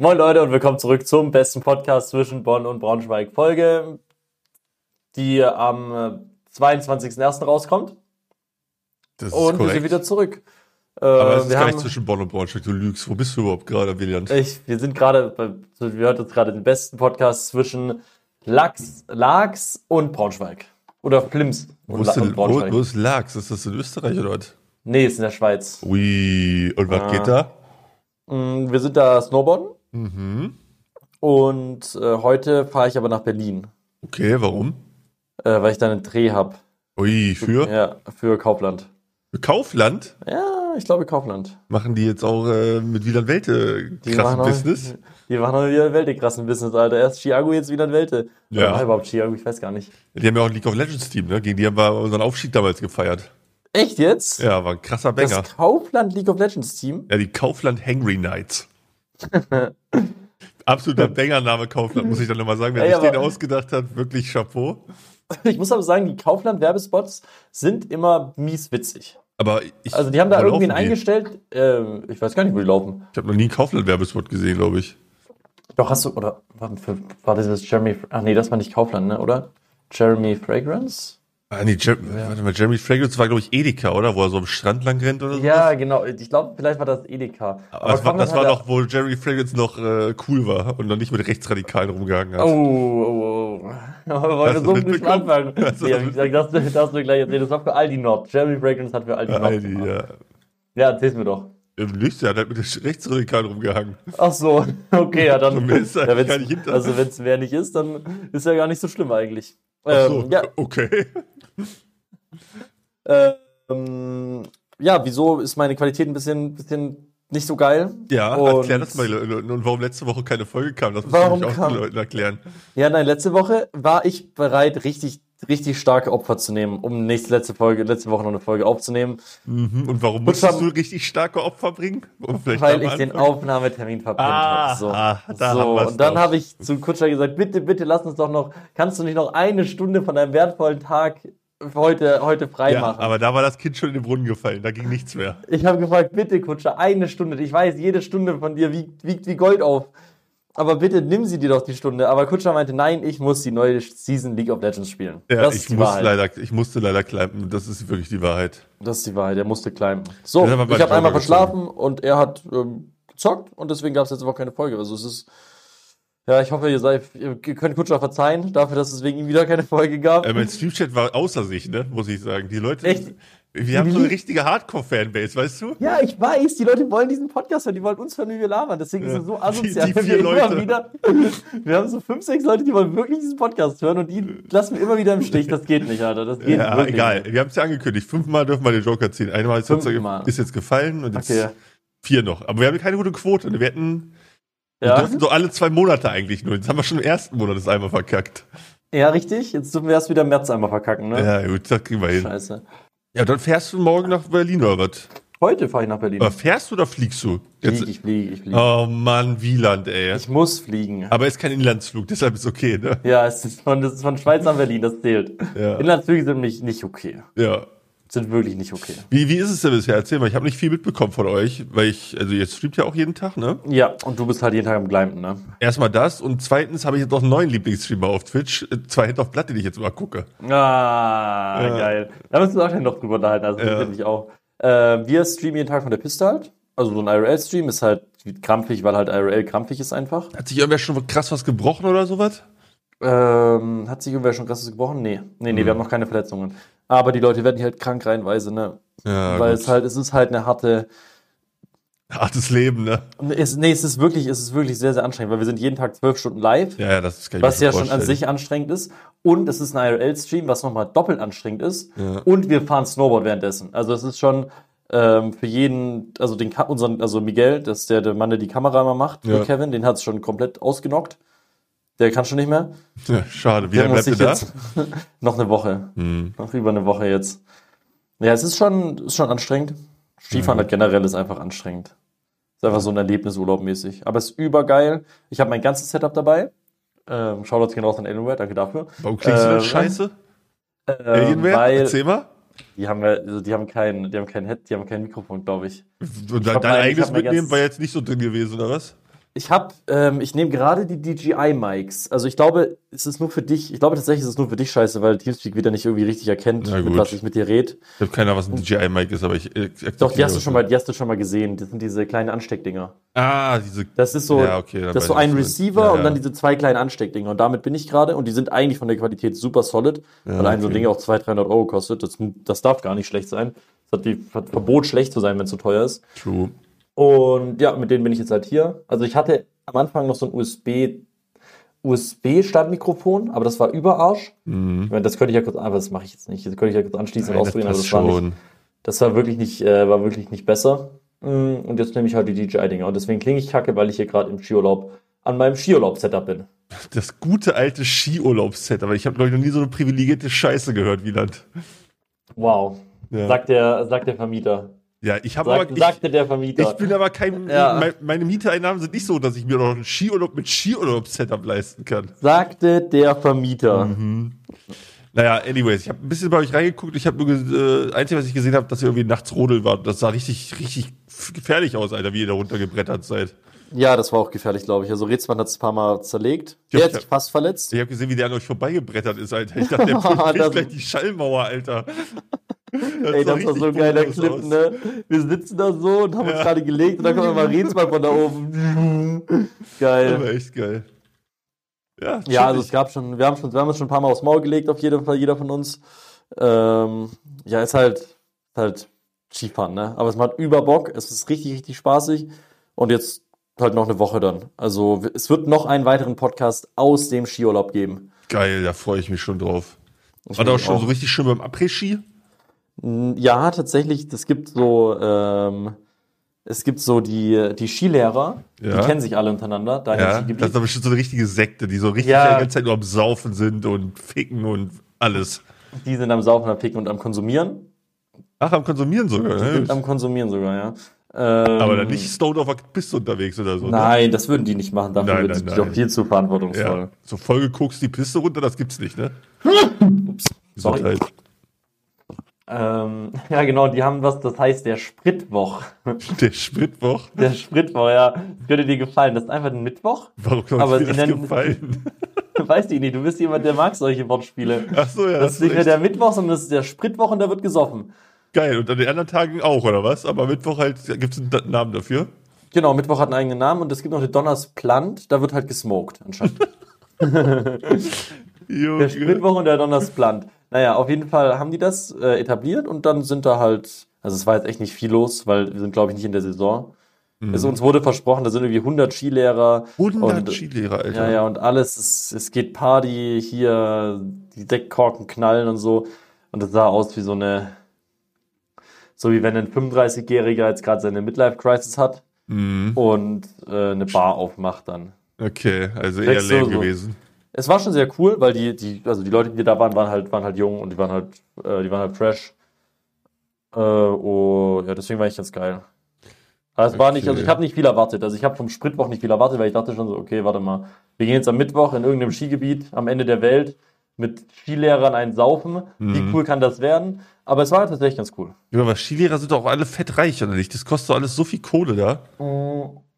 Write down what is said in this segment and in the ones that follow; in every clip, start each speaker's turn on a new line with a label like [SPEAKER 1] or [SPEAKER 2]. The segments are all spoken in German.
[SPEAKER 1] Moin Leute und willkommen zurück zum besten Podcast zwischen Bonn und Braunschweig Folge, die am äh, 22.01. rauskommt.
[SPEAKER 2] Das ist
[SPEAKER 1] Und wir
[SPEAKER 2] korrekt.
[SPEAKER 1] sind wieder zurück. Äh,
[SPEAKER 2] Aber es ist
[SPEAKER 1] wir,
[SPEAKER 2] gar nicht
[SPEAKER 1] haben,
[SPEAKER 2] zwischen Bonn und Braunschweig, du lügst. Wo bist du überhaupt gerade, William?
[SPEAKER 1] ich, wir sind gerade, bei- so, wir hört jetzt gerade den besten Podcast zwischen Lachs, Lachs und Braunschweig. Oder Plims
[SPEAKER 2] Wo
[SPEAKER 1] und
[SPEAKER 2] ist,
[SPEAKER 1] La-
[SPEAKER 2] denn,
[SPEAKER 1] und
[SPEAKER 2] wo,
[SPEAKER 1] Braunschweig.
[SPEAKER 2] wo ist Lachs? Ist das in Österreich oder was?
[SPEAKER 1] Nee, ist in der Schweiz.
[SPEAKER 2] Ui, und was
[SPEAKER 1] Ah.
[SPEAKER 2] geht da?
[SPEAKER 1] Mm, Wir sind da Snowboarden
[SPEAKER 2] Mhm.
[SPEAKER 1] und äh, heute fahre ich aber nach Berlin,
[SPEAKER 2] Okay, warum?
[SPEAKER 1] äh, weil ich da einen Dreh habe.
[SPEAKER 2] Ui, für,
[SPEAKER 1] Ja, für Kaufland.
[SPEAKER 2] für Kaufland
[SPEAKER 1] Ja, ich glaube Kaufland.
[SPEAKER 2] machen die jetzt auch äh, mit Wieland Welte
[SPEAKER 1] Die
[SPEAKER 2] krassen
[SPEAKER 1] machen
[SPEAKER 2] Business.
[SPEAKER 1] Auch, die machen auch wieder weltekrassen Business, Alter. Erst Chiago, jetzt wieder ein Welte.
[SPEAKER 2] Ja.
[SPEAKER 1] Oder war überhaupt Chiago? Ich weiß gar nicht.
[SPEAKER 2] Die haben ja auch ein League of Legends Team, ne? Gegen die haben wir unseren Aufstieg damals gefeiert.
[SPEAKER 1] Echt jetzt?
[SPEAKER 2] Ja, war ein krasser
[SPEAKER 1] das
[SPEAKER 2] Banger.
[SPEAKER 1] Kaufland League of Legends Team?
[SPEAKER 2] Ja, die Kaufland Hangry Knights. Absoluter Banger-Name Kaufland, muss ich dann immer sagen. Wer
[SPEAKER 1] Ey,
[SPEAKER 2] sich den
[SPEAKER 1] aber-
[SPEAKER 2] ausgedacht hat, wirklich Chapeau.
[SPEAKER 1] Ich muss aber sagen, die Kaufland Werbespots sind immer mies witzig.
[SPEAKER 2] Aber ich,
[SPEAKER 1] Also die haben da
[SPEAKER 2] wo
[SPEAKER 1] irgendwen
[SPEAKER 2] laufen die?
[SPEAKER 1] eingestellt. Ähm, ich weiß gar nicht, wo die laufen.
[SPEAKER 2] Ich habe noch nie ein Kaufland-Werbespot gesehen, glaube ich.
[SPEAKER 1] Doch, hast du, oder war, war das jetzt Jeremy, ach nee, das war nicht Kaufland, ne, oder? Jeremy Fragrance?
[SPEAKER 2] Ah, nee, Jer warte mal, Jeremy Fragrance war, glaube ich, Edeka, oder? Wo er so am Strand lang rennt oder so.
[SPEAKER 1] Ja, genau. Ich glaube, vielleicht war das Edeka.
[SPEAKER 2] Aber das war,
[SPEAKER 1] Kaufland
[SPEAKER 2] das war
[SPEAKER 1] hat ja-
[SPEAKER 2] doch, wo Jeremy Fragrance noch äh, cool war und noch nicht mit Rechtsradikalen rumgegangen hat.
[SPEAKER 1] Oh, oh, oh. Aber wir
[SPEAKER 2] Hast
[SPEAKER 1] wollen
[SPEAKER 2] du
[SPEAKER 1] so
[SPEAKER 2] das
[SPEAKER 1] nicht
[SPEAKER 2] mitbekommen?
[SPEAKER 1] anfangen.
[SPEAKER 2] Hast du
[SPEAKER 1] Nee,
[SPEAKER 2] das
[SPEAKER 1] ich sag, das, das hast du gleich erzählt. Das war für Aldi Nord. Jeremy Fragrance hat für Aldi Nord.
[SPEAKER 2] Aldi,
[SPEAKER 1] gemacht.
[SPEAKER 2] ja.
[SPEAKER 1] Ja, erzähl's mir doch.
[SPEAKER 2] äh, Im Licht, der hat halt mit den Rechtsradikalen rumgehangen.
[SPEAKER 1] Ach so, okay, ja, dann.
[SPEAKER 2] Mehr ist da
[SPEAKER 1] ja,
[SPEAKER 2] gar nicht
[SPEAKER 1] wenn's,
[SPEAKER 2] hinter.
[SPEAKER 1] also, wenn es wer nicht ist, dann ist ja gar nicht so schlimm eigentlich.
[SPEAKER 2] Ach
[SPEAKER 1] Ähm,
[SPEAKER 2] so,
[SPEAKER 1] ja,
[SPEAKER 2] okay.
[SPEAKER 1] äh, ähm, ja, wieso ist meine Qualität ein bisschen, bisschen nicht so geil?
[SPEAKER 2] Ja,
[SPEAKER 1] Und-
[SPEAKER 2] erklär das mal den Leuten. Und warum letzte Woche keine Folge kam, das musst
[SPEAKER 1] Warum
[SPEAKER 2] du nämlich auch
[SPEAKER 1] kam-
[SPEAKER 2] den Leuten erklären.
[SPEAKER 1] Ja, nein, letzte Woche war ich bereit, richtig, richtig starke Opfer zu nehmen, um nächste letzte Folge, letzte Woche noch eine Folge aufzunehmen,
[SPEAKER 2] Mhm. Und warum musstest
[SPEAKER 1] zwar-
[SPEAKER 2] du richtig starke Opfer bringen? Und vielleicht
[SPEAKER 1] weil
[SPEAKER 2] am
[SPEAKER 1] ich den
[SPEAKER 2] Anfang-
[SPEAKER 1] Aufnahmetermin verpennt
[SPEAKER 2] Ah, ah,
[SPEAKER 1] habe. So,
[SPEAKER 2] da haben
[SPEAKER 1] so.
[SPEAKER 2] wir's
[SPEAKER 1] und dann
[SPEAKER 2] doch.
[SPEAKER 1] habe ich zu Kutscher gesagt, bitte, bitte lass uns doch noch, kannst du nicht noch eine Stunde von deinem wertvollen Tag heute, heute frei
[SPEAKER 2] Ja,
[SPEAKER 1] machen?
[SPEAKER 2] aber da war das Kind schon in den Brunnen gefallen, da ging nichts mehr.
[SPEAKER 1] Ich habe gefragt, bitte Kutscher, eine Stunde. Ich weiß, jede Stunde von dir wiegt, wiegt wie Gold auf. Aber bitte nimm sie dir doch die Stunde. Aber Kutscher meinte, nein, ich muss die neue Season League of Legends spielen.
[SPEAKER 2] Ja,
[SPEAKER 1] das
[SPEAKER 2] ich,
[SPEAKER 1] ist die
[SPEAKER 2] muss
[SPEAKER 1] Wahrheit.
[SPEAKER 2] leider, ich musste leider klemmen. Das ist wirklich die Wahrheit.
[SPEAKER 1] Das ist die Wahrheit, er musste climben. So,
[SPEAKER 2] Das haben wir beide
[SPEAKER 1] ich habe einmal
[SPEAKER 2] Joker gezogen.
[SPEAKER 1] verschlafen und er hat ähm, gezockt und deswegen gab es jetzt auch keine Folge. Also es ist. Ja, ich hoffe, ihr seid, ihr könnt Kutscher verzeihen dafür, dass es wegen ihm wieder keine Folge gab.
[SPEAKER 2] Äh, mein Streamchat war außer sich, ne? muss ich sagen. Die Leute.
[SPEAKER 1] Echt? Mhm.
[SPEAKER 2] Wir haben so eine richtige Hardcore-Fanbase, weißt du?
[SPEAKER 1] ja, ich weiß, die Leute wollen diesen Podcast hören, die wollen uns hören, wie wir labern. Deswegen
[SPEAKER 2] Ja,
[SPEAKER 1] ist es so
[SPEAKER 2] die-
[SPEAKER 1] asozial.
[SPEAKER 2] die
[SPEAKER 1] wenn
[SPEAKER 2] vier
[SPEAKER 1] wir
[SPEAKER 2] Leute.
[SPEAKER 1] Immer wieder, wir haben so fünf, sechs Leute, die wollen wirklich diesen Podcast hören und die lassen wir immer wieder im Stich. Das geht nicht, Alter. Das geht
[SPEAKER 2] Ja,
[SPEAKER 1] wirklich
[SPEAKER 2] egal.
[SPEAKER 1] nicht.
[SPEAKER 2] Wir haben es ja angekündigt. Fünfmal dürfen wir den Joker ziehen. Einmal ist, jetzt,
[SPEAKER 1] Fünfmal.
[SPEAKER 2] ist jetzt gefallen und jetzt
[SPEAKER 1] Okay.
[SPEAKER 2] vier noch. Aber wir haben keine gute Quote. ne? Wir hätten. Wir
[SPEAKER 1] Ja.
[SPEAKER 2] dürfen so alle zwei Monate eigentlich nur. Jetzt haben wir schon im ersten Monat das einmal verkackt.
[SPEAKER 1] ja, richtig. Jetzt dürfen wir erst wieder im März einmal verkacken, ne?
[SPEAKER 2] Ja, gut, das kriegen wir hin.
[SPEAKER 1] Scheiße.
[SPEAKER 2] Ja, dann fährst du morgen nach Berlin oder was?
[SPEAKER 1] Heute fahre ich nach Berlin.
[SPEAKER 2] Oder fährst du oder fliegst du? Jetzt,
[SPEAKER 1] fliege, ich fliege, ich fliege.
[SPEAKER 2] oh Mann, Wieland, ey.
[SPEAKER 1] Ich muss fliegen.
[SPEAKER 2] Aber ist kein Inlandsflug, deshalb ist okay, ne?
[SPEAKER 1] Ja, es ist von, das ist von Schweiz nach Berlin, das zählt.
[SPEAKER 2] Ja.
[SPEAKER 1] Inlandsflüge sind nicht, nicht okay.
[SPEAKER 2] Ja.
[SPEAKER 1] Sind wirklich nicht okay.
[SPEAKER 2] Wie, wie ist es denn bisher? Erzähl mal, ich habe nicht viel mitbekommen von euch, weil ich, also jetzt streamt ja auch jeden Tag, ne?
[SPEAKER 1] Ja, und du bist halt jeden Tag am Gleimten, ne?
[SPEAKER 2] Erstmal das und zweitens habe ich jetzt noch einen neuen Lieblingsstreamer auf Twitch, äh, zwei Hände auf Blatt, den ich jetzt mal gucke.
[SPEAKER 1] Ah,
[SPEAKER 2] Ja.
[SPEAKER 1] geil. Da müssen wir auch gleich noch drüber unterhalten, also
[SPEAKER 2] Ja.
[SPEAKER 1] das finde ich auch. Äh, wir streamen jeden Tag von der Piste halt. Also so ein IRL-Stream ist halt krampfig, weil halt IRL krampfig ist einfach.
[SPEAKER 2] Hat sich irgendwer schon krass was gebrochen oder sowas?
[SPEAKER 1] Ähm, hat sich irgendwer schon krasses gebrochen? Nee. Nee,
[SPEAKER 2] Mhm.
[SPEAKER 1] nee, wir haben noch keine Verletzungen. Aber die Leute werden hier halt krank reihenweise, ne?
[SPEAKER 2] Ja,
[SPEAKER 1] weil
[SPEAKER 2] Ah, gut.
[SPEAKER 1] es halt, es ist halt eine harte,
[SPEAKER 2] Hartes Leben, ne?
[SPEAKER 1] Es, nee, es ist wirklich, es ist wirklich sehr, sehr anstrengend, weil wir sind jeden Tag zwölf Stunden live,
[SPEAKER 2] Ja, ja, das kann ich
[SPEAKER 1] was
[SPEAKER 2] mir
[SPEAKER 1] ja schon an
[SPEAKER 2] vorstellen.
[SPEAKER 1] sich anstrengend ist. Und es ist ein IRL-Stream, was nochmal doppelt anstrengend ist.
[SPEAKER 2] Ja.
[SPEAKER 1] Und wir fahren Snowboard währenddessen. Also es ist schon ähm, für jeden, also den Ka- unseren, also Miguel, das ist der, der Mann, der die Kamera immer macht, für
[SPEAKER 2] Ja.
[SPEAKER 1] Kevin, den hat es schon komplett ausgenockt. Der kann schon nicht mehr.
[SPEAKER 2] Ja, schade, wie
[SPEAKER 1] Der
[SPEAKER 2] lange bleibt ihr
[SPEAKER 1] sich
[SPEAKER 2] da?
[SPEAKER 1] jetzt noch eine Woche.
[SPEAKER 2] Hm.
[SPEAKER 1] Noch über eine Woche jetzt. Ja, es ist schon, ist schon anstrengend.
[SPEAKER 2] Mhm.
[SPEAKER 1] Skifahren halt generell ist einfach anstrengend. Ist einfach so ein Erlebnisurlaub mäßig. Aber es ist übergeil. Ich habe mein ganzes Setup dabei. Ähm, Shoutouts gehen raus an Alienware, danke dafür.
[SPEAKER 2] Warum klingst du denn
[SPEAKER 1] Ähm,
[SPEAKER 2] scheiße?
[SPEAKER 1] Ähm,
[SPEAKER 2] Alienware?
[SPEAKER 1] weil
[SPEAKER 2] Erzähl mal.
[SPEAKER 1] die haben, ja- also die haben kein, die haben kein Head, die haben kein Mikrofon, glaube ich.
[SPEAKER 2] Und dein
[SPEAKER 1] hab mein- ich
[SPEAKER 2] eigenes
[SPEAKER 1] hab mein
[SPEAKER 2] mitnehmen
[SPEAKER 1] ganzes-
[SPEAKER 2] war jetzt nicht so drin gewesen, oder was?
[SPEAKER 1] Ich habe, ähm, ich nehme gerade die DJI-Mics. Also ich glaube, es ist nur für dich, ich glaube tatsächlich, es ist nur für dich scheiße, weil Teamspeak wieder nicht irgendwie richtig erkennt,
[SPEAKER 2] Na
[SPEAKER 1] mit
[SPEAKER 2] gut.
[SPEAKER 1] was ich mit dir red.
[SPEAKER 2] Ich habe keine Ahnung, was ein DJI-Mic ist, aber ich. äh, akzeptiere
[SPEAKER 1] Doch, die hast du
[SPEAKER 2] das.
[SPEAKER 1] schon mal, die hast du schon mal gesehen. Das sind diese kleinen Ansteckdinger.
[SPEAKER 2] Ah, diese.
[SPEAKER 1] Das ist so,
[SPEAKER 2] Ja, okay, dann
[SPEAKER 1] das ist so
[SPEAKER 2] weiß ich,
[SPEAKER 1] ein
[SPEAKER 2] was du meinst.
[SPEAKER 1] Receiver
[SPEAKER 2] Ja,
[SPEAKER 1] und
[SPEAKER 2] ja.
[SPEAKER 1] dann diese zwei kleinen Ansteckdinger. Und damit bin ich gerade und die sind eigentlich von der Qualität super solid, weil ein so ein
[SPEAKER 2] okay.
[SPEAKER 1] Ding auch 200, 300 Euro kostet. Das, das darf gar nicht schlecht sein. Das hat die hat Verbot, schlecht zu sein, wenn es zu teuer ist.
[SPEAKER 2] True.
[SPEAKER 1] Und ja, mit denen bin ich jetzt halt hier. Also ich hatte am Anfang noch so ein USB, USB-Standmikrofon, aber das war über Arsch.
[SPEAKER 2] Mhm.
[SPEAKER 1] Ich meine, das könnte ich ja kurz, aber das mache ich jetzt nicht. Das könnte ich ja kurz anschließen und
[SPEAKER 2] Nein, das
[SPEAKER 1] ausprobieren, aber
[SPEAKER 2] passt
[SPEAKER 1] also das war, nicht,
[SPEAKER 2] schon.
[SPEAKER 1] das war wirklich nicht, äh, war wirklich nicht besser. Mm, Und jetzt nehme ich halt die DJI-Dinger. Und deswegen klinge ich kacke, weil ich hier gerade im Skiurlaub an meinem Skiurlaub-Setup bin.
[SPEAKER 2] Das gute alte Skiurlaubsset, aber ich habe, glaube ich, noch nie so eine privilegierte Scheiße gehört, Wieland.
[SPEAKER 1] Wow.
[SPEAKER 2] Ja.
[SPEAKER 1] Sagt der, sagt der Vermieter.
[SPEAKER 2] ja, ich habe
[SPEAKER 1] Sagt,
[SPEAKER 2] aber. Ich,
[SPEAKER 1] sagte der Vermieter.
[SPEAKER 2] ich bin aber kein.
[SPEAKER 1] Ja.
[SPEAKER 2] Mein, meine Mieteinnahmen sind nicht so, dass ich mir noch einen Skiurlaub mit Skiurlaubssetup leisten kann.
[SPEAKER 1] sagte der Vermieter.
[SPEAKER 2] Mhm. Naja, anyways, ich habe ein bisschen bei euch reingeguckt. Ich habe nur ge- äh, einzige, was ich gesehen habe, dass ihr irgendwie nachts rodeln wart. Das sah richtig, richtig f- gefährlich aus, Alter, wie ihr da runtergebrettert seid.
[SPEAKER 1] Ja, das war auch gefährlich, glaube ich. Also Rezmann hat es ein paar Mal zerlegt. Der
[SPEAKER 2] Ja, ich
[SPEAKER 1] hat sich
[SPEAKER 2] hab-
[SPEAKER 1] fast verletzt.
[SPEAKER 2] Ich habe gesehen, wie der an euch vorbeigebrettert ist, Alter. Ich dachte, der bricht
[SPEAKER 1] Das-
[SPEAKER 2] gleich die Schallmauer, Alter. Das
[SPEAKER 1] Ey, das war so ein geiler Clip,
[SPEAKER 2] ne?
[SPEAKER 1] ne? Wir sitzen da so und haben uns gerade gelegt und dann kommt mal Rezmann von da oben.
[SPEAKER 2] Das war
[SPEAKER 1] Geil.
[SPEAKER 2] echt geil. Ja,
[SPEAKER 1] Ja, also es
[SPEAKER 2] chillig.
[SPEAKER 1] gab schon, wir haben schon, wir haben uns schon ein paar Mal aufs Maul gelegt, auf jeden Fall, jeder von uns. Ähm, ja, ist halt, ist halt Skifahren, ne? Aber es macht über Bock, es ist richtig, richtig spaßig. Und jetzt halt noch eine Woche dann. Also w- es wird noch einen weiteren Podcast aus dem Skiurlaub geben.
[SPEAKER 2] geil, da freue ich mich schon drauf.
[SPEAKER 1] Ich
[SPEAKER 2] War da auch
[SPEAKER 1] mich
[SPEAKER 2] schon
[SPEAKER 1] auch.
[SPEAKER 2] so richtig schön beim Après-Ski?
[SPEAKER 1] Ja, tatsächlich, es gibt so, ähm, es gibt so die, die Skilehrer,
[SPEAKER 2] Ja.
[SPEAKER 1] die kennen sich alle untereinander, da
[SPEAKER 2] Ja,
[SPEAKER 1] im
[SPEAKER 2] das ist
[SPEAKER 1] Skigebiet.
[SPEAKER 2] aber bestimmt so eine richtige Sekte, die so richtig
[SPEAKER 1] Ja.
[SPEAKER 2] die ganze Zeit nur am Saufen sind und Ficken und alles.
[SPEAKER 1] die sind am Saufen, am Picken und am Konsumieren.
[SPEAKER 2] Ach, am Konsumieren sogar,
[SPEAKER 1] Die sind
[SPEAKER 2] ne?
[SPEAKER 1] am Konsumieren sogar, ja. Ähm,
[SPEAKER 2] Aber dann nicht stoned auf der Piste unterwegs oder so. ne?
[SPEAKER 1] Nein, das würden die nicht machen, dafür
[SPEAKER 2] Nein,
[SPEAKER 1] nein, sind
[SPEAKER 2] nein,
[SPEAKER 1] die
[SPEAKER 2] nein.
[SPEAKER 1] doch viel zu verantwortungsvoll.
[SPEAKER 2] Ja. So vollgekokst die Piste runter, das gibt's nicht, ne? halt
[SPEAKER 1] Sorry.
[SPEAKER 2] Gesundheit.
[SPEAKER 1] Ähm, ja, genau, die haben was, das heißt der Spritwoch.
[SPEAKER 2] Der Spritwoch.
[SPEAKER 1] Der Spritwoch, ja. Das könnte dir gefallen. Das ist einfach ein Mittwoch.
[SPEAKER 2] Warum
[SPEAKER 1] Aber
[SPEAKER 2] hat mir
[SPEAKER 1] sie
[SPEAKER 2] das
[SPEAKER 1] nennen-
[SPEAKER 2] gefallen?
[SPEAKER 1] Weiß ich nicht, du bist jemand, der mag solche Wortspiele.
[SPEAKER 2] Ach so, ja,
[SPEAKER 1] Das
[SPEAKER 2] das
[SPEAKER 1] ist nicht mehr
[SPEAKER 2] ist
[SPEAKER 1] der
[SPEAKER 2] echt
[SPEAKER 1] Mittwoch, sondern das ist der Spritwoch und da wird gesoffen.
[SPEAKER 2] geil. Und an den anderen Tagen auch, oder was? Aber Mittwoch halt gibt's einen Namen dafür.
[SPEAKER 1] Genau, Mittwoch hat einen eigenen Namen und es gibt noch eine Donnersplant, da wird halt gesmoked anscheinend. Der
[SPEAKER 2] Junge.
[SPEAKER 1] Mittwoch und der Donnersplant. Naja, auf jeden Fall haben die das äh, etabliert und dann sind da halt, also es war jetzt echt nicht viel los, weil wir sind, glaube ich, nicht in der Saison. Also uns wurde versprochen, da sind irgendwie 100 Skilehrer.
[SPEAKER 2] 100
[SPEAKER 1] und, äh,
[SPEAKER 2] Skilehrer, Alter.
[SPEAKER 1] Ja, ja, und alles, es, es geht Party, hier die Deckkorken knallen und so. Und das sah aus wie so eine, so wie wenn ein 35-Jähriger jetzt gerade seine Midlife-Crisis hat
[SPEAKER 2] Mhm.
[SPEAKER 1] und äh, eine Bar aufmacht dann.
[SPEAKER 2] Okay, also eher
[SPEAKER 1] Sechs oder
[SPEAKER 2] lame
[SPEAKER 1] so.
[SPEAKER 2] gewesen.
[SPEAKER 1] Es war schon sehr cool, weil die, die, also die Leute, die da waren, waren halt, waren halt jung und die waren halt, äh, die waren halt fresh. Äh, oh, ja, deswegen war ich ganz geil. Aber es war
[SPEAKER 2] Okay.
[SPEAKER 1] nicht, also ich habe nicht viel erwartet. Also ich habe vom Spritwoch nicht viel erwartet, weil ich dachte schon so, okay, warte mal, wir gehen jetzt am Mittwoch in irgendeinem Skigebiet am Ende der Welt mit Skilehrern einen Saufen.
[SPEAKER 2] Mhm.
[SPEAKER 1] Wie cool kann das werden? Aber es war tatsächlich ganz cool.
[SPEAKER 2] Ja, aber Skilehrer sind doch alle fettreich, oder nicht? Das kostet doch alles so viel Kohle da.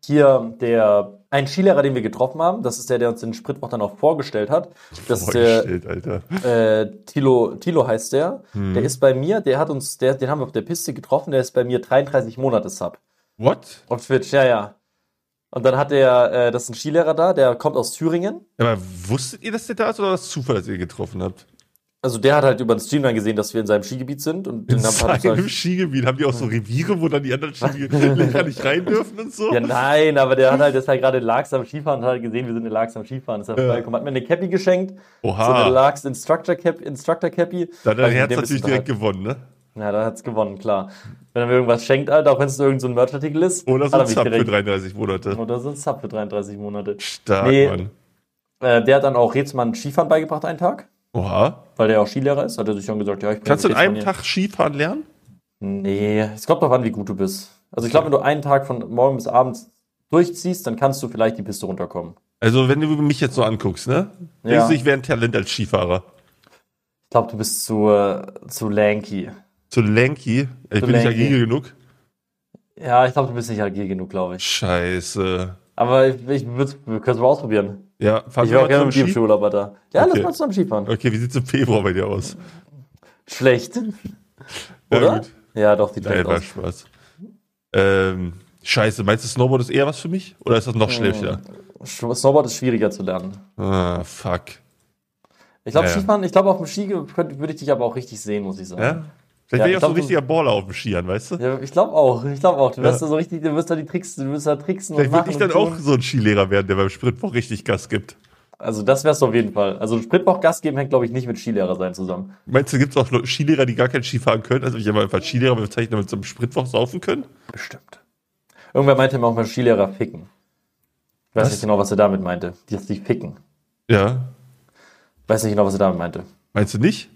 [SPEAKER 1] Hier der ein Skilehrer, den wir getroffen haben, das ist der, der uns den Spritwoch dann auch vorgestellt hat. Das ist der
[SPEAKER 2] Vorgestellt, Alter.
[SPEAKER 1] äh, Tilo, Tilo heißt der.
[SPEAKER 2] Mhm.
[SPEAKER 1] Der ist bei mir, der hat uns, der, den haben wir auf der Piste getroffen, der ist bei mir 33 Monate Sub.
[SPEAKER 2] What?
[SPEAKER 1] Auf Twitch, ja, ja. Und dann hat der, äh, das ist ein Skilehrer da, der kommt aus Thüringen.
[SPEAKER 2] Aber wusstet ihr, dass der da ist, oder war das Zufall, dass ihr ihn getroffen habt?
[SPEAKER 1] Also der hat halt über den Stream dann gesehen, dass wir in seinem Skigebiet sind und
[SPEAKER 2] In
[SPEAKER 1] den haben halt hat uns
[SPEAKER 2] seinem
[SPEAKER 1] dann,
[SPEAKER 2] Skigebiet haben die auch so Reviere, wo dann die anderen Skilehrer nicht rein dürfen und so?
[SPEAKER 1] Ja, nein, aber der hat halt, der ist halt gerade in Largs am Skifahren und hat halt gesehen, wir sind in Largs am Skifahren. Ist halt vorbeigekommen, hat mir eine Cappy geschenkt. So eine
[SPEAKER 2] Oha,
[SPEAKER 1] Largs Instructor Cap, Instructor Cappy.
[SPEAKER 2] dann
[SPEAKER 1] Also
[SPEAKER 2] hat dein
[SPEAKER 1] mit
[SPEAKER 2] Herz
[SPEAKER 1] dem ist
[SPEAKER 2] natürlich
[SPEAKER 1] er halt-
[SPEAKER 2] direkt gewonnen, ne?
[SPEAKER 1] Ja, dann hat's gewonnen, klar. Wenn er mir irgendwas schenkt, Alter, auch wenn es nur irgendein so ein Merchartikel ist.
[SPEAKER 2] Oder so
[SPEAKER 1] hat er
[SPEAKER 2] ein
[SPEAKER 1] mich
[SPEAKER 2] Sub für
[SPEAKER 1] direkt-
[SPEAKER 2] 33 Monate.
[SPEAKER 1] Oder so ein Sub für 33 Monate.
[SPEAKER 2] Stark,
[SPEAKER 1] Nee.
[SPEAKER 2] Mann.
[SPEAKER 1] Äh, der hat dann auch Rezmann Skifahren beigebracht einen Tag,
[SPEAKER 2] Oha.
[SPEAKER 1] weil der auch Skilehrer ist, hat er sich schon gesagt, ja, ich bin
[SPEAKER 2] Kannst du in
[SPEAKER 1] mit
[SPEAKER 2] einem
[SPEAKER 1] Rezmann
[SPEAKER 2] Tag Skifahren lernen?
[SPEAKER 1] hier. Nee, es kommt drauf an, wie gut du bist. Also ich glaube, wenn du einen Tag von morgen bis abends durchziehst, dann kannst du vielleicht die Piste runterkommen.
[SPEAKER 2] Also, wenn du mich jetzt so anguckst, ne?
[SPEAKER 1] Ja.
[SPEAKER 2] Denkst du, ich wäre ein Talent als Skifahrer?
[SPEAKER 1] Ich glaube, du bist zu, äh, zu lanky.
[SPEAKER 2] Zu lanky? Ich Äh, bin
[SPEAKER 1] lanky.
[SPEAKER 2] nicht agil genug?
[SPEAKER 1] Ja, ich glaube, du bist nicht agil genug, glaube ich.
[SPEAKER 2] Scheiße.
[SPEAKER 1] Aber ich, ich würd's- wir können es mal ausprobieren.
[SPEAKER 2] Ja, fahren
[SPEAKER 1] Ich
[SPEAKER 2] wir
[SPEAKER 1] wäre
[SPEAKER 2] mal
[SPEAKER 1] auch gerne mit
[SPEAKER 2] zum
[SPEAKER 1] dir im
[SPEAKER 2] Ski?
[SPEAKER 1] Skiurlaub, Alter. Ja, lass
[SPEAKER 2] Okay.
[SPEAKER 1] mal zusammen Skifahren.
[SPEAKER 2] Okay, wie sieht's im Februar bei dir aus?
[SPEAKER 1] Schlecht.
[SPEAKER 2] Ja,
[SPEAKER 1] Oder?
[SPEAKER 2] gut.
[SPEAKER 1] Ja, doch, die
[SPEAKER 2] Nein,
[SPEAKER 1] schlecht
[SPEAKER 2] war
[SPEAKER 1] aus.
[SPEAKER 2] Spaß. Ähm, scheiße, meinst du, Snowboard ist eher was für mich? Oder ist das
[SPEAKER 1] Hm.
[SPEAKER 2] noch schlechter?
[SPEAKER 1] Sch- Snowboard ist schwieriger zu lernen.
[SPEAKER 2] Ah, fuck.
[SPEAKER 1] Ich glaube,
[SPEAKER 2] Ja, ja.
[SPEAKER 1] Skifahren, ich glaube, auf dem Ski könnte- würde ich dich aber auch richtig sehen, muss ich sagen.
[SPEAKER 2] Ja? Vielleicht
[SPEAKER 1] Ja,
[SPEAKER 2] wäre ich
[SPEAKER 1] ich
[SPEAKER 2] auch so ein
[SPEAKER 1] glaub,
[SPEAKER 2] richtiger Baller auf dem Skiern, weißt du?
[SPEAKER 1] Ja, ich glaube auch. Ich glaube auch. Du wirst
[SPEAKER 2] Ja.
[SPEAKER 1] da so richtig, du wirst da die Tricks, du wirst da tricksen
[SPEAKER 2] Vielleicht
[SPEAKER 1] und machen.
[SPEAKER 2] würde ich dann
[SPEAKER 1] und tun.
[SPEAKER 2] auch so ein Skilehrer werden, der beim Sprintwoch richtig Gas gibt.
[SPEAKER 1] Also das wär's auf jeden Fall. Also Spritbach Gas geben hängt, glaube ich, nicht mit Skilehrer sein zusammen.
[SPEAKER 2] Meinst du, gibt es auch Leute- Skilehrer, die gar kein Ski fahren können? Also, ich habe einfach Skilehrer bezeichnet, damit sie am Sprintwoch saufen können?
[SPEAKER 1] Bestimmt. Irgendwer meinte immer auch mal Skilehrer ficken. Ich weiß
[SPEAKER 2] Was?
[SPEAKER 1] nicht genau, was er damit meinte. Die, die ficken.
[SPEAKER 2] Ja.
[SPEAKER 1] Weiß nicht genau, was er damit meinte.
[SPEAKER 2] Meinst du nicht?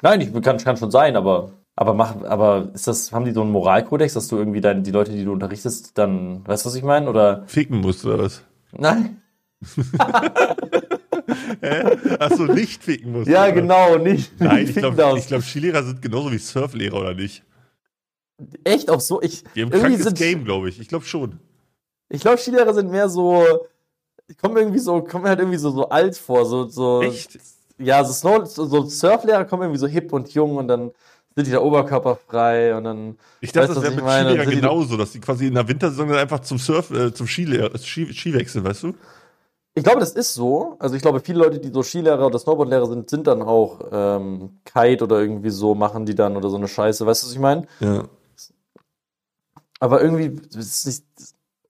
[SPEAKER 1] Nein, ich kann, kann schon sein, aber aber mach, aber ist das, haben die so einen Moralkodex, dass du irgendwie dein, die Leute, die du unterrichtest, dann, weißt du, was ich meine? Oder
[SPEAKER 2] Ficken musst oder was?
[SPEAKER 1] nein?
[SPEAKER 2] Achso, nicht ficken musst.
[SPEAKER 1] Ja,
[SPEAKER 2] oder?
[SPEAKER 1] genau, nicht.
[SPEAKER 2] Nein,
[SPEAKER 1] Die
[SPEAKER 2] ich
[SPEAKER 1] ficken
[SPEAKER 2] glaube,
[SPEAKER 1] aus.
[SPEAKER 2] ich glaub, Skilehrer sind genauso wie Surflehrer, oder nicht?
[SPEAKER 1] Echt auch so. Ich,
[SPEAKER 2] Die haben ein
[SPEAKER 1] irgendwie
[SPEAKER 2] krankes
[SPEAKER 1] sind,
[SPEAKER 2] Game, glaube ich. Ich glaube schon.
[SPEAKER 1] ich glaube, Skilehrer sind mehr so, ich komme irgendwie so, kommen halt irgendwie so, so alt vor, so, so.
[SPEAKER 2] Echt?
[SPEAKER 1] Ja, so, Snow, so, so Surflehrer kommen irgendwie so hip und jung und dann sind die da oberkörperfrei und dann.
[SPEAKER 2] Ich dachte,
[SPEAKER 1] weißt du,
[SPEAKER 2] das
[SPEAKER 1] was
[SPEAKER 2] wäre
[SPEAKER 1] ich
[SPEAKER 2] mit
[SPEAKER 1] meine? Dann sind
[SPEAKER 2] Skilehrer
[SPEAKER 1] die-
[SPEAKER 2] genauso, dass die quasi in der Wintersaison dann einfach zum Surf, äh, zum Skilehrer, Ski, Ski wechseln, weißt du?
[SPEAKER 1] Ich glaube, das ist so. Also ich glaube, viele Leute, die so Skilehrer oder Snowboardlehrer sind, sind dann auch ähm, Kite oder irgendwie so, machen die dann oder so eine Scheiße. Weißt du, was ich meine?
[SPEAKER 2] Ja.
[SPEAKER 1] Aber irgendwie ist nicht,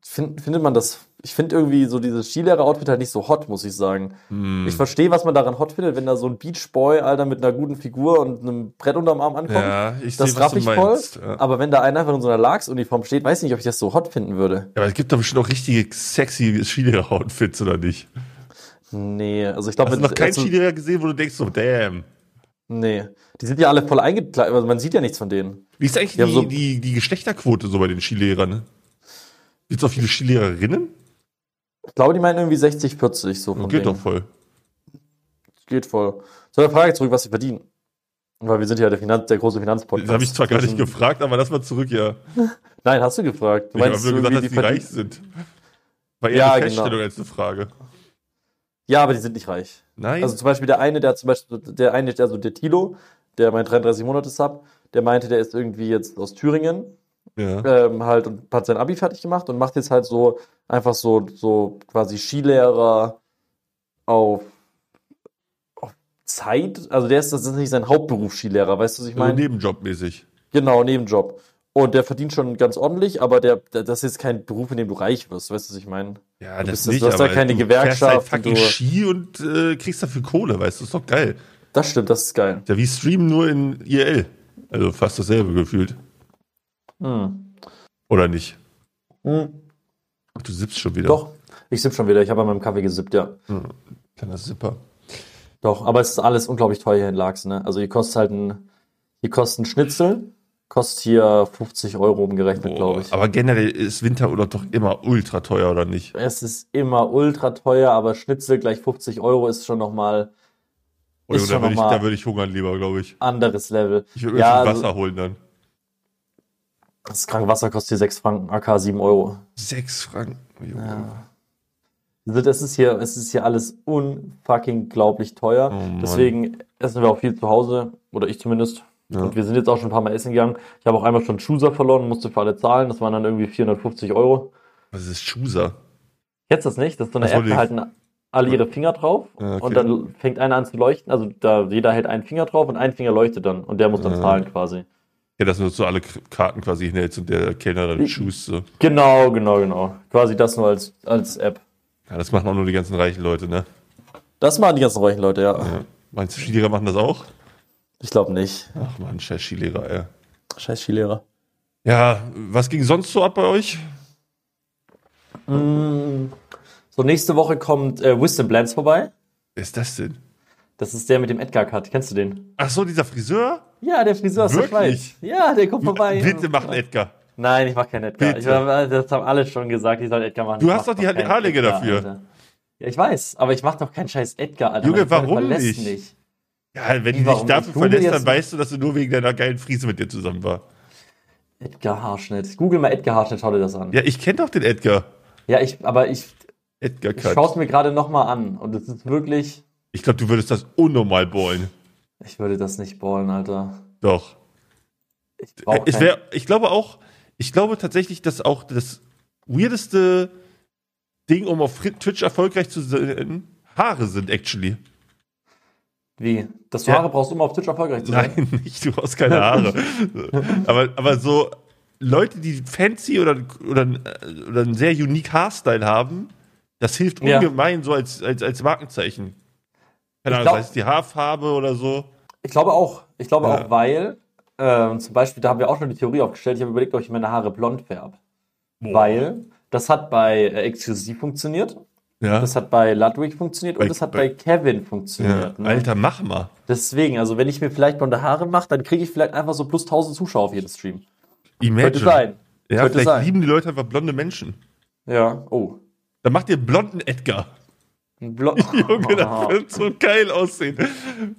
[SPEAKER 1] find, findet man das. Ich finde irgendwie so dieses Skilehrer-Outfit halt nicht so hot, muss ich sagen.
[SPEAKER 2] Hm.
[SPEAKER 1] Ich verstehe, was man daran hot findet, wenn da so ein Beachboy, Alter, mit einer guten Figur und einem Brett unterm Arm ankommt.
[SPEAKER 2] Ja, ich sehe,
[SPEAKER 1] das
[SPEAKER 2] was
[SPEAKER 1] raff
[SPEAKER 2] du
[SPEAKER 1] ich voll.
[SPEAKER 2] meinst. Ja.
[SPEAKER 1] Aber wenn da einer einfach in so einer Larks-Uniform steht, weiß ich nicht, ob ich das so hot finden würde.
[SPEAKER 2] Aber es gibt doch bestimmt auch richtige sexy Skilehrer-Outfits, oder nicht?
[SPEAKER 1] Nee, also ich glaube,
[SPEAKER 2] Hast du
[SPEAKER 1] mit-
[SPEAKER 2] noch keinen
[SPEAKER 1] also-
[SPEAKER 2] Skilehrer gesehen, wo du denkst, so, damn.
[SPEAKER 1] Nee. Die sind ja alle voll eingekleidet, also man sieht ja nichts von denen.
[SPEAKER 2] Wie ist eigentlich
[SPEAKER 1] Ja,
[SPEAKER 2] die,
[SPEAKER 1] so-
[SPEAKER 2] die, die Geschlechterquote so bei den Skilehrern? Gibt es auch viele Skilehrerinnen?
[SPEAKER 1] Ich glaube, die meinen irgendwie 60, 40 so von
[SPEAKER 2] Geht
[SPEAKER 1] denen.
[SPEAKER 2] doch voll.
[SPEAKER 1] Geht voll. Zu der Frage zurück, was sie verdienen. Weil wir sind ja der, Finanz, der große Finanzpodcast.
[SPEAKER 2] Das habe ich zwar gar nicht
[SPEAKER 1] Zwischen-
[SPEAKER 2] gefragt, aber lass mal zurück, ja.
[SPEAKER 1] Nein, hast du gefragt. Du
[SPEAKER 2] Ich habe
[SPEAKER 1] meinst
[SPEAKER 2] nur gesagt,
[SPEAKER 1] irgendwie,
[SPEAKER 2] dass die
[SPEAKER 1] verdienen-
[SPEAKER 2] reich sind. War eher
[SPEAKER 1] Ja,
[SPEAKER 2] eine
[SPEAKER 1] genau.
[SPEAKER 2] Feststellung als eine Frage.
[SPEAKER 1] Ja, aber die sind nicht reich.
[SPEAKER 2] Nein.
[SPEAKER 1] Also zum Beispiel der eine, der hat zum Beispiel, der eine, also der Tilo, der mein 33 Monate Sub, der meinte, der ist irgendwie jetzt aus Thüringen
[SPEAKER 2] ja.
[SPEAKER 1] ähm, halt und hat sein Abi fertig gemacht und macht jetzt halt so einfach so, so quasi Skilehrer auf, auf Zeit. Also der ist, das ist nicht sein Hauptberuf Skilehrer, weißt du, was ich
[SPEAKER 2] Also
[SPEAKER 1] meine?
[SPEAKER 2] nebenjobmäßig.
[SPEAKER 1] Genau, Nebenjob. Und der verdient schon ganz ordentlich, aber der, der, das ist jetzt kein Beruf, in dem du reich wirst, weißt du, was ich meine?
[SPEAKER 2] Ja, das
[SPEAKER 1] bist-
[SPEAKER 2] nicht,
[SPEAKER 1] du hast da
[SPEAKER 2] aber
[SPEAKER 1] keine Gewerkschaft und
[SPEAKER 2] fährst halt fucking
[SPEAKER 1] du-
[SPEAKER 2] Ski und äh, kriegst dafür Kohle, weißt du? Ist doch geil.
[SPEAKER 1] Das stimmt, das ist geil.
[SPEAKER 2] Ist Ja, wie streamen nur in IRL. Also fast dasselbe gefühlt.
[SPEAKER 1] Hm.
[SPEAKER 2] Oder nicht?
[SPEAKER 1] Hm.
[SPEAKER 2] Ach, du sippst schon wieder.
[SPEAKER 1] Doch, ich sipp schon wieder, ich habe an meinem Kaffee gesippt, ja.
[SPEAKER 2] Kleiner Sipper.
[SPEAKER 1] Doch, aber es ist alles unglaublich teuer hier in Lachs, ne? Also hier kostet halt ein, hier kostet ein Schnitzel, kostet hier 50 Euro umgerechnet, glaube
[SPEAKER 2] Boah,
[SPEAKER 1] ich.
[SPEAKER 2] aber generell ist Winterurlaub doch immer ultra teuer, oder nicht?
[SPEAKER 1] Es ist immer ultra teuer, aber Schnitzel gleich 50 Euro ist schon nochmal
[SPEAKER 2] Oder
[SPEAKER 1] Ist
[SPEAKER 2] da
[SPEAKER 1] schon
[SPEAKER 2] würde ich,
[SPEAKER 1] noch mal-
[SPEAKER 2] da würd ich hungern lieber, glaube ich.
[SPEAKER 1] anderes Level.
[SPEAKER 2] Ich würde mir
[SPEAKER 1] ja,
[SPEAKER 2] schon
[SPEAKER 1] also
[SPEAKER 2] Wasser holen dann.
[SPEAKER 1] das kranke Wasser kostet hier 6 Franken, AK 7 Euro.
[SPEAKER 2] Sechs Franken. oh Junge.
[SPEAKER 1] Ja. Also das ist hier, es ist hier alles unfucking glaublich teuer.
[SPEAKER 2] Oh Mann.
[SPEAKER 1] Deswegen essen wir auch viel zu Hause, oder ich zumindest.
[SPEAKER 2] Ja.
[SPEAKER 1] Und wir sind jetzt auch schon ein paar Mal essen gegangen. Ich habe auch einmal schon Schuser verloren, musste für alle zahlen. Das waren dann irgendwie 450 Euro.
[SPEAKER 2] Was ist Schuser?
[SPEAKER 1] Jetzt das nicht, das ist so eine
[SPEAKER 2] Ach so,
[SPEAKER 1] App, da
[SPEAKER 2] die-
[SPEAKER 1] halten alle ihre Finger drauf
[SPEAKER 2] Ja, okay.
[SPEAKER 1] und dann fängt einer an zu leuchten. Also da jeder hält einen Finger drauf und ein Finger leuchtet dann und der muss dann
[SPEAKER 2] Ah.
[SPEAKER 1] zahlen quasi.
[SPEAKER 2] Ja, dass du so alle K- Karten quasi hinhältst und der Kellner dann
[SPEAKER 1] Ich-
[SPEAKER 2] schust. So.
[SPEAKER 1] Genau, genau, genau. Quasi das nur als, als App.
[SPEAKER 2] Ja, das machen auch nur die ganzen reichen Leute, ne?
[SPEAKER 1] Das machen die ganzen reichen Leute, ja.
[SPEAKER 2] Ja. Meinst du,
[SPEAKER 1] Mhm.
[SPEAKER 2] Skilehrer machen das auch?
[SPEAKER 1] Ich glaube nicht.
[SPEAKER 2] Ach man, scheiß Skilehrer, ey.
[SPEAKER 1] Scheiß Skilehrer.
[SPEAKER 2] Ja, was ging sonst so ab bei euch?
[SPEAKER 1] Mm. So, nächste Woche kommt äh, Wisdom Blends vorbei.
[SPEAKER 2] Wer ist das denn?
[SPEAKER 1] Das ist der mit dem Edgar-Cut. Kennst du den?
[SPEAKER 2] Ach so, dieser Friseur?
[SPEAKER 1] Ja, der Friseur aus der
[SPEAKER 2] Wirklich?
[SPEAKER 1] Schweiz. Ja, der kommt vorbei.
[SPEAKER 2] Bitte mach einen Edgar.
[SPEAKER 1] Nein, ich mach keinen Edgar.
[SPEAKER 2] Bitte.
[SPEAKER 1] Ich, äh, das haben alle schon gesagt, ich soll Edgar machen.
[SPEAKER 2] Du
[SPEAKER 1] Ich
[SPEAKER 2] hast
[SPEAKER 1] mach
[SPEAKER 2] doch die
[SPEAKER 1] keinen
[SPEAKER 2] Haarlänge
[SPEAKER 1] Edgar,
[SPEAKER 2] dafür.
[SPEAKER 1] Alter. Ja, ich weiß, aber ich mach doch keinen scheiß Edgar, Alter.
[SPEAKER 2] Junge,
[SPEAKER 1] Meine Freundin
[SPEAKER 2] warum
[SPEAKER 1] verlässt
[SPEAKER 2] nicht?
[SPEAKER 1] mich.
[SPEAKER 2] Ja, wenn
[SPEAKER 1] Wie,
[SPEAKER 2] die dich
[SPEAKER 1] warum?
[SPEAKER 2] dafür
[SPEAKER 1] Ich google
[SPEAKER 2] verlässt,
[SPEAKER 1] jetzt
[SPEAKER 2] dann
[SPEAKER 1] mal.
[SPEAKER 2] weißt du, dass du nur wegen deiner geilen Frise mit dir zusammen war.
[SPEAKER 1] Edgar Haarschnitt. Google mal Edgar Haarschnitt, schau dir das an.
[SPEAKER 2] Ja, ich kenne doch den Edgar.
[SPEAKER 1] Ja, ich, aber ich,
[SPEAKER 2] Edgar
[SPEAKER 1] ich
[SPEAKER 2] Katz.
[SPEAKER 1] schaue es mir gerade nochmal an und es ist wirklich,
[SPEAKER 2] Ich glaube, du würdest das unnormal ballen.
[SPEAKER 1] ich würde das nicht ballen, Alter.
[SPEAKER 2] Doch.
[SPEAKER 1] Ich brauche
[SPEAKER 2] ich, Äh, wär, ich glaube auch, ich glaube tatsächlich, dass auch das weirdeste Ding, um auf Fri- Twitch erfolgreich zu sein, Haare sind actually.
[SPEAKER 1] Wie? Dass du
[SPEAKER 2] Ja.
[SPEAKER 1] Haare brauchst, um auf Twitch erfolgreich zu sein?
[SPEAKER 2] Nein, nicht, du hast keine Haare. aber, aber so Leute, die fancy oder, oder, oder einen sehr unique Haarstyle haben, das hilft
[SPEAKER 1] Ja.
[SPEAKER 2] ungemein so als, als, als Markenzeichen.
[SPEAKER 1] Ich
[SPEAKER 2] Keine Ahnung,
[SPEAKER 1] glaub-
[SPEAKER 2] sei es die Haarfarbe oder so.
[SPEAKER 1] Ich glaube auch. Ich glaube
[SPEAKER 2] Ja.
[SPEAKER 1] auch, weil, ähm, zum Beispiel, da haben wir auch schon die Theorie aufgestellt, ich habe überlegt, ob ich meine Haare blond färbe.
[SPEAKER 2] Boah.
[SPEAKER 1] Weil das hat bei äh, XQC funktioniert,
[SPEAKER 2] Ja.
[SPEAKER 1] das hat bei Ludwig funktioniert
[SPEAKER 2] Bei-
[SPEAKER 1] und das hat
[SPEAKER 2] bei-
[SPEAKER 1] bei Kevin
[SPEAKER 2] ja.
[SPEAKER 1] funktioniert. ne?
[SPEAKER 2] Alter, mach mal.
[SPEAKER 1] Deswegen, also wenn ich mir vielleicht blonde Haare mache, dann kriege ich vielleicht einfach so plus 1000 Zuschauer auf jeden Stream.
[SPEAKER 2] Imagine.
[SPEAKER 1] Könnte sein.
[SPEAKER 2] Ja,
[SPEAKER 1] Könnte
[SPEAKER 2] vielleicht
[SPEAKER 1] sein.
[SPEAKER 2] lieben die Leute einfach blonde Menschen.
[SPEAKER 1] Ja, oh.
[SPEAKER 2] Dann macht ihr blonden Edgar.
[SPEAKER 1] Ein Blo
[SPEAKER 2] Junge, das
[SPEAKER 1] Oh.
[SPEAKER 2] wird so geil aussehen.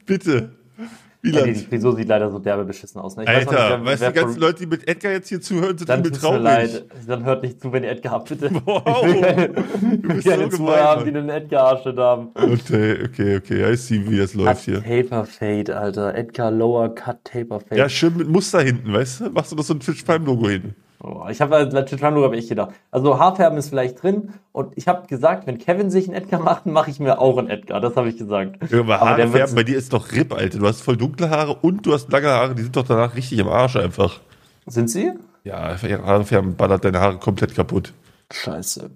[SPEAKER 2] Bitte.
[SPEAKER 1] Ja, die
[SPEAKER 2] Wieland.
[SPEAKER 1] Frisur sieht leider so derbe beschissen aus. Ne? Ich weiß noch
[SPEAKER 2] Alter,
[SPEAKER 1] wer-
[SPEAKER 2] weißt du,
[SPEAKER 1] wer
[SPEAKER 2] die ganzen
[SPEAKER 1] von-
[SPEAKER 2] Leute, die mit Edgar jetzt hier zuhören, sind
[SPEAKER 1] Dann
[SPEAKER 2] übel
[SPEAKER 1] tut's mir
[SPEAKER 2] traurig.
[SPEAKER 1] leid. Dann hört nicht zu, wenn ihr Edgar habt, bitte.
[SPEAKER 2] Wow, du bist so
[SPEAKER 1] Keine Zuhörer haben, die
[SPEAKER 2] gemein. Mann.
[SPEAKER 1] einen Edgar-Arschnitt haben.
[SPEAKER 2] Okay, okay, okay. Ja, ich sehe, wie das läuft hier.
[SPEAKER 1] Taper Fade, Alter. Edgar Lower Cut Taper Fade.
[SPEAKER 2] Ja, schön mit Muster hinten, weißt du? Machst du noch so ein Twitch Prime Logo hin.
[SPEAKER 1] Oh, ich habe als Chitrano habe ich gedacht. Also Haarfärben ist vielleicht drin und ich habe gesagt, wenn Kevin sich einen Edgar macht, mache ich mir auch einen Edgar. Das habe ich gesagt.
[SPEAKER 2] Ja, aber
[SPEAKER 1] Aber
[SPEAKER 2] Haare
[SPEAKER 1] der wird's-
[SPEAKER 2] färben, bei dir ist doch RIP, Alter. Du hast voll dunkle Haare und du hast lange Haare, die sind doch danach richtig im Arsch einfach.
[SPEAKER 1] Sind sie?
[SPEAKER 2] Ja, Haare färben ballert deine Haare komplett kaputt.
[SPEAKER 1] Scheiße.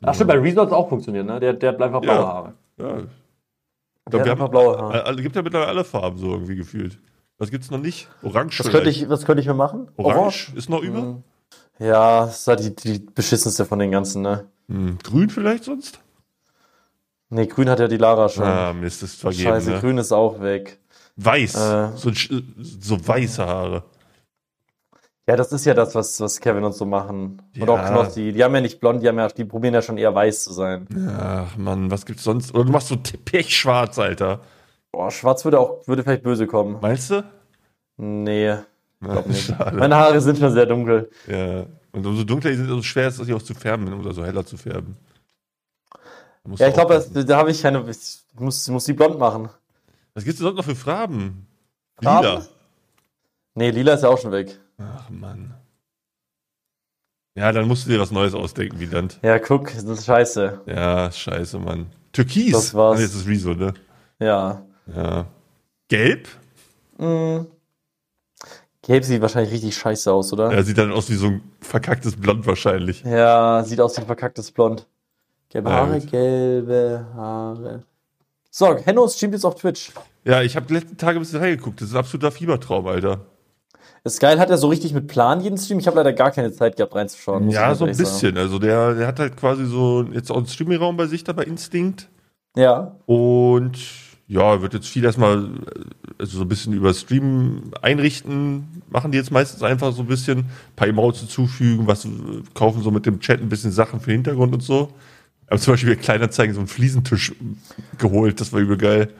[SPEAKER 1] Ach stimmt, bei Rezo hat's auch funktioniert, ne? Der, der hat einfach
[SPEAKER 2] Ja.
[SPEAKER 1] blaue Haare. Der
[SPEAKER 2] Ja. Ich glaub,
[SPEAKER 1] hat
[SPEAKER 2] wir haben
[SPEAKER 1] einfach blaue Haare.
[SPEAKER 2] Äh, Also, gibt ja mittlerweile alle Farben so irgendwie gefühlt. Was gibt's noch nicht? Orange.
[SPEAKER 1] Was könnte,
[SPEAKER 2] vielleicht.
[SPEAKER 1] ich, was könnte ich mir machen?
[SPEAKER 2] Orange ist noch über?
[SPEAKER 1] Orange. Hm. Ja, das ist halt die, die beschissenste von den ganzen, ne?
[SPEAKER 2] Hm, Grün vielleicht sonst?
[SPEAKER 1] Ne, grün hat ja die Lara schon.
[SPEAKER 2] Ah, Mist, ist vergeben.
[SPEAKER 1] Scheiße,
[SPEAKER 2] ne?
[SPEAKER 1] grün ist auch weg.
[SPEAKER 2] Weiß.
[SPEAKER 1] Äh.
[SPEAKER 2] so, ein Sch- so weiße Haare.
[SPEAKER 1] Ja, das ist ja das, was, was Kevin und so machen. Und
[SPEAKER 2] Ja.
[SPEAKER 1] auch Knossi. Die haben ja nicht blond, die, haben ja, die probieren ja schon eher weiß zu sein.
[SPEAKER 2] Ach Mann, was gibt's sonst? Oder du machst so t- pechschwarz, Alter.
[SPEAKER 1] Boah, schwarz würde auch, würde vielleicht böse kommen.
[SPEAKER 2] Meinst du?
[SPEAKER 1] Nee,
[SPEAKER 2] Glaub
[SPEAKER 1] nicht.
[SPEAKER 2] Schade.
[SPEAKER 1] meine Haare sind schon sehr dunkel.
[SPEAKER 2] Ja. Und umso dunkler die sind, umso schwer ist es, die auch zu färben oder so heller zu färben. Da musst
[SPEAKER 1] Ja,
[SPEAKER 2] du
[SPEAKER 1] ich glaube,
[SPEAKER 2] aufpassen.
[SPEAKER 1] das- da habe ich keine. Ich muss, muss die blond machen.
[SPEAKER 2] Was gibt's denn sonst noch für Farben?
[SPEAKER 1] Farben?
[SPEAKER 2] Lila.
[SPEAKER 1] Nee, lila ist ja auch schon weg.
[SPEAKER 2] Ach Mann. Ja, dann musst du dir was Neues ausdenken, Wieland.
[SPEAKER 1] Ja, guck, das ist scheiße.
[SPEAKER 2] Ja, scheiße, Mann. Türkis.
[SPEAKER 1] Das war's.
[SPEAKER 2] Ah, nee, das ist Rezo, ne?
[SPEAKER 1] Ja.
[SPEAKER 2] Ja. Gelb?
[SPEAKER 1] Mm. Gelb sieht wahrscheinlich richtig scheiße aus, oder?
[SPEAKER 2] Ja, sieht dann aus wie so ein verkacktes Blond wahrscheinlich.
[SPEAKER 1] Ja, sieht aus wie ein verkacktes Blond. Gelbe
[SPEAKER 2] Na
[SPEAKER 1] Haare,
[SPEAKER 2] gut.
[SPEAKER 1] gelbe Haare. So, Henno streamt jetzt auf Twitch.
[SPEAKER 2] Ja, ich habe die letzten Tage ein bisschen reingeguckt. Das ist ein absoluter Fiebertraum, Alter.
[SPEAKER 1] Ist geil, hat er so richtig mit Plan jeden Stream. Ich habe leider gar keine Zeit gehabt reinzuschauen. muss ich
[SPEAKER 2] ja,
[SPEAKER 1] ganz
[SPEAKER 2] so ein
[SPEAKER 1] ehrlich sagen.
[SPEAKER 2] bisschen. Also der, der hat halt quasi so jetzt auch einen Streaming-Raum bei sich da bei Instinct.
[SPEAKER 1] Ja.
[SPEAKER 2] Und ja, wird jetzt viel erstmal äh, also so ein bisschen über Stream einrichten. Machen die jetzt meistens einfach so ein bisschen ein paar Emotes hinzufügen, was äh, kaufen so mit dem Chat ein bisschen Sachen für den Hintergrund und so. Aber zum Beispiel kleiner zeigen so einen Fliesentisch geholt, das war übel geil.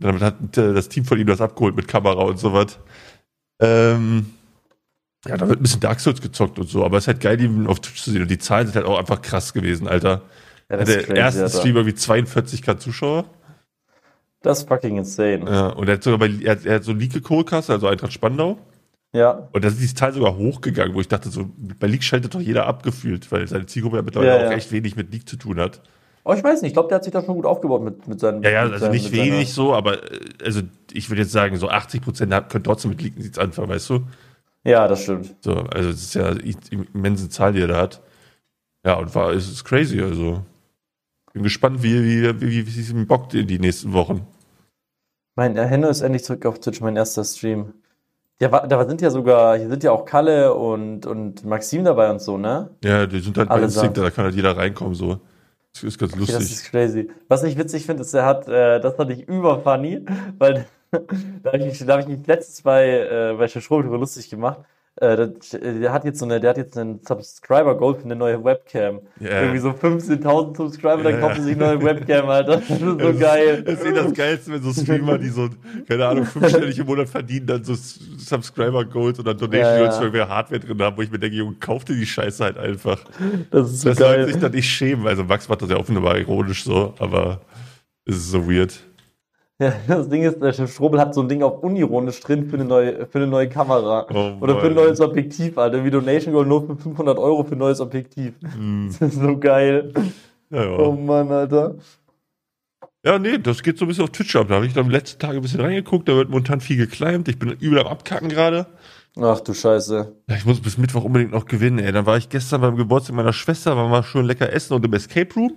[SPEAKER 2] Und Damit hat äh, das Team von ihm das abgeholt mit Kamera und sowas. Ähm, ja, da wird ein bisschen Dark Souls gezockt und so, aber es ist halt geil, die auf Twitch zu sehen. Und die Zahlen sind halt auch einfach krass gewesen, Alter.
[SPEAKER 1] ja
[SPEAKER 2] Hat
[SPEAKER 1] das ist
[SPEAKER 2] der
[SPEAKER 1] crazy,
[SPEAKER 2] erste
[SPEAKER 1] Alter.
[SPEAKER 2] Stream irgendwie 42k Zuschauer.
[SPEAKER 1] Das ist fucking insane.
[SPEAKER 2] Ja, und er hat sogar bei, er hat, er hat so League Kohlkasse, also Eintracht Spandau.
[SPEAKER 1] Ja.
[SPEAKER 2] Und da sind die Zahlen sogar hochgegangen, wo ich dachte, so, bei League schaltet doch jeder abgefühlt, weil seine Zielgruppe ja mittlerweile
[SPEAKER 1] Ja,
[SPEAKER 2] auch
[SPEAKER 1] ja.
[SPEAKER 2] echt wenig mit League zu tun hat.
[SPEAKER 1] Aber Oh, ich weiß nicht, ich glaube, der hat sich da schon gut aufgebaut mit, mit seinen.
[SPEAKER 2] Ja, ja,
[SPEAKER 1] mit
[SPEAKER 2] also
[SPEAKER 1] seinen-
[SPEAKER 2] nicht
[SPEAKER 1] mit seiner-
[SPEAKER 2] wenig so, aber äh, also ich würde jetzt sagen, so 80 Prozent können trotzdem mit League nichts anfangen, weißt du?
[SPEAKER 1] Ja, das stimmt.
[SPEAKER 2] So, also es ist ja i- im- immense Zahl, die er da hat. Ja, und war, es ist crazy, also. Bin gespannt, wie, wie, wie, wie, wie es ihm bockt in die nächsten Wochen.
[SPEAKER 1] Mein äh, Henno ist endlich zurück auf Twitch, mein erster Stream. Ja, wa- da sind ja sogar, hier sind ja auch Kalle und, und Maxim dabei und so, ne?
[SPEAKER 2] Ja, die sind halt bei
[SPEAKER 1] Allesamt.
[SPEAKER 2] Instinct, da kann halt jeder reinkommen, so. Das ist ganz
[SPEAKER 1] Okay, das
[SPEAKER 2] lustig.
[SPEAKER 1] ist crazy. Was ich witzig finde, ist, er hat, äh, das fand ich überfunny, weil da habe ich, mich- da hab ich mich letztens bei, äh, bei Schulschule lustig gemacht. äh, das- äh, der hat jetzt so eine, der hat jetzt einen Subscriber Gold für eine neue Webcam.
[SPEAKER 2] Ja.
[SPEAKER 1] Irgendwie so 15.000 Subscriber, dann
[SPEAKER 2] Ja,
[SPEAKER 1] kaufen
[SPEAKER 2] ja.
[SPEAKER 1] sich eine neue Webcam, Alter. Das ist so
[SPEAKER 2] Das ist eh
[SPEAKER 1] geil.
[SPEAKER 2] das Geilste, wenn so Streamer, die so, keine Ahnung, fünfstellig im Monat verdienen, dann so S- Subscriber Gold oder Donation
[SPEAKER 1] Ja,
[SPEAKER 2] ja,
[SPEAKER 1] ja.
[SPEAKER 2] ja. für irgendwelche Hardware drin haben, wo ich mir denke, Junge, kauf dir die Scheiße halt einfach.
[SPEAKER 1] Das ist so
[SPEAKER 2] Das soll sich
[SPEAKER 1] geil.
[SPEAKER 2] dann nicht schämen. Also Max macht das ja offenbar ironisch so, aber es ist so weird.
[SPEAKER 1] Ja, das Ding ist, der Strobel hat so ein Ding auch unironisch drin für eine neue, für eine neue Kamera.
[SPEAKER 2] Oh
[SPEAKER 1] Oder für ein
[SPEAKER 2] Mann.
[SPEAKER 1] neues Objektiv, Alter. Wie Donation Gold nur für 500 Euro für ein neues Objektiv.
[SPEAKER 2] Hm.
[SPEAKER 1] Das ist so geil.
[SPEAKER 2] Naja.
[SPEAKER 1] Oh Mann, Alter.
[SPEAKER 2] Ja, nee, das geht so ein bisschen auf Twitch ab. Da habe ich dann letzten Tage ein bisschen reingeguckt, da wird momentan viel geclimbed. Ich bin übel am Abkacken gerade.
[SPEAKER 1] Ach du Scheiße.
[SPEAKER 2] Ja, ich muss bis Mittwoch unbedingt noch gewinnen, ey. Dann war ich gestern beim Geburtstag meiner Schwester, waren wir schön lecker essen und im Escape Room.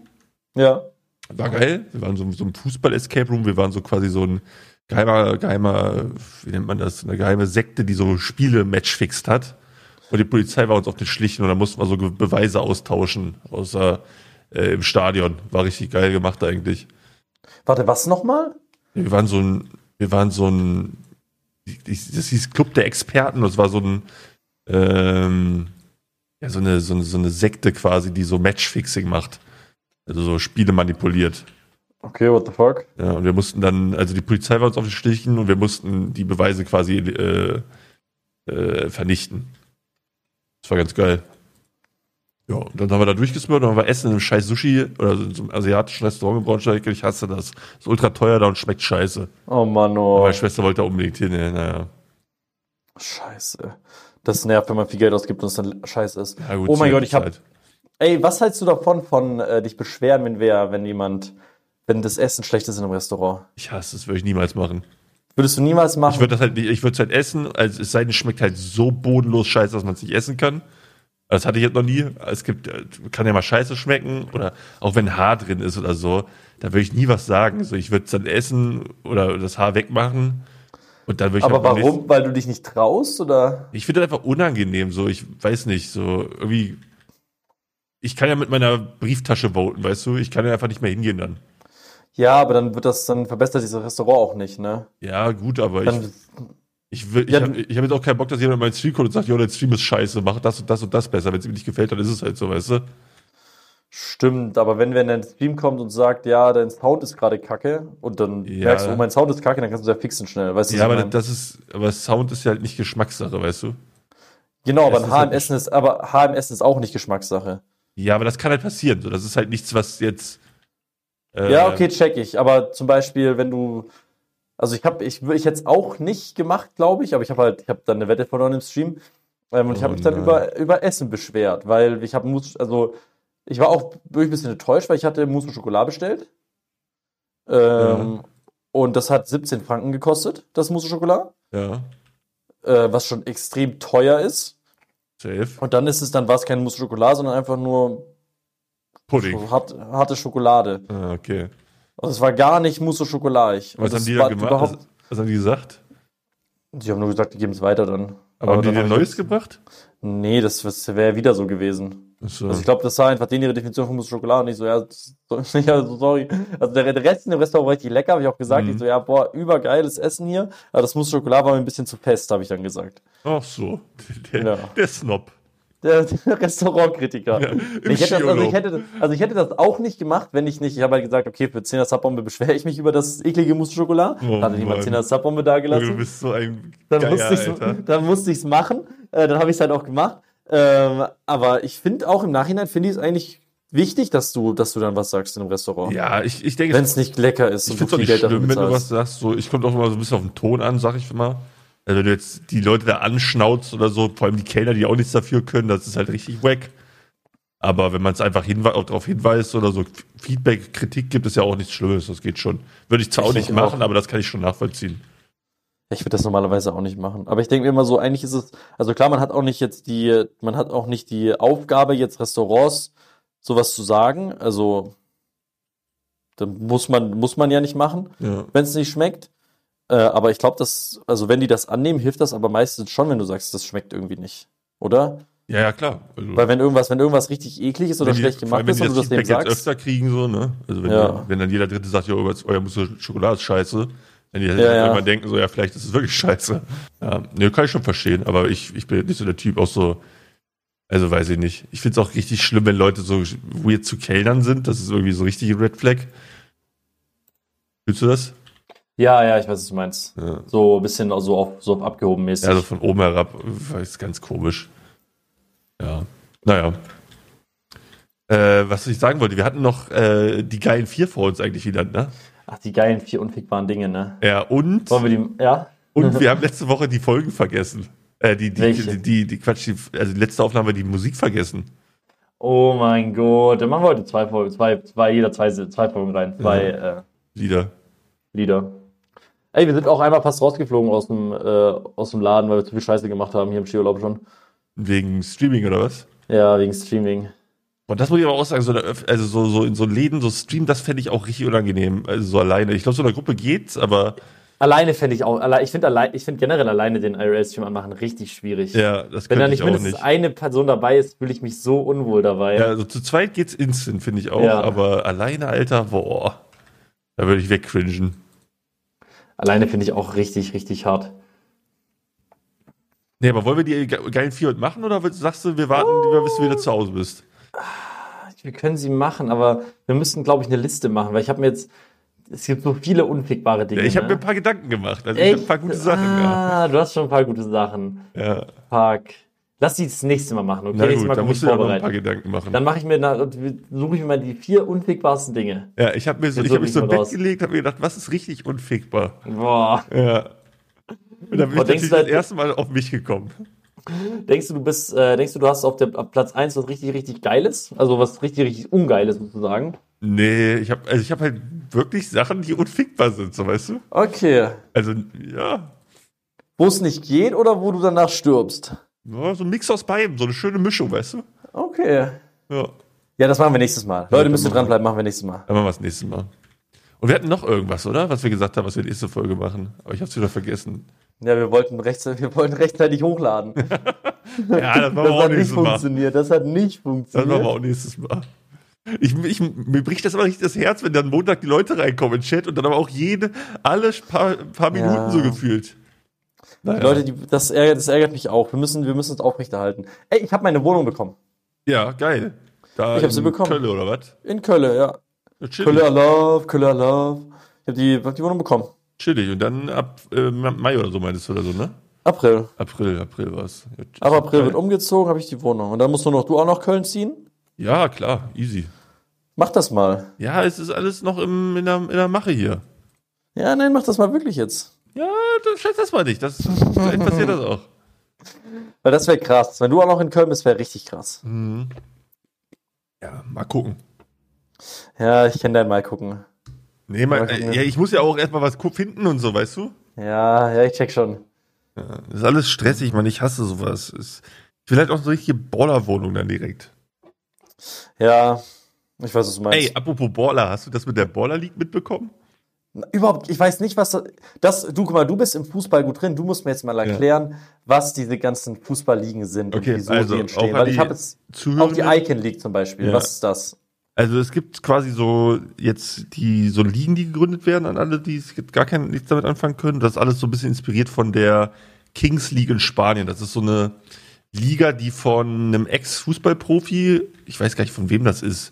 [SPEAKER 1] Ja.
[SPEAKER 2] War geil. Wir waren so, so im Fußball-Escape Room. Wir waren so quasi so ein geheimer, geheimer, wie nennt man das, eine geheime Sekte, die so Spiele matchfixt hat. Und die Polizei war uns auf den Schlichen und da mussten wir so Ge- Beweise austauschen, außer äh, im Stadion. War richtig geil gemacht eigentlich.
[SPEAKER 1] Warte, was nochmal?
[SPEAKER 2] Wir waren so ein, wir waren so ein, ich- das hieß Club der Experten, das war so ein, ähm, ja, so eine, so eine, so eine Sekte quasi, die so Matchfixing macht. Also so Spiele manipuliert.
[SPEAKER 1] Okay, what the fuck?
[SPEAKER 2] Ja, und wir mussten dann, also die Polizei war uns auf den Stichen und wir mussten die Beweise quasi äh, äh, vernichten. Das war ganz geil. Ja, und dann haben wir da durchgesmört und dann war Essen in einem scheiß Sushi oder so in so einem asiatischen Restaurant in Braunschweig. Ich hasse das. Ist ultra teuer da und schmeckt scheiße.
[SPEAKER 1] Oh Mann,
[SPEAKER 2] Aber
[SPEAKER 1] oh.
[SPEAKER 2] Meine Schwester wollte da unbedingt hin. ja, Naja.
[SPEAKER 1] Scheiße. Das nervt, wenn man viel Geld ausgibt und es dann scheiße ist.
[SPEAKER 2] Ja, gut,
[SPEAKER 1] oh mein
[SPEAKER 2] sie hat
[SPEAKER 1] Gott, ich hab.
[SPEAKER 2] Zeit.
[SPEAKER 1] Ey, was hältst du davon, von äh, dich beschweren, wenn wer, wenn jemand, wenn das Essen schlecht ist in einem Restaurant?
[SPEAKER 2] Ich hasse das, würde ich niemals machen.
[SPEAKER 1] Würdest du niemals machen?
[SPEAKER 2] Ich würde das halt nicht, ich würde es halt essen, also es sei denn, es schmeckt halt so bodenlos scheiße, dass man es nicht essen kann. Das hatte ich jetzt noch nie. Es gibt, äh, kann ja mal scheiße schmecken oder auch wenn Haar drin ist oder so, da würde ich nie was sagen. So, ich würde es dann essen oder das Haar wegmachen und dann würde ich
[SPEAKER 1] Aber
[SPEAKER 2] halt beim
[SPEAKER 1] warum? Weil du dich nicht traust, oder?
[SPEAKER 2] ich finde das einfach unangenehm, so ich weiß nicht, so irgendwie. Ich kann ja mit meiner Brieftasche voten, weißt du? Ich kann ja einfach nicht mehr hingehen dann.
[SPEAKER 1] Ja, aber dann wird das, dann verbessert dieses Restaurant auch nicht, ne?
[SPEAKER 2] Ja, gut, aber ich,
[SPEAKER 1] Dann,
[SPEAKER 2] Ich, will- ich
[SPEAKER 1] Ja,
[SPEAKER 2] habe
[SPEAKER 1] du-
[SPEAKER 2] ich hab jetzt auch keinen Bock, dass jemand in meinen Stream kommt und sagt, jo, dein Stream ist scheiße, mach das und das und das besser. Wenn es ihm nicht gefällt, dann ist es halt so, weißt du?
[SPEAKER 1] stimmt, aber wenn, wenn dein Stream kommt und sagt, ja, dein Sound ist gerade kacke, und dann
[SPEAKER 2] Ja.
[SPEAKER 1] merkst du, oh, mein Sound ist kacke, dann kannst du es ja genau. fixen schnell, weißt du? was
[SPEAKER 2] Ja,
[SPEAKER 1] ich
[SPEAKER 2] aber
[SPEAKER 1] meine?
[SPEAKER 2] das ist, aber Sound ist ja halt nicht Geschmackssache, weißt du?
[SPEAKER 1] Genau, aber
[SPEAKER 2] Essen
[SPEAKER 1] ein
[SPEAKER 2] ist
[SPEAKER 1] Haar
[SPEAKER 2] halt
[SPEAKER 1] im Essen ist, aber Haar im Essen ist auch nicht Geschmackssache.
[SPEAKER 2] Ja, aber das kann halt passieren. So, das ist halt nichts, was jetzt. äh,
[SPEAKER 1] Ja, okay, check ich. Aber zum Beispiel, wenn du, also ich habe, ich würde ich hätte es auch nicht gemacht, glaube ich, aber ich habe halt, ich habe dann eine Wette verloren im Stream ähm, und ich
[SPEAKER 2] Oh
[SPEAKER 1] habe mich dann
[SPEAKER 2] nein.
[SPEAKER 1] über über Essen beschwert, weil ich habe Mousse, also ich war auch wirklich ein bisschen enttäuscht, weil ich hatte Mousse und Schokolade bestellt ähm,
[SPEAKER 2] Ja.
[SPEAKER 1] und das hat 17 Franken gekostet, das Mousse und Schokolade,
[SPEAKER 2] Ja,
[SPEAKER 1] äh, was schon extrem teuer ist.
[SPEAKER 2] safe.
[SPEAKER 1] Und dann ist es, dann war es kein Mousse und Schokolade, sondern einfach nur
[SPEAKER 2] Pudding.
[SPEAKER 1] hart, harte Schokolade.
[SPEAKER 2] Ah, okay.
[SPEAKER 1] Also es war gar nicht Mousse Schokolade. Also
[SPEAKER 2] Was haben die da gemacht? Also Was, was haben die gesagt?
[SPEAKER 1] Die haben nur gesagt, die geben es weiter dann.
[SPEAKER 2] Aber, haben die
[SPEAKER 1] dann
[SPEAKER 2] dir
[SPEAKER 1] hab
[SPEAKER 2] Neues
[SPEAKER 1] ich-
[SPEAKER 2] gebracht?
[SPEAKER 1] Nee, das, das wäre wieder so gewesen.
[SPEAKER 2] Achso.
[SPEAKER 1] Also ich glaube, das war einfach denen ihre Definition von Mousse Schokolade und ich so, ja, das- ja, so, sorry. Also der, der Rest in dem Restaurant war richtig lecker, habe ich auch gesagt.
[SPEAKER 2] Mhm.
[SPEAKER 1] Ich so, ja, boah, übergeiles Essen hier. Aber das Mousse Schokolade war mir ein bisschen zu fest, habe ich dann gesagt.
[SPEAKER 2] Ach so. Der,
[SPEAKER 1] Ja.
[SPEAKER 2] der Snob.
[SPEAKER 1] Der, der Restaurantkritiker.
[SPEAKER 2] Ja, im
[SPEAKER 1] ich hätte das, also,
[SPEAKER 2] Skiurlaub.
[SPEAKER 1] ich hätte, das- also ich hätte das auch nicht gemacht, wenn ich nicht, ich habe halt gesagt, okay, für 10er Subbombe beschwere ich mich über das eklige Mousse Schokolade.
[SPEAKER 2] Oh
[SPEAKER 1] Hatte niemand
[SPEAKER 2] Mann.
[SPEAKER 1] 10er Subbombe da gelassen.
[SPEAKER 2] Du bist so ein
[SPEAKER 1] Dann
[SPEAKER 2] Geier,
[SPEAKER 1] musste ich's,
[SPEAKER 2] Alter.
[SPEAKER 1] dann musste ich's machen. Äh, dann habe ich es halt auch gemacht. Ähm, aber ich finde auch im Nachhinein finde ich es eigentlich wichtig, dass du, dass du dann was sagst in einem Restaurant.
[SPEAKER 2] Ja, ich, ich denke,
[SPEAKER 1] Wenn es nicht lecker ist
[SPEAKER 2] Ich
[SPEAKER 1] und du
[SPEAKER 2] finde es auch
[SPEAKER 1] viel
[SPEAKER 2] nicht
[SPEAKER 1] Geld dafür
[SPEAKER 2] schlimm, wenn du was
[SPEAKER 1] bezahlst.
[SPEAKER 2] sagst. So, ich komme auch immer so ein bisschen auf den Ton an, sag ich immer. Also wenn du jetzt die Leute da anschnauzt oder so, vor allem die Kellner, die auch nichts dafür können, das ist halt richtig wack. Aber wenn man es einfach hinwe auch darauf hinweist oder so F- Feedback, Kritik gibt, ist ja auch nichts Schlimmes, das geht schon. Würde ich zwar
[SPEAKER 1] Ich
[SPEAKER 2] auch nicht
[SPEAKER 1] denke auch.
[SPEAKER 2] machen, aber das kann ich schon nachvollziehen.
[SPEAKER 1] Ich würde das normalerweise auch nicht machen. Aber ich denke mir immer so, eigentlich ist es, also klar, man hat auch nicht jetzt die, man hat auch nicht die Aufgabe, jetzt Restaurants sowas zu sagen. Also, dann muss man, muss man ja nicht machen.
[SPEAKER 2] Ja.
[SPEAKER 1] wenn es nicht schmeckt. Äh, aber ich glaube, dass, also wenn die das annehmen, hilft das aber meistens schon, wenn du sagst, das schmeckt irgendwie nicht. Oder?
[SPEAKER 2] Ja, ja, klar. Also,
[SPEAKER 1] Weil wenn irgendwas, wenn irgendwas richtig eklig ist oder
[SPEAKER 2] wenn die-
[SPEAKER 1] schlecht
[SPEAKER 2] vor
[SPEAKER 1] gemacht
[SPEAKER 2] allem, wenn
[SPEAKER 1] ist
[SPEAKER 2] die
[SPEAKER 1] und du das dem
[SPEAKER 2] Feedback jetzt
[SPEAKER 1] sagst.
[SPEAKER 2] öfter kriegen, so, ne? Also wenn,
[SPEAKER 1] Ja.
[SPEAKER 2] wenn dann jeder Dritte sagt, ja, euer Mousse Schokolade ist scheiße, Wenn die
[SPEAKER 1] Ja, ja.
[SPEAKER 2] ja, denken, so, ja, vielleicht ist es wirklich scheiße. Ja, ne, kann ich schon verstehen, aber ich, ich bin nicht so der Typ, auch so, also weiß ich nicht. Ich find's auch richtig schlimm, wenn Leute so weird zu Kellnern sind. Das ist irgendwie so richtig Red Flag. Fühlst du das?
[SPEAKER 1] Ja, ja, ich weiß, was du meinst.
[SPEAKER 2] Ja.
[SPEAKER 1] So ein bisschen so auf, so auf abgehoben mäßig.
[SPEAKER 2] Also von oben herab, äh, ist ganz komisch. Ja, naja. Äh, was ich sagen wollte, wir hatten noch äh, die geilen vier vor uns eigentlich wieder, ne?
[SPEAKER 1] Ach, die geilen, vier unfickbaren Dinge, ne?
[SPEAKER 2] Ja, und,
[SPEAKER 1] Wollen wir die, ja?
[SPEAKER 2] und wir haben letzte Woche die Folgen vergessen. Äh, die, die,
[SPEAKER 1] Welche?
[SPEAKER 2] die, die, die, Quatsch, die, also die letzte Aufnahme die Musik vergessen.
[SPEAKER 1] Oh mein Gott, dann machen wir heute zwei Folgen, zwei, zwei, jeder zwei, zwei Folgen rein, zwei äh,
[SPEAKER 2] Lieder.
[SPEAKER 1] Lieder. Ey, wir sind auch einmal fast rausgeflogen aus dem, äh, aus dem Laden, weil wir zu viel Scheiße gemacht haben hier im Skiurlaub schon.
[SPEAKER 2] Wegen Streaming oder was?
[SPEAKER 1] Ja, wegen Streaming.
[SPEAKER 2] Und das muss ich aber auch sagen, so, in der Öff- also so, so in so Läden, so Stream, das fände ich auch richtig unangenehm. Also so alleine. Ich glaube, so in der Gruppe geht's, aber
[SPEAKER 1] Alleine fände ich auch, alle- ich finde allein, ich finde generell alleine den IRL-Stream anmachen richtig schwierig.
[SPEAKER 2] ja, das
[SPEAKER 1] Wenn da
[SPEAKER 2] könnte
[SPEAKER 1] nicht
[SPEAKER 2] ich auch
[SPEAKER 1] mindestens
[SPEAKER 2] nicht.
[SPEAKER 1] eine Person dabei ist, fühle ich mich so unwohl dabei.
[SPEAKER 2] Ja, also zu zweit geht's instant, finde ich auch.
[SPEAKER 1] Ja.
[SPEAKER 2] Aber alleine, Alter, boah. Da würde ich wegcringen.
[SPEAKER 1] Alleine finde ich auch richtig, richtig hart.
[SPEAKER 2] Nee, aber wollen wir die ge- geilen vier heute machen oder willst- sagst du, wir warten lieber, bis du wieder zu Hause bist?
[SPEAKER 1] Wir können sie machen, aber wir müssen, glaube ich, eine Liste machen, weil ich habe mir jetzt, es gibt so viele unfickbare
[SPEAKER 2] Ja,
[SPEAKER 1] Dinge.
[SPEAKER 2] ich habe
[SPEAKER 1] ne?
[SPEAKER 2] mir ein paar Gedanken gemacht. Also ich habe ein paar gute Sachen, ja.
[SPEAKER 1] Ah, du hast schon ein paar gute Sachen.
[SPEAKER 2] ja.
[SPEAKER 1] Fuck. Lass die das nächste Mal machen, okay?
[SPEAKER 2] Na
[SPEAKER 1] Nächstes
[SPEAKER 2] gut,
[SPEAKER 1] Mal
[SPEAKER 2] da
[SPEAKER 1] komm ich
[SPEAKER 2] musst du ja noch ein paar
[SPEAKER 1] vorbereitet.
[SPEAKER 2] Gedanken machen.
[SPEAKER 1] Dann mache ich mir, na- suche ich mir mal die vier unfickbarsten Dinge.
[SPEAKER 2] ja, ich habe mir so,
[SPEAKER 1] Jetzt
[SPEAKER 2] ich hab
[SPEAKER 1] hol
[SPEAKER 2] mich so
[SPEAKER 1] ich
[SPEAKER 2] im
[SPEAKER 1] mal
[SPEAKER 2] Bett
[SPEAKER 1] raus.
[SPEAKER 2] gelegt, habe mir gedacht, was ist richtig unfickbar?
[SPEAKER 1] Boah.
[SPEAKER 2] Ja.
[SPEAKER 1] Boah,
[SPEAKER 2] Und dann bin ich
[SPEAKER 1] denkst
[SPEAKER 2] natürlich
[SPEAKER 1] du
[SPEAKER 2] das
[SPEAKER 1] halt-
[SPEAKER 2] erste Mal auf mich gekommen.
[SPEAKER 1] Denkst du, du bist, äh, denkst du, du hast auf der auf Platz 1 was richtig, richtig Geiles? Also was richtig, richtig Ungeiles sozusagen.
[SPEAKER 2] Nee, ich habe also ich hab halt wirklich Sachen, die unfickbar sind, so weißt du?
[SPEAKER 1] Okay.
[SPEAKER 2] Also, ja.
[SPEAKER 1] Wo es nicht geht oder wo du danach stirbst?
[SPEAKER 2] Ja, so ein Mix aus beidem, so eine schöne Mischung, weißt du?
[SPEAKER 1] Okay.
[SPEAKER 2] Ja.
[SPEAKER 1] Ja, das machen wir nächstes Mal.
[SPEAKER 2] dann
[SPEAKER 1] Leute, müsst ihr
[SPEAKER 2] machen wir.
[SPEAKER 1] dranbleiben, machen wir nächstes Mal.
[SPEAKER 2] Dann machen wir das nächste Mal. Und wir hatten noch irgendwas, oder? Was wir gesagt haben, was wir nächste Folge machen. Aber ich hab's wieder vergessen.
[SPEAKER 1] Ja, wir wollten, rechts, wir wollten rechtzeitig hochladen.
[SPEAKER 2] Ja, das
[SPEAKER 1] Das
[SPEAKER 2] machen wir auch
[SPEAKER 1] hat nicht
[SPEAKER 2] nächstes Mal.
[SPEAKER 1] funktioniert. Das hat nicht
[SPEAKER 2] Das machen wir
[SPEAKER 1] funktioniert.
[SPEAKER 2] auch nächstes Mal. Ich, ich, mir bricht das immer richtig das Herz, wenn dann Montag die Leute reinkommen in den Chat und dann aber auch jede, alle paar, paar Minuten
[SPEAKER 1] Ja.
[SPEAKER 2] so gefühlt. Naja.
[SPEAKER 1] Leute, die, das, ärgert, das ärgert mich auch. Wir müssen, wir müssen es aufrechterhalten. Ey, ich habe meine Wohnung bekommen.
[SPEAKER 2] Ja, geil. Da
[SPEAKER 1] Ich hab sie
[SPEAKER 2] in
[SPEAKER 1] bekommen.
[SPEAKER 2] Köln oder was?
[SPEAKER 1] In Kölle, ja.
[SPEAKER 2] Chillig.
[SPEAKER 1] Kölle Love, Kölle Love. Ich habe die, hab die Wohnung bekommen.
[SPEAKER 2] Chillig. Und dann ab äh, Mai oder so meinst du oder so, ne?
[SPEAKER 1] April.
[SPEAKER 2] April, April war's. Ja,
[SPEAKER 1] Ab April wird
[SPEAKER 2] geil.
[SPEAKER 1] umgezogen, habe ich die Wohnung. Und dann musst du noch, du auch nach Köln ziehen?
[SPEAKER 2] Ja, klar, easy.
[SPEAKER 1] Mach das mal.
[SPEAKER 2] Ja, es ist alles noch im, in, der, in der Mache hier.
[SPEAKER 1] Ja, nein, mach das mal wirklich jetzt.
[SPEAKER 2] Ja, das schätzt das mal nicht. Das, vielleicht passiert das auch.
[SPEAKER 1] Weil das wäre krass. Wenn du auch noch in Köln bist, wäre richtig krass.
[SPEAKER 2] Ja, mal gucken.
[SPEAKER 1] Ja, ich kann dein Mal gucken.
[SPEAKER 2] Nee, mal,
[SPEAKER 1] Mal gucken,
[SPEAKER 2] äh,
[SPEAKER 1] ja.
[SPEAKER 2] ja, ich muss ja auch erstmal was gu- finden und so, weißt du?
[SPEAKER 1] Ja, ja, ich check schon.
[SPEAKER 2] Das ist alles stressig, man. Ich hasse sowas. Ist vielleicht auch so eine richtige Ballerwohnung dann direkt.
[SPEAKER 1] Ja, ich weiß, was du meinst.
[SPEAKER 2] Ey, apropos Baller, hast du das mit der Baller League mitbekommen?
[SPEAKER 1] Überhaupt, ich weiß nicht, was das, das. Du, guck mal, du bist im Fußball gut drin. Du musst mir jetzt mal erklären, was diese ganzen Fußballligen sind
[SPEAKER 2] Okay,
[SPEAKER 1] und wieso
[SPEAKER 2] also,
[SPEAKER 1] sie entstehen.
[SPEAKER 2] auch an
[SPEAKER 1] Weil ich
[SPEAKER 2] die
[SPEAKER 1] habe jetzt auch die
[SPEAKER 2] Zuhörenden?
[SPEAKER 1] Icon League zum Beispiel.
[SPEAKER 2] Ja.
[SPEAKER 1] Was ist das?
[SPEAKER 2] Also es gibt quasi so jetzt die so Ligen, die gegründet werden an alle, die es gibt gar kein, nichts damit anfangen können. Das ist alles so ein bisschen inspiriert von der Kings League in Spanien. Das ist so eine Liga, die von einem Ex-Fußballprofi, ich weiß gar nicht von wem das ist.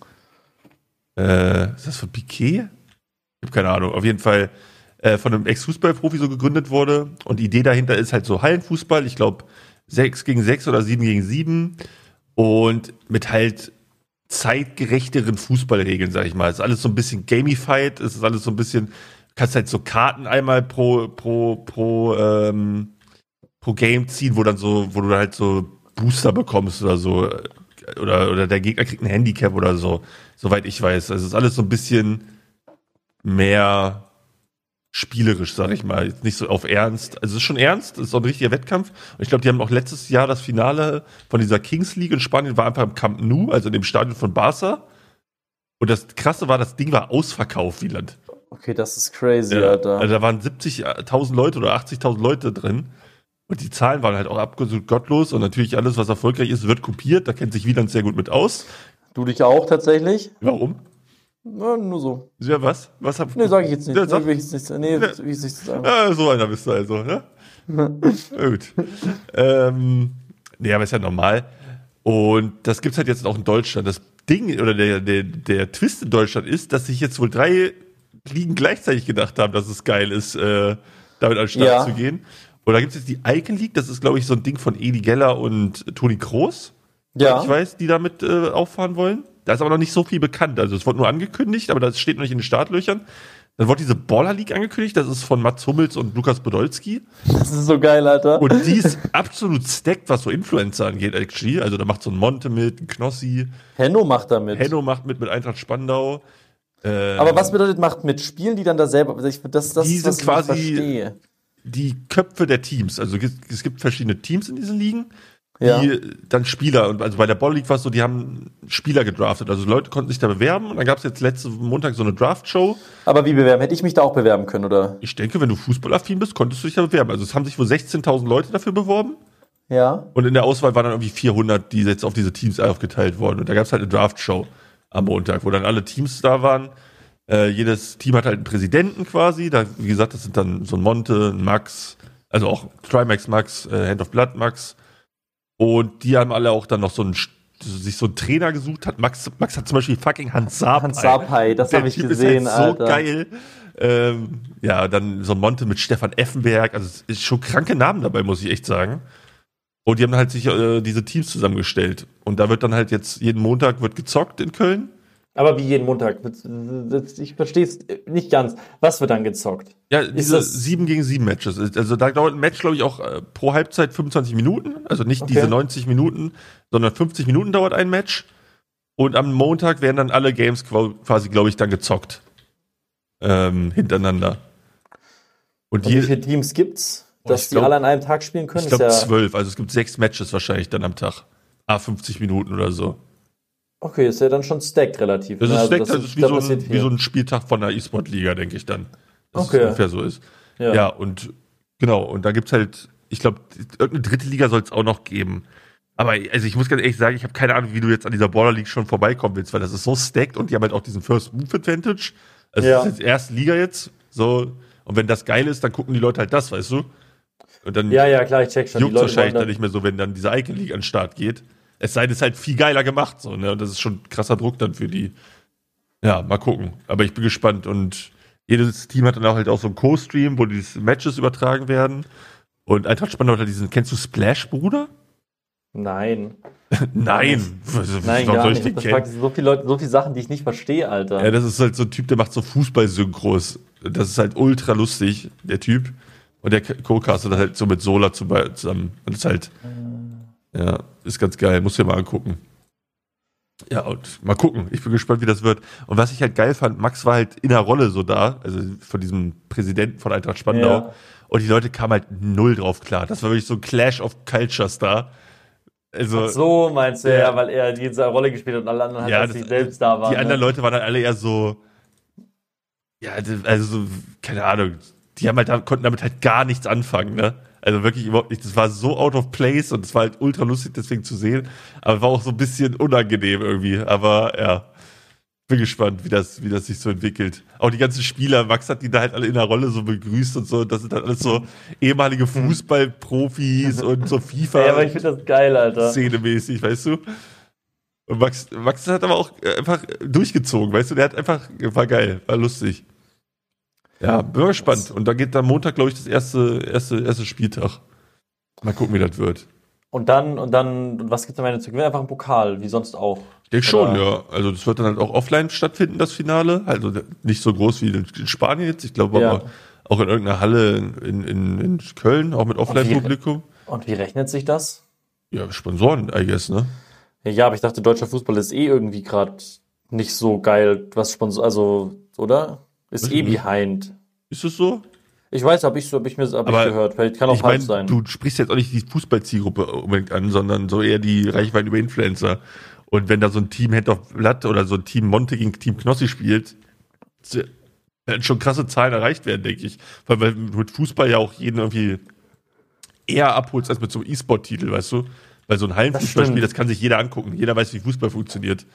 [SPEAKER 2] Äh, ist das von Piquet? Ich habe keine Ahnung. Auf jeden Fall äh, von einem Ex-Fußballprofi so gegründet wurde. Und die Idee dahinter ist halt so Hallenfußball. Ich glaube 6 gegen 6 oder 7 gegen 7. Und mit halt zeitgerechteren Fußballregeln, sag ich mal. Es ist alles so ein bisschen gamified, es ist alles so ein bisschen, du kannst halt so Karten einmal pro, pro, pro, ähm, pro Game ziehen, wo dann so, wo du halt so Booster bekommst oder so. äh, Oder, oder der Gegner kriegt ein Handicap oder so, soweit ich weiß. Also es ist alles so ein bisschen mehr spielerisch, sag ich mal. Jetzt nicht so auf ernst. Also es ist schon ernst, es ist auch ein richtiger Wettkampf. Und ich glaube, die haben auch letztes Jahr das Finale von dieser Kings League in Spanien war einfach im Camp Nou, also in dem Stadion von Barca. Und das Krasse war, das Ding war ausverkauft, Wieland.
[SPEAKER 1] Okay, das ist crazy,
[SPEAKER 2] Ja,
[SPEAKER 1] Alter.
[SPEAKER 2] Also da waren 70.000 Leute oder 80.000 Leute drin. Und die Zahlen waren halt auch absolut gottlos. Und natürlich alles, was erfolgreich ist, wird kopiert. Da kennt sich Wieland sehr gut mit aus.
[SPEAKER 1] Du dich auch tatsächlich?
[SPEAKER 2] Warum?
[SPEAKER 1] Ja, nur so.
[SPEAKER 2] Ja, was? Was hab
[SPEAKER 1] Nee, sag ich jetzt nicht.
[SPEAKER 2] Ja,
[SPEAKER 1] Nee,
[SPEAKER 2] sag.
[SPEAKER 1] will ich jetzt nicht, nee, will ich jetzt nicht sagen.
[SPEAKER 2] Ah, so einer bist du also, ne? Gut. Ähm, nee, aber ist ja normal. Und das gibt's halt jetzt auch in Deutschland. Das Ding oder der, der, der Twist in Deutschland ist, dass sich jetzt wohl drei Ligen gleichzeitig gedacht haben, dass es geil ist, äh, damit an den Start
[SPEAKER 1] Ja.
[SPEAKER 2] zu gehen. Und da gibt's jetzt die Icon League, das ist, glaube ich, so ein Ding von Edi Geller und Toni Kroos.
[SPEAKER 1] Ja.
[SPEAKER 2] Ich weiß, die damit äh, auffahren wollen. Da ist aber noch nicht so viel bekannt. Also es wurde nur angekündigt, aber das steht noch nicht in den Startlöchern. Dann wurde diese Baller League angekündigt, das ist von Mats Hummels und Lukas Podolski.
[SPEAKER 1] Das ist so geil, Alter.
[SPEAKER 2] Und die ist absolut stacked, was so Influencer angeht, actually. Also da macht so ein Monte mit, ein Knossi,
[SPEAKER 1] Henno macht damit.
[SPEAKER 2] Henno macht mit mit Eintracht Spandau. Äh,
[SPEAKER 1] Aber was bedeutet macht mit? Spielen die dann da selber? Ich, das, das
[SPEAKER 2] Die
[SPEAKER 1] ist, was
[SPEAKER 2] sind
[SPEAKER 1] ich
[SPEAKER 2] quasi-
[SPEAKER 1] nicht verstehe.
[SPEAKER 2] die Köpfe der Teams, also es gibt- es gibt verschiedene Teams in diesen Ligen, die
[SPEAKER 1] Ja.
[SPEAKER 2] dann Spieler, und also bei der Ball League war es so, die haben Spieler gedraftet. Also Leute konnten sich da bewerben und dann gab es jetzt letzten Montag so eine Draft-Show.
[SPEAKER 1] Aber wie bewerben? Hätte ich mich da auch bewerben können, oder?
[SPEAKER 2] Ich denke, wenn du fußballaffin bist, konntest du dich da bewerben. Also es haben sich wohl 16.000 Leute dafür beworben.
[SPEAKER 1] Ja.
[SPEAKER 2] Und in der Auswahl waren dann irgendwie 400, die jetzt auf diese Teams aufgeteilt wurden. Und da gab es halt eine Draft-Show am Montag, wo dann alle Teams da waren. Äh, jedes Team hat halt einen Präsidenten quasi. Da, wie gesagt, das sind dann so ein Monte, ein Max, also auch Trimax Max, äh, Hand of Blood Max. Und die haben alle auch dann noch so einen, St- sich so einen Trainer gesucht. Hat Max, Max hat zum Beispiel fucking Hans Saab.
[SPEAKER 1] Hans
[SPEAKER 2] einen.
[SPEAKER 1] Sapai, das
[SPEAKER 2] Der
[SPEAKER 1] habe ich
[SPEAKER 2] Typ
[SPEAKER 1] gesehen,
[SPEAKER 2] ist halt so
[SPEAKER 1] Alter.
[SPEAKER 2] geil. Ähm, ja, dann so ein Monte mit Stefan Effenberg. Also es ist schon kranke Namen dabei, muss ich echt sagen. Und die haben halt sich äh, diese Teams zusammengestellt. Und da wird dann halt jetzt jeden Montag wird gezockt in Köln.
[SPEAKER 1] Aber wie jeden Montag. Ich verstehe es nicht ganz. Was wird dann gezockt?
[SPEAKER 2] Ja, diese
[SPEAKER 1] das-
[SPEAKER 2] 7 gegen 7 Matches. Also da dauert ein Match, glaube ich, auch äh, pro Halbzeit 25 Minuten. Also nicht
[SPEAKER 1] Okay.
[SPEAKER 2] diese 90 Minuten, sondern 50 Minuten dauert ein Match. Und am Montag werden dann alle Games qua- quasi, glaube ich, dann gezockt. Ähm, hintereinander. Und,
[SPEAKER 1] Und wie
[SPEAKER 2] je,
[SPEAKER 1] viele Teams gibt's, dass
[SPEAKER 2] Oh, ich
[SPEAKER 1] die
[SPEAKER 2] glaub-
[SPEAKER 1] alle an einem Tag spielen können?
[SPEAKER 2] Ich glaube
[SPEAKER 1] ist ja,
[SPEAKER 2] zwölf, also es gibt sechs Matches wahrscheinlich dann am Tag. Ah, 50 Minuten oder so.
[SPEAKER 1] okay, ist ja dann schon stacked relativ.
[SPEAKER 2] Das
[SPEAKER 1] ne?
[SPEAKER 2] ist,
[SPEAKER 1] Also
[SPEAKER 2] steckt, halt, das ist wie,
[SPEAKER 1] da
[SPEAKER 2] so
[SPEAKER 1] passiert
[SPEAKER 2] ein,
[SPEAKER 1] viel.
[SPEAKER 2] wie so ein Spieltag von der E-Sport-Liga, denke ich dann. Dass
[SPEAKER 1] Okay.
[SPEAKER 2] es ungefähr so ist.
[SPEAKER 1] Ja.
[SPEAKER 2] Ja, und genau, und da gibt es halt, ich glaube, irgendeine dritte Liga soll es auch noch geben. Aber also ich muss ganz ehrlich sagen, ich habe keine Ahnung, wie du jetzt an dieser Border League schon vorbeikommen willst, weil das ist so stacked und die haben halt auch diesen First Move Advantage. Also
[SPEAKER 1] Ja.
[SPEAKER 2] das ist jetzt erste Liga jetzt. So, und wenn das geil ist, dann gucken die Leute halt das, weißt du? Und dann
[SPEAKER 1] ja, ja, klar, ich check schon.
[SPEAKER 2] juckt wahrscheinlich dann
[SPEAKER 1] wollen
[SPEAKER 2] nicht mehr so, wenn dann diese Icon League an den Start geht. Es sei denn, es ist halt viel geiler gemacht. So, ne? Und das ist schon ein krasser Druck dann für die. Ja, mal gucken. Aber ich bin gespannt. Und jedes Team hat dann auch halt auch so einen Co-Stream, wo die Matches übertragen werden. Und Eintracht Spandau hat halt diesen, kennst du Splash, Bruder?
[SPEAKER 1] Nein.
[SPEAKER 2] Nein. Was-
[SPEAKER 1] Nein,
[SPEAKER 2] warum
[SPEAKER 1] gar
[SPEAKER 2] soll ich
[SPEAKER 1] nicht.
[SPEAKER 2] den
[SPEAKER 1] Das
[SPEAKER 2] kennen?
[SPEAKER 1] fragt so viele Leute, so viele Sachen, die ich nicht verstehe, Alter.
[SPEAKER 2] Ja, das ist halt so ein Typ, der macht so Fußball-Synchros. Das ist halt ultra lustig, der Typ. Und der Co-Caster das halt so mit Sola zu- zusammen. Und ist halt, ja, ist ganz geil. Muss dir mal angucken. Ja, und mal gucken. Ich bin gespannt, wie das wird. Und was ich halt geil fand, Max war halt in der Rolle so da, also von diesem Präsidenten von Eintracht Spandau.
[SPEAKER 1] Ja.
[SPEAKER 2] Und die Leute kamen halt null drauf klar. Das war wirklich so ein Clash of Cultures da. Also,
[SPEAKER 1] Ach so meinst du ja,
[SPEAKER 2] Ja.
[SPEAKER 1] weil er diese Rolle gespielt hat und alle anderen
[SPEAKER 2] Ja,
[SPEAKER 1] halt als
[SPEAKER 2] das-
[SPEAKER 1] sich selbst da waren.
[SPEAKER 2] die anderen
[SPEAKER 1] ne?
[SPEAKER 2] Leute waren dann alle eher so, ja, d- also so, keine Ahnung, die haben halt, da- konnten damit halt gar nichts anfangen, ne? Also wirklich überhaupt nicht. Das war so out of place und es war halt ultra lustig, deswegen zu sehen. Aber war auch so ein bisschen unangenehm irgendwie. Aber ja, bin gespannt, wie das, wie das sich so entwickelt. Auch die ganzen Spieler, Max hat die da halt alle in der Rolle so begrüßt und so. Das sind dann alles so ehemalige Fußballprofis und so FIFA.
[SPEAKER 1] Hm. ja, aber ich finde das geil, Alter.
[SPEAKER 2] Szenemäßig, weißt du? Und Max, Max hat aber auch äh, einfach durchgezogen, weißt du? Der hat einfach, war geil, war lustig. Ja, bin mal gespannt. Und da geht dann Montag, glaube ich, das erste, erste, erste Spieltag. Mal gucken, wie das wird.
[SPEAKER 1] Und dann, und dann, was gibt's am Ende zu gewinnen? Einfach einen Pokal, wie sonst auch.
[SPEAKER 2] Ich denke schon,
[SPEAKER 1] Oder-
[SPEAKER 2] ja. Also, das wird dann halt auch offline stattfinden, das Finale. Also, nicht so groß wie in Spanien jetzt. Ich glaube
[SPEAKER 1] Ja.
[SPEAKER 2] aber auch in irgendeiner Halle in, in, in Köln, auch mit Offline-Publikum.
[SPEAKER 1] Und wie rechnet sich das?
[SPEAKER 2] Ja, Sponsoren, I guess, ne?
[SPEAKER 1] Ja, aber ich dachte, deutscher Fußball ist eh irgendwie gerade nicht so geil, was Sponsor, also, oder? Ist
[SPEAKER 2] Weiß
[SPEAKER 1] eh
[SPEAKER 2] ich nicht.
[SPEAKER 1] behind.
[SPEAKER 2] Ist es so?
[SPEAKER 1] Ich weiß, habe ich, so- hab ich mir hab ich
[SPEAKER 2] Aber
[SPEAKER 1] gehört. Vielleicht kann auch
[SPEAKER 2] Ich
[SPEAKER 1] halb
[SPEAKER 2] meine,
[SPEAKER 1] sein.
[SPEAKER 2] du sprichst jetzt auch nicht die Fußballzielgruppe unbedingt an, sondern so eher die Reichweite über Influencer. Und wenn da so ein Team Head of Blood oder so ein Team Monte gegen Team Knossi spielt, z- werden schon krasse Zahlen erreicht werden, denke ich. Weil, weil du mit Fußball ja auch jeden irgendwie eher abholst als mit so einem E-Sport-Titel, weißt du? Weil so ein Hallenfußballspiel,
[SPEAKER 1] stimmt.
[SPEAKER 2] das, kann sich jeder angucken. Jeder weiß, wie Fußball funktioniert.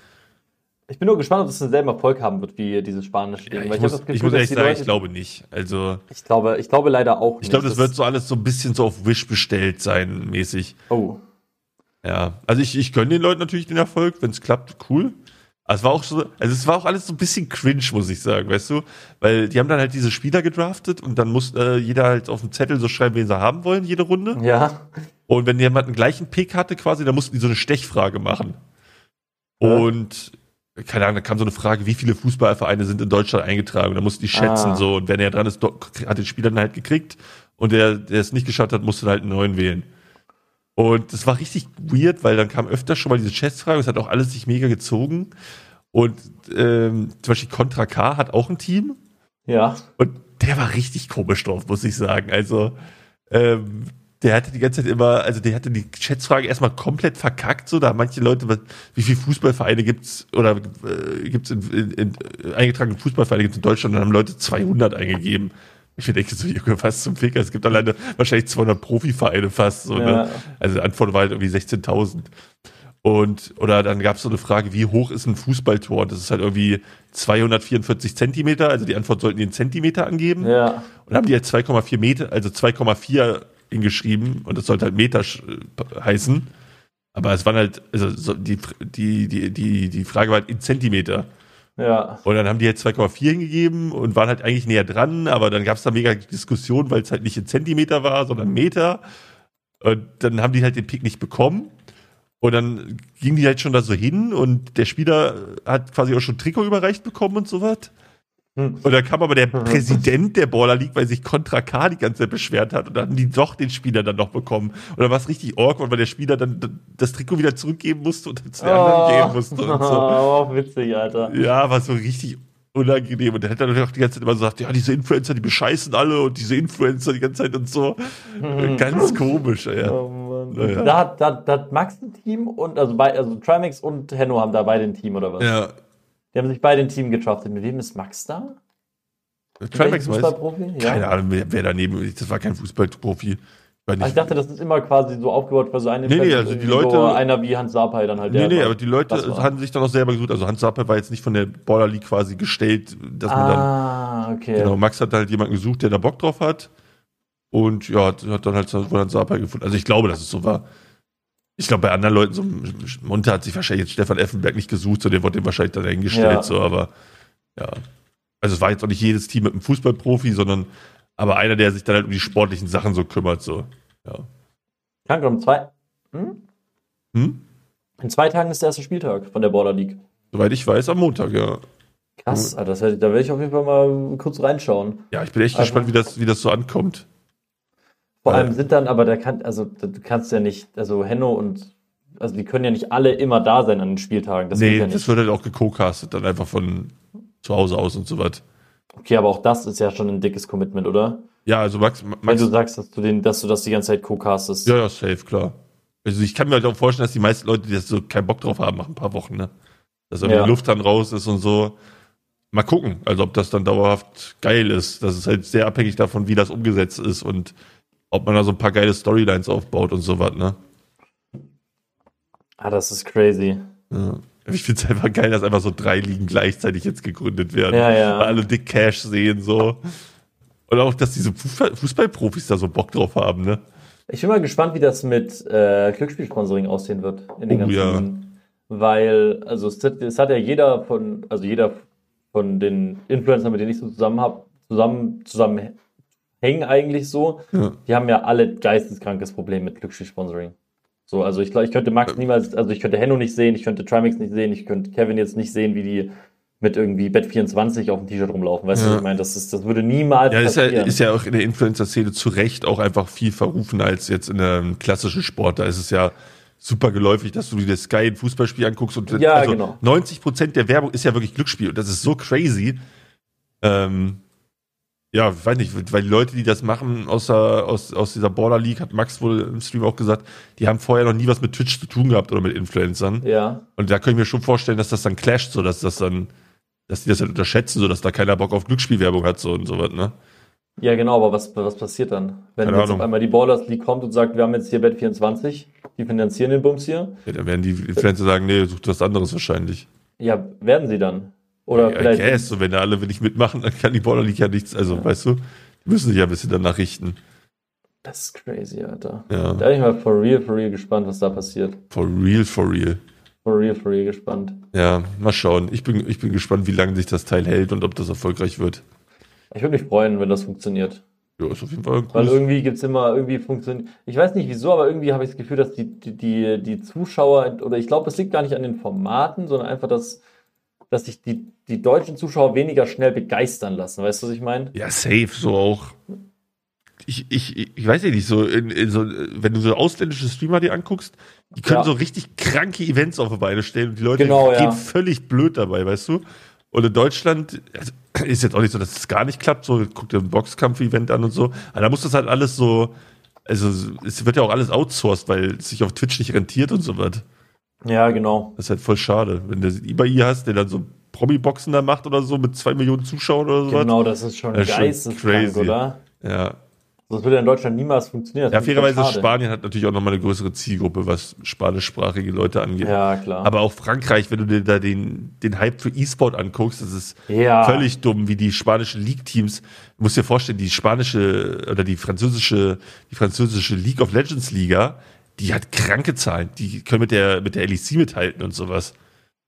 [SPEAKER 1] Ich bin nur gespannt, ob das denselben Erfolg haben wird wie dieses spanische Ding.
[SPEAKER 2] Ja,
[SPEAKER 1] weil
[SPEAKER 2] ich,
[SPEAKER 1] hab
[SPEAKER 2] muss,
[SPEAKER 1] das Gefühl,
[SPEAKER 2] ich muss
[SPEAKER 1] dass
[SPEAKER 2] ehrlich
[SPEAKER 1] die
[SPEAKER 2] sagen,
[SPEAKER 1] Leute-
[SPEAKER 2] ich glaube nicht. Also,
[SPEAKER 1] ich glaube, ich glaube leider auch nicht.
[SPEAKER 2] ich glaube, das wird so alles so ein bisschen so auf Wish bestellt sein, mäßig.
[SPEAKER 1] Oh,
[SPEAKER 2] Ja, also ich, ich gönne den Leuten natürlich den Erfolg, wenn es klappt, cool. Aber es war auch so, also es war auch alles so ein bisschen cringe, muss ich sagen, weißt du? Weil die haben dann halt diese Spieler gedraftet und dann muss äh, jeder halt auf dem Zettel so schreiben, wen sie haben wollen, jede Runde.
[SPEAKER 1] ja.
[SPEAKER 2] Und wenn jemand einen gleichen Pick hatte quasi, dann mussten die so eine Stechfrage machen.
[SPEAKER 1] Ja.
[SPEAKER 2] Und keine Ahnung, da kam so eine Frage, wie viele Fußballvereine sind in Deutschland eingetragen? Da mussten die schätzen
[SPEAKER 1] Ah.
[SPEAKER 2] so. Und wenn er dran ist, do- hat den Spieler dann halt gekriegt. Und der, der es nicht geschafft hat, musste dann halt einen neuen wählen. Und das war richtig weird, weil dann kam öfter schon mal diese Chessfrage. Es hat auch alles sich mega gezogen. Und ähm, zum Beispiel Contra K hat auch ein Team.
[SPEAKER 1] Ja.
[SPEAKER 2] Und der war richtig komisch drauf, muss ich sagen. Also, ähm, der hatte die ganze Zeit immer, also der hatte die Schätzfrage erstmal komplett verkackt, so da haben manche Leute, was- wie viele Fußballvereine gibt's oder äh, gibt's in, in, in äh, eingetragene Fußballvereine gibt's in Deutschland, dann haben Leute 200 eingegeben. Ich mir denke so, Junge, was zum Ficker? Es gibt alleine wahrscheinlich 200 Profivereine fast. So,
[SPEAKER 1] Ja.
[SPEAKER 2] ne? Also die Antwort war halt irgendwie 16.000. Und, oder dann gab es so eine Frage, wie hoch ist ein Fußballtor? Das ist halt irgendwie 244 Zentimeter, also die Antwort sollten die in Zentimeter angeben.
[SPEAKER 1] Ja.
[SPEAKER 2] Und haben die halt 2,4 Meter, also 2,4 hingeschrieben und das sollte halt Meter sch- äh, heißen. Aber es waren halt, also so die, die, die, die, die Frage war halt in Zentimeter.
[SPEAKER 1] Ja.
[SPEAKER 2] Und dann haben die halt 2,4 hingegeben und waren halt eigentlich näher dran, aber dann gab es da mega Diskussion, weil es halt nicht in Zentimeter war, sondern Meter. Und dann haben die halt den Pick nicht bekommen. Und dann gingen die halt schon da so hin und der Spieler hat quasi auch schon Trikot überreicht bekommen und sowas.
[SPEAKER 1] Hm.
[SPEAKER 2] Und dann kam aber der Präsident der Baller League, weil sich Contra K die ganze Zeit beschwert hat. Und dann haben die doch den Spieler dann noch bekommen. Und dann war es richtig awkward, weil der Spieler dann das Trikot wieder zurückgeben musste und dann zu den anderen gehen musste und so.
[SPEAKER 1] Oh, witzig, Alter.
[SPEAKER 2] Ja, war so richtig unangenehm. Und der hat dann natürlich auch die ganze Zeit immer so gesagt, ja, diese Influencer, die bescheißen alle und diese Influencer die ganze Zeit und so.
[SPEAKER 1] Mhm.
[SPEAKER 2] Ganz komisch, ey.
[SPEAKER 1] Oh, Mann.
[SPEAKER 2] Naja.
[SPEAKER 1] Da, hat, da, da hat Max ein Team und also, bei, also Trimax und Henno haben da beide ein Team oder was?
[SPEAKER 2] Ja.
[SPEAKER 1] Die haben sich beide ein Team getraftet. Mit wem ist Max da?
[SPEAKER 2] Trimax
[SPEAKER 1] Welchen
[SPEAKER 2] weiß.
[SPEAKER 1] Fußballprofi? Ja.
[SPEAKER 2] Keine Ahnung, wer, wer daneben ist. Das war kein Fußballprofi. Ich, weiß
[SPEAKER 1] Ah,
[SPEAKER 2] nicht.
[SPEAKER 1] ich dachte, das ist immer quasi so aufgebaut für so einen
[SPEAKER 2] Nee, nee,
[SPEAKER 1] Influencer,
[SPEAKER 2] also die
[SPEAKER 1] wie so
[SPEAKER 2] Leute-
[SPEAKER 1] einer wie Hans Sapai dann halt.
[SPEAKER 2] Nee,
[SPEAKER 1] der
[SPEAKER 2] nee,
[SPEAKER 1] war.
[SPEAKER 2] aber die Leute
[SPEAKER 1] Das war-
[SPEAKER 2] haben sich dann auch selber gesucht. Also Hans Sappe war jetzt nicht von der Baller League quasi gestellt, dass man dann.
[SPEAKER 1] Ah, okay.
[SPEAKER 2] Genau, Max hat halt jemanden gesucht, der da Bock drauf hat. Und ja, hat, hat dann halt so- wohl Hans Sapai gefunden. Also ich glaube, dass es so war. Ich glaube, bei anderen Leuten, so Monte hat sich wahrscheinlich jetzt Stefan Effenberg nicht gesucht, so der wurde ihm wahrscheinlich dann hingestellt,
[SPEAKER 1] Ja.
[SPEAKER 2] so, aber ja. Also es war jetzt auch nicht jedes Team mit einem Fußballprofi, sondern aber einer, der sich dann halt um die sportlichen Sachen so kümmert, so. Ja.
[SPEAKER 1] Krank, um zwei. Hm?
[SPEAKER 2] Hm?
[SPEAKER 1] In zwei Tagen ist der erste Spieltag von der Border League.
[SPEAKER 2] Soweit ich weiß, am Montag, ja.
[SPEAKER 1] Krass,
[SPEAKER 2] Mhm.
[SPEAKER 1] Alter, das, werd- da werde ich auf jeden Fall mal kurz reinschauen.
[SPEAKER 2] Ja, ich bin echt
[SPEAKER 1] Also-
[SPEAKER 2] gespannt, wie das, wie das so ankommt.
[SPEAKER 1] Vor
[SPEAKER 2] Ja.
[SPEAKER 1] allem sind dann, aber da kann, also da- du kannst ja nicht, also Henno und, also die können ja nicht alle immer da sein an den Spieltagen. Das
[SPEAKER 2] nee,
[SPEAKER 1] geht ja
[SPEAKER 2] das
[SPEAKER 1] nicht.
[SPEAKER 2] wird halt auch gecocastet, dann einfach von zu Hause aus und so was.
[SPEAKER 1] Okay, aber auch das ist ja schon ein dickes Commitment, oder?
[SPEAKER 2] Ja, also Max,
[SPEAKER 1] Wenn
[SPEAKER 2] Max
[SPEAKER 1] du sagst, dass du den, dass du das die ganze Zeit co-castest.
[SPEAKER 2] Ja, ja, safe, klar. Also ich kann mir halt auch vorstellen, dass die meisten Leute, die das so keinen Bock drauf haben, nach ein paar Wochen, ne? Dass irgendwie
[SPEAKER 1] Ja.
[SPEAKER 2] die Luft dann raus ist und so. Mal gucken, also ob das dann dauerhaft geil ist. Das ist halt sehr abhängig davon, wie das umgesetzt ist und ob man da so ein paar geile Storylines aufbaut und sowas, ne?
[SPEAKER 1] Ah, das ist crazy.
[SPEAKER 2] Ja. Ich find's einfach geil, dass einfach so drei Ligen gleichzeitig jetzt gegründet werden.
[SPEAKER 1] Ja, ja.
[SPEAKER 2] Weil alle dick Cash sehen, so. Und auch, dass diese Fußball- Fußballprofis da so Bock drauf haben, ne?
[SPEAKER 1] Ich bin mal gespannt, wie das mit äh, Glücksspielsponsoring aussehen wird in den
[SPEAKER 2] Oh,
[SPEAKER 1] ganzen.
[SPEAKER 2] ja.
[SPEAKER 1] Weil, also es, hat- es hat ja jeder von, also jeder von den Influencern, mit denen ich so zusammen habe, zusammen, zusammen hängen eigentlich so,
[SPEAKER 2] Ja.
[SPEAKER 1] die haben ja alle geisteskrankes Problem mit Glücksspielsponsoring. So, also ich glaube, ich könnte Max niemals, also ich könnte Henno nicht sehen, ich könnte Trimax nicht sehen, ich könnte Kevin jetzt nicht sehen, wie die mit irgendwie Bet24 auf dem T-Shirt rumlaufen. Weißt du,
[SPEAKER 2] Ja.
[SPEAKER 1] was ich meine? Das, ist, das würde niemals
[SPEAKER 2] Ja, ist ja,
[SPEAKER 1] passieren.
[SPEAKER 2] ist ja auch in der Influencer-Szene zu Recht auch einfach viel verrufen als jetzt in einem klassischen Sport. Da ist es ja super geläufig, dass du dir das Sky ein Fußballspiel anguckst und
[SPEAKER 1] Ja, genau.
[SPEAKER 2] 90 Prozent der Werbung ist ja wirklich Glücksspiel und das ist so crazy. Ähm, ja, ich weiß nicht, weil die Leute, die das machen aus, der, aus, aus dieser Border League, hat Max wohl im Stream auch gesagt, die haben vorher noch nie was mit Twitch zu tun gehabt oder mit Influencern.
[SPEAKER 1] ja.
[SPEAKER 2] Und da kann ich mir schon vorstellen, dass das dann clasht, so dass das dann, dass die das halt unterschätzen, so dass da keiner Bock auf Glücksspielwerbung hat, so und sowas, ne?
[SPEAKER 1] Ja, genau, aber was, was passiert dann? Wenn
[SPEAKER 2] Keine
[SPEAKER 1] jetzt auf
[SPEAKER 2] Ahnung.
[SPEAKER 1] einmal die Ballers League kommt und sagt, wir haben jetzt hier Bet 24, die finanzieren den Bums hier.
[SPEAKER 2] Ja, dann werden die Influencer sagen, nee, sucht was anderes wahrscheinlich.
[SPEAKER 1] Ja, werden sie dann. Oder
[SPEAKER 2] Ja, I
[SPEAKER 1] vielleicht.
[SPEAKER 2] guess. Und wenn da alle nicht mitmachen, dann kann die Baller nicht ja nichts. Also, weißt du, die müssen sich ja ein bisschen danach richten.
[SPEAKER 1] Das ist crazy, Alter.
[SPEAKER 2] Ja.
[SPEAKER 1] Da bin ich mal for real, for real gespannt, was da passiert.
[SPEAKER 2] For real, for real.
[SPEAKER 1] For real, for real gespannt.
[SPEAKER 2] Ja, mal schauen. Ich bin, ich bin gespannt, wie lange sich das Teil hält und ob das erfolgreich wird.
[SPEAKER 1] Ich würde mich freuen, wenn das funktioniert.
[SPEAKER 2] Ja, ist auf jeden Fall ein
[SPEAKER 1] Weil
[SPEAKER 2] cooles.
[SPEAKER 1] irgendwie gibt's immer, irgendwie funktioniert. Ich weiß nicht wieso, aber irgendwie habe ich das Gefühl, dass die, die, die, die Zuschauer, oder ich glaube, das liegt gar nicht an den Formaten, sondern einfach, dass, dass sich die, die deutschen Zuschauer weniger schnell begeistern lassen. Weißt du, was ich meine?
[SPEAKER 2] Ja, safe, so auch. Ich, ich, ich weiß ja nicht, so, in, in so, wenn du so ausländische Streamer dir anguckst, die können
[SPEAKER 1] Ja.
[SPEAKER 2] so richtig kranke Events auf die Beine stellen und die Leute
[SPEAKER 1] Genau,
[SPEAKER 2] gehen
[SPEAKER 1] ja.
[SPEAKER 2] völlig blöd dabei, weißt du? Und in Deutschland also, ist jetzt auch nicht so, dass es gar nicht klappt, so guck dir ein Boxkampf-Event an und so. Aber da muss das halt alles so, also es wird ja auch alles outsourced, weil es sich auf Twitch nicht rentiert und so was.
[SPEAKER 1] Ja, genau.
[SPEAKER 2] Das ist halt voll schade. Wenn du eBay hast, der dann so Promi-Boxen da macht oder so mit zwei Millionen Zuschauern oder so was.
[SPEAKER 1] Genau, das ist schon
[SPEAKER 2] Das ist schon
[SPEAKER 1] geisteskrank,
[SPEAKER 2] crazy.
[SPEAKER 1] oder?
[SPEAKER 2] Ja,
[SPEAKER 1] Das würde ja in Deutschland niemals funktionieren.
[SPEAKER 2] Ja,
[SPEAKER 1] Das finde ich
[SPEAKER 2] fairerweise,
[SPEAKER 1] voll schade.
[SPEAKER 2] Spanien hat natürlich auch nochmal eine größere Zielgruppe, was spanischsprachige Leute angeht.
[SPEAKER 1] Ja, klar.
[SPEAKER 2] Aber auch Frankreich, wenn du dir da den, den Hype für E-Sport anguckst, das ist
[SPEAKER 1] Ja.
[SPEAKER 2] völlig dumm, wie die spanischen League-Teams. Du musst dir vorstellen, die spanische oder die französische, die französische League of Legends Liga, die hat kranke Zahlen. Die können mit der, mit der LEC mithalten und sowas.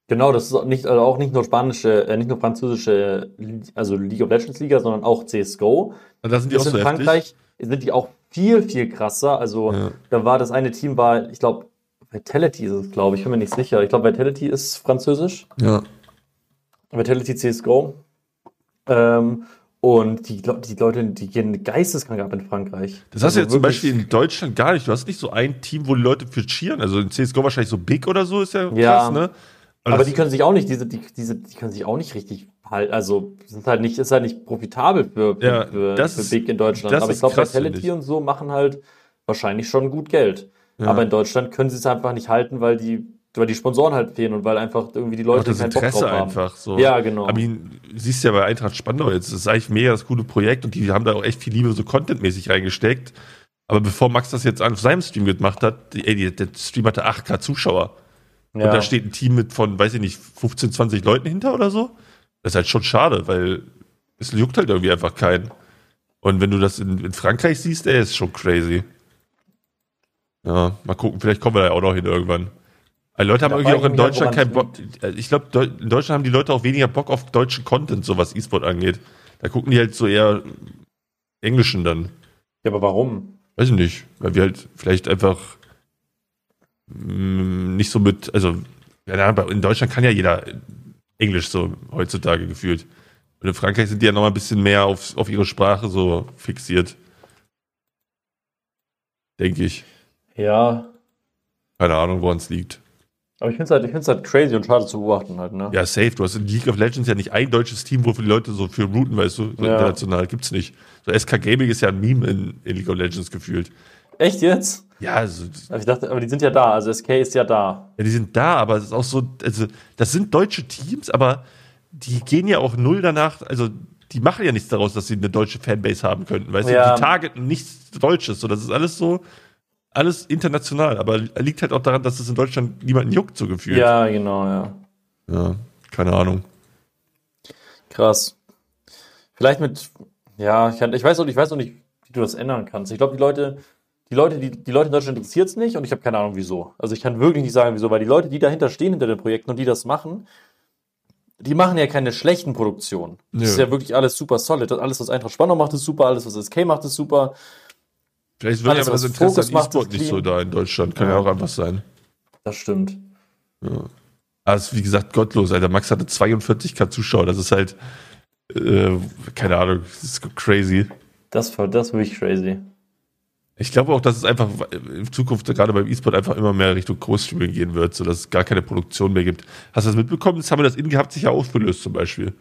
[SPEAKER 1] Genau, das ist auch nicht, also auch nicht nur spanische, äh, nicht nur französische, also League of Legends Liga, sondern auch CSGO.
[SPEAKER 2] Und da sind die
[SPEAKER 1] Das
[SPEAKER 2] auch so
[SPEAKER 1] in
[SPEAKER 2] heftig.
[SPEAKER 1] Frankreich sind die auch viel, viel krasser. Also
[SPEAKER 2] Ja.
[SPEAKER 1] da war das eine Team, war, ich glaube, Vitality ist es, glaube ich, bin mir nicht sicher. Ich glaube, Vitality ist französisch.
[SPEAKER 2] Ja.
[SPEAKER 1] Vitality CSGO. Ähm, und die, Glo- die Leute, die gehen geisteskrank ab in Frankreich.
[SPEAKER 2] Das hast
[SPEAKER 1] Also
[SPEAKER 2] du ja zum
[SPEAKER 1] wirklich-
[SPEAKER 2] Beispiel in Deutschland gar nicht. Du hast nicht so ein Team, wo die Leute für cheeren. Also in CSGO wahrscheinlich so Big oder so ist ja,
[SPEAKER 1] Ja.
[SPEAKER 2] krass, ne?
[SPEAKER 1] Aber
[SPEAKER 2] das-
[SPEAKER 1] die können sich auch nicht, diese, die, diese, die können sich auch nicht richtig halten. Also sind halt nicht, ist halt nicht profitabel für, für,
[SPEAKER 2] Ja,
[SPEAKER 1] für,
[SPEAKER 2] das
[SPEAKER 1] für
[SPEAKER 2] ist-
[SPEAKER 1] Big in Deutschland.
[SPEAKER 2] das
[SPEAKER 1] Aber ich
[SPEAKER 2] ist
[SPEAKER 1] glaube,
[SPEAKER 2] krass, finde
[SPEAKER 1] Vitality
[SPEAKER 2] ich.
[SPEAKER 1] und so machen halt wahrscheinlich schon gut Geld.
[SPEAKER 2] Ja.
[SPEAKER 1] Aber in Deutschland können sie es einfach nicht halten, weil die, weil die Sponsoren halt fehlen und weil einfach irgendwie die
[SPEAKER 2] Auch
[SPEAKER 1] Leute
[SPEAKER 2] das
[SPEAKER 1] keinen Bock drauf
[SPEAKER 2] Interesse
[SPEAKER 1] haben.
[SPEAKER 2] einfach so.
[SPEAKER 1] Ja, genau.
[SPEAKER 2] Aber ihn, siehst ja bei Eintracht Spandau jetzt, das ist eigentlich mega das coole Projekt und die haben da auch echt viel Liebe so contentmäßig reingesteckt. Aber bevor Max das jetzt auf seinem Stream gemacht hat, die- ey, die- der Stream hatte 8k Zuschauer.
[SPEAKER 1] ja.
[SPEAKER 2] Und da steht ein Team mit von, weiß ich nicht, 15, 20 Leuten hinter oder so. Das ist halt schon schade, weil es juckt halt irgendwie einfach keinen. Und wenn du das in, in Frankreich siehst, ey, ist schon crazy. Ja, mal gucken, vielleicht kommen wir da ja auch noch hin irgendwann. Weil Leute haben
[SPEAKER 1] Da
[SPEAKER 2] irgendwie
[SPEAKER 1] frage
[SPEAKER 2] auch
[SPEAKER 1] ich
[SPEAKER 2] in
[SPEAKER 1] mich halt,
[SPEAKER 2] Deutschland keinen
[SPEAKER 1] woran
[SPEAKER 2] Bock. Äh, Ich glaube, Deu- in Deutschland haben die Leute auch weniger Bock auf deutschen Content, so was E-Sport angeht. Da gucken die halt so eher Englischen dann.
[SPEAKER 1] ja, aber warum?
[SPEAKER 2] Weiß ich nicht, weil wir halt vielleicht einfach mm, nicht so mit, also keine Ahnung, bei- in Deutschland kann ja jeder Englisch so heutzutage gefühlt. Und in Frankreich sind die ja nochmal ein bisschen mehr auf, auf ihre Sprache so fixiert. Denke ich.
[SPEAKER 1] Ja.
[SPEAKER 2] Keine Ahnung, woran es liegt.
[SPEAKER 1] Aber ich finde es halt, ich find's halt crazy und schade zu beobachten halt, ne?
[SPEAKER 2] Ja, safe. Du hast in League of Legends ja nicht ein deutsches Team, wofür die Leute so für routen, weißt du, so
[SPEAKER 1] Ja.
[SPEAKER 2] international gibt's nicht. So SK Gaming ist ja ein Meme in, in League of Legends gefühlt.
[SPEAKER 1] Echt jetzt?
[SPEAKER 2] Ja, also,
[SPEAKER 1] Also ich dachte, aber die sind ja da, also SK ist ja da.
[SPEAKER 2] Ja, die sind da, aber es ist auch so, also das sind deutsche Teams, aber die gehen ja auch null danach, also die machen ja nichts daraus, dass sie eine deutsche Fanbase haben könnten, weißt
[SPEAKER 1] Ja.
[SPEAKER 2] du, die targeten nichts Deutsches, so das ist alles so, alles international, aber liegt halt auch daran, dass es in Deutschland niemanden juckt, so gefühlt.
[SPEAKER 1] Ja, genau, ja.
[SPEAKER 2] ja keine Ahnung.
[SPEAKER 1] Krass. Vielleicht mit, ja, ich, kann- ich weiß auch, ich weiß auch nicht, wie du das ändern kannst. Ich glaube, die Leute, die Leute, die, die Leute in Deutschland interessiert es nicht und ich habe keine Ahnung, wieso. Also ich kann wirklich nicht sagen, wieso, weil die Leute, die dahinter stehen, hinter den Projekten und die das machen, die machen ja keine schlechten Produktionen.
[SPEAKER 2] Nö.
[SPEAKER 1] Das ist ja wirklich alles super solid. Alles, was Eintracht Spannung macht, ist super. Alles, was SK macht, ist super.
[SPEAKER 2] Vielleicht wird
[SPEAKER 1] Alles,
[SPEAKER 2] aber das
[SPEAKER 1] was
[SPEAKER 2] Interesse
[SPEAKER 1] Also Fokus
[SPEAKER 2] an
[SPEAKER 1] macht,
[SPEAKER 2] E-Sport
[SPEAKER 1] ist
[SPEAKER 2] nicht
[SPEAKER 1] clean.
[SPEAKER 2] so da in Deutschland, kann ja,
[SPEAKER 1] Ja.
[SPEAKER 2] auch einfach sein.
[SPEAKER 1] Das stimmt.
[SPEAKER 2] Aber es ist wie gesagt gottlos, Alter. Max hatte 42k Zuschauer, das ist halt, äh, keine Ahnung, das ist crazy.
[SPEAKER 1] Das, war- das war wirklich crazy.
[SPEAKER 2] Ich glaube auch, dass es einfach äh, in Zukunft gerade beim E-Sport einfach immer mehr Richtung Großstreaming gehen wird, sodass es gar keine Produktion mehr gibt. Hast du das mitbekommen? Jetzt haben wir das in gehabt sich ja aufgelöst zum Beispiel.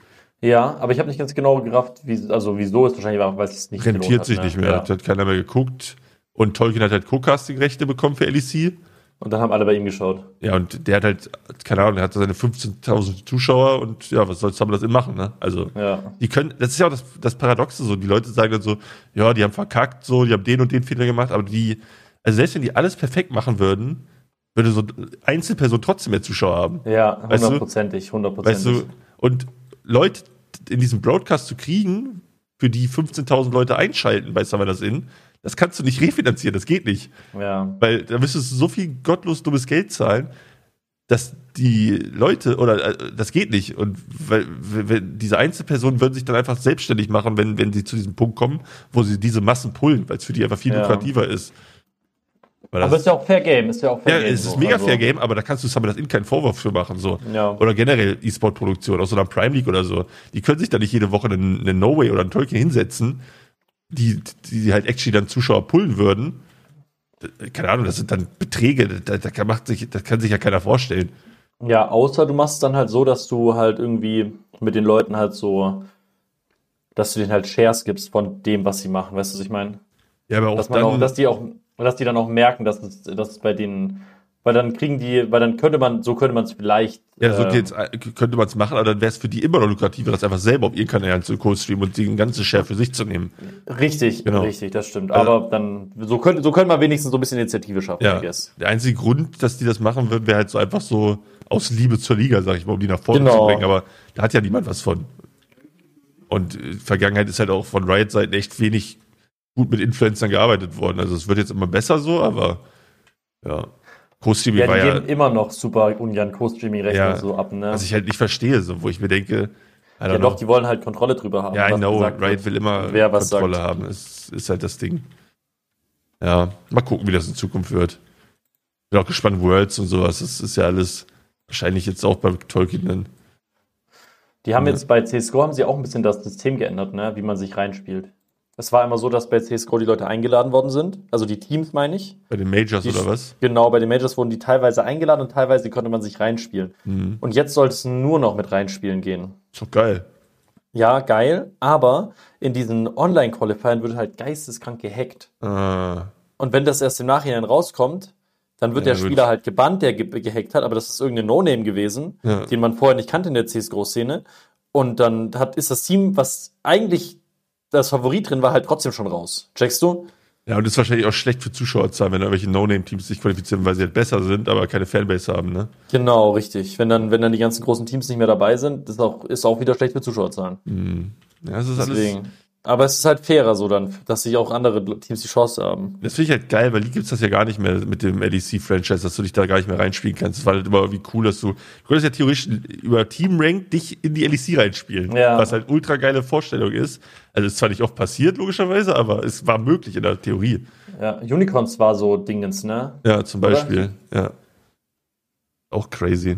[SPEAKER 1] Ja, aber ich habe nicht ganz genau gerafft, wie, also wieso ist wahrscheinlich, weil es nicht gelohnt
[SPEAKER 2] Rentiert
[SPEAKER 1] hat,
[SPEAKER 2] sich
[SPEAKER 1] ne?
[SPEAKER 2] nicht mehr.
[SPEAKER 1] Ja.
[SPEAKER 2] Das hat keiner mehr geguckt. Und Tolkien hat halt Co-Casting-Rechte bekommen für LEC.
[SPEAKER 1] Und dann haben alle bei ihm geschaut.
[SPEAKER 2] Ja, und der hat halt, keine Ahnung, der hat seine 15.000 Zuschauer und ja, was soll Summer das denn machen, ne? Also,
[SPEAKER 1] Ja.
[SPEAKER 2] die können, das ist ja auch das, das Paradoxe so. Die Leute sagen dann so, ja, die haben verkackt, so, die haben den und den Fehler gemacht, aber die, also selbst wenn die alles perfekt machen würden, würde so Einzelperson trotzdem mehr Zuschauer haben.
[SPEAKER 1] Ja,
[SPEAKER 2] Weißt du?
[SPEAKER 1] hundertprozentig, hundertprozentig.
[SPEAKER 2] Weißt du, und Leute in diesem Broadcast zu kriegen, für die 15.000 Leute einschalten bei Summer das In, das kannst du nicht refinanzieren, das geht nicht.
[SPEAKER 1] ja.
[SPEAKER 2] Weil da müsstest du so viel gottlos dummes Geld zahlen, dass die Leute, oder äh, das geht nicht. Und weil, wenn, diese Einzelpersonen würden sich dann einfach selbstständig machen, wenn, wenn sie zu diesem Punkt kommen, wo sie diese Massen pullen, weil es für die einfach viel
[SPEAKER 1] Ja.
[SPEAKER 2] lukrativer ist. Weil
[SPEAKER 1] Aber
[SPEAKER 2] das,
[SPEAKER 1] ist ja auch Fair Game, ist ja auch Fair
[SPEAKER 2] ja,
[SPEAKER 1] Game.
[SPEAKER 2] es ist
[SPEAKER 1] so.
[SPEAKER 2] mega
[SPEAKER 1] Also,
[SPEAKER 2] fair Game, aber da kannst du Summer das In keinen Vorwurf für machen. So.
[SPEAKER 1] Ja.
[SPEAKER 2] Oder generell E-Sport-Produktion aus so einer Prime League oder so. Die können sich da nicht jede Woche einen, einen No Way oder einen Tolkien hinsetzen, die, die halt actually dann Zuschauer pullen würden. Keine Ahnung, das sind dann Beträge, da, da kann, macht sich, das kann sich ja keiner vorstellen.
[SPEAKER 1] Ja, außer du machst es dann halt so, dass du halt irgendwie mit den Leuten halt so, dass du denen halt Shares gibst von dem, was sie machen, weißt du, was ich meine?
[SPEAKER 2] Ja, aber auch
[SPEAKER 1] Dass man auch, dass die auch, dass die dann auch merken, dass es, dass es bei denen, weil dann kriegen die, weil dann könnte man, so könnte man es vielleicht.
[SPEAKER 2] ja, so
[SPEAKER 1] ähm,
[SPEAKER 2] geht's, äh, könnte man es machen, aber dann wäre es für die immer noch lukrativer, das einfach selber auf ihren Kanälen zu co-streamen und den ganzen Share für sich zu nehmen.
[SPEAKER 1] ähm, Richtig,
[SPEAKER 2] Genau.
[SPEAKER 1] richtig, das stimmt.
[SPEAKER 2] Also-
[SPEAKER 1] Aber dann, so könnte, so könnte man wenigstens so ein bisschen Initiative schaffen,
[SPEAKER 2] Ja,
[SPEAKER 1] I guess.
[SPEAKER 2] der einzige Grund, dass die das machen würden, wäre halt so einfach so aus Liebe zur Liga, sag ich mal, um die nach vorne
[SPEAKER 1] Genau.
[SPEAKER 2] zu bringen. Aber da hat ja niemand was von. Und äh, Vergangenheit ist halt auch von Riot-Seiten echt wenig gut mit Influencern gearbeitet worden. Also es wird jetzt immer besser so, aber ja. Co-Streaming
[SPEAKER 1] Ja,
[SPEAKER 2] war
[SPEAKER 1] die
[SPEAKER 2] ja,
[SPEAKER 1] geben immer noch super ungern Co-Streaming-Rechnung
[SPEAKER 2] Ja,
[SPEAKER 1] so ab, ne?
[SPEAKER 2] was ich halt nicht verstehe, so, wo ich mir denke, I don't
[SPEAKER 1] ja, doch,
[SPEAKER 2] know.
[SPEAKER 1] die wollen halt Kontrolle drüber haben.
[SPEAKER 2] ja, I
[SPEAKER 1] was
[SPEAKER 2] know,
[SPEAKER 1] gesagt wird.
[SPEAKER 2] Riot will immer
[SPEAKER 1] wer was
[SPEAKER 2] Kontrolle
[SPEAKER 1] sagt.
[SPEAKER 2] haben. Es ist halt das Ding. Ja, mal gucken, wie das in Zukunft wird. Bin auch gespannt, Worlds und sowas. Das ist ja alles wahrscheinlich jetzt auch beim Tolkien dann.
[SPEAKER 1] Die haben
[SPEAKER 2] Ja.
[SPEAKER 1] jetzt bei CSGO haben sie auch ein bisschen das System geändert, ne? wie man sich reinspielt. Es war immer so, dass bei CSGO die Leute eingeladen worden sind, also die Teams meine ich.
[SPEAKER 2] Bei den Majors
[SPEAKER 1] Die
[SPEAKER 2] oder was?
[SPEAKER 1] Genau, bei den Majors wurden die teilweise eingeladen und teilweise konnte man sich reinspielen.
[SPEAKER 2] Mhm.
[SPEAKER 1] Und jetzt soll es nur noch mit reinspielen gehen.
[SPEAKER 2] Ist doch geil.
[SPEAKER 1] Ja, geil, aber in diesen Online-Qualifiern wird halt geisteskrank gehackt.
[SPEAKER 2] Ah,
[SPEAKER 1] Und wenn das erst im Nachhinein rauskommt, dann wird
[SPEAKER 2] Ja,
[SPEAKER 1] der
[SPEAKER 2] gut.
[SPEAKER 1] Spieler halt gebannt, der ge gehackt hat, aber das ist irgendein No-Name gewesen,
[SPEAKER 2] Ja.
[SPEAKER 1] den man vorher nicht kannte in der CSGO-Szene. Und dann hat, ist das Team, was eigentlich das Favorit drin war, halt trotzdem schon raus. Checkst du?
[SPEAKER 2] ja, und ist wahrscheinlich auch schlecht für Zuschauerzahlen, wenn irgendwelche No-Name-Teams sich qualifizieren, weil sie halt besser sind, aber keine Fanbase haben, ne?
[SPEAKER 1] Genau, richtig. Wenn dann, wenn dann die ganzen großen Teams nicht mehr dabei sind, ist auch, ist auch wieder schlecht für Zuschauerzahlen.
[SPEAKER 2] Mhm. Ja, das ist alles.
[SPEAKER 1] Deswegen. Aber es ist halt fairer so dann, dass sich auch andere Teams die Chance haben.
[SPEAKER 2] Das finde ich halt geil, weil League gibt es das ja gar nicht mehr mit dem LEC-Franchise, dass du dich da gar nicht mehr reinspielen kannst. Das war halt immer irgendwie cool, dass du, du könntest ja theoretisch über Team-Rank dich in die LEC reinspielen,
[SPEAKER 1] Ja.
[SPEAKER 2] was halt ultra geile Vorstellung ist. Also ist zwar nicht oft passiert, logischerweise, aber es war möglich in der Theorie.
[SPEAKER 1] Ja, Unicorns war so Dingens, ne?
[SPEAKER 2] Ja, zum
[SPEAKER 1] Oder?
[SPEAKER 2] Beispiel. Ja. Auch crazy.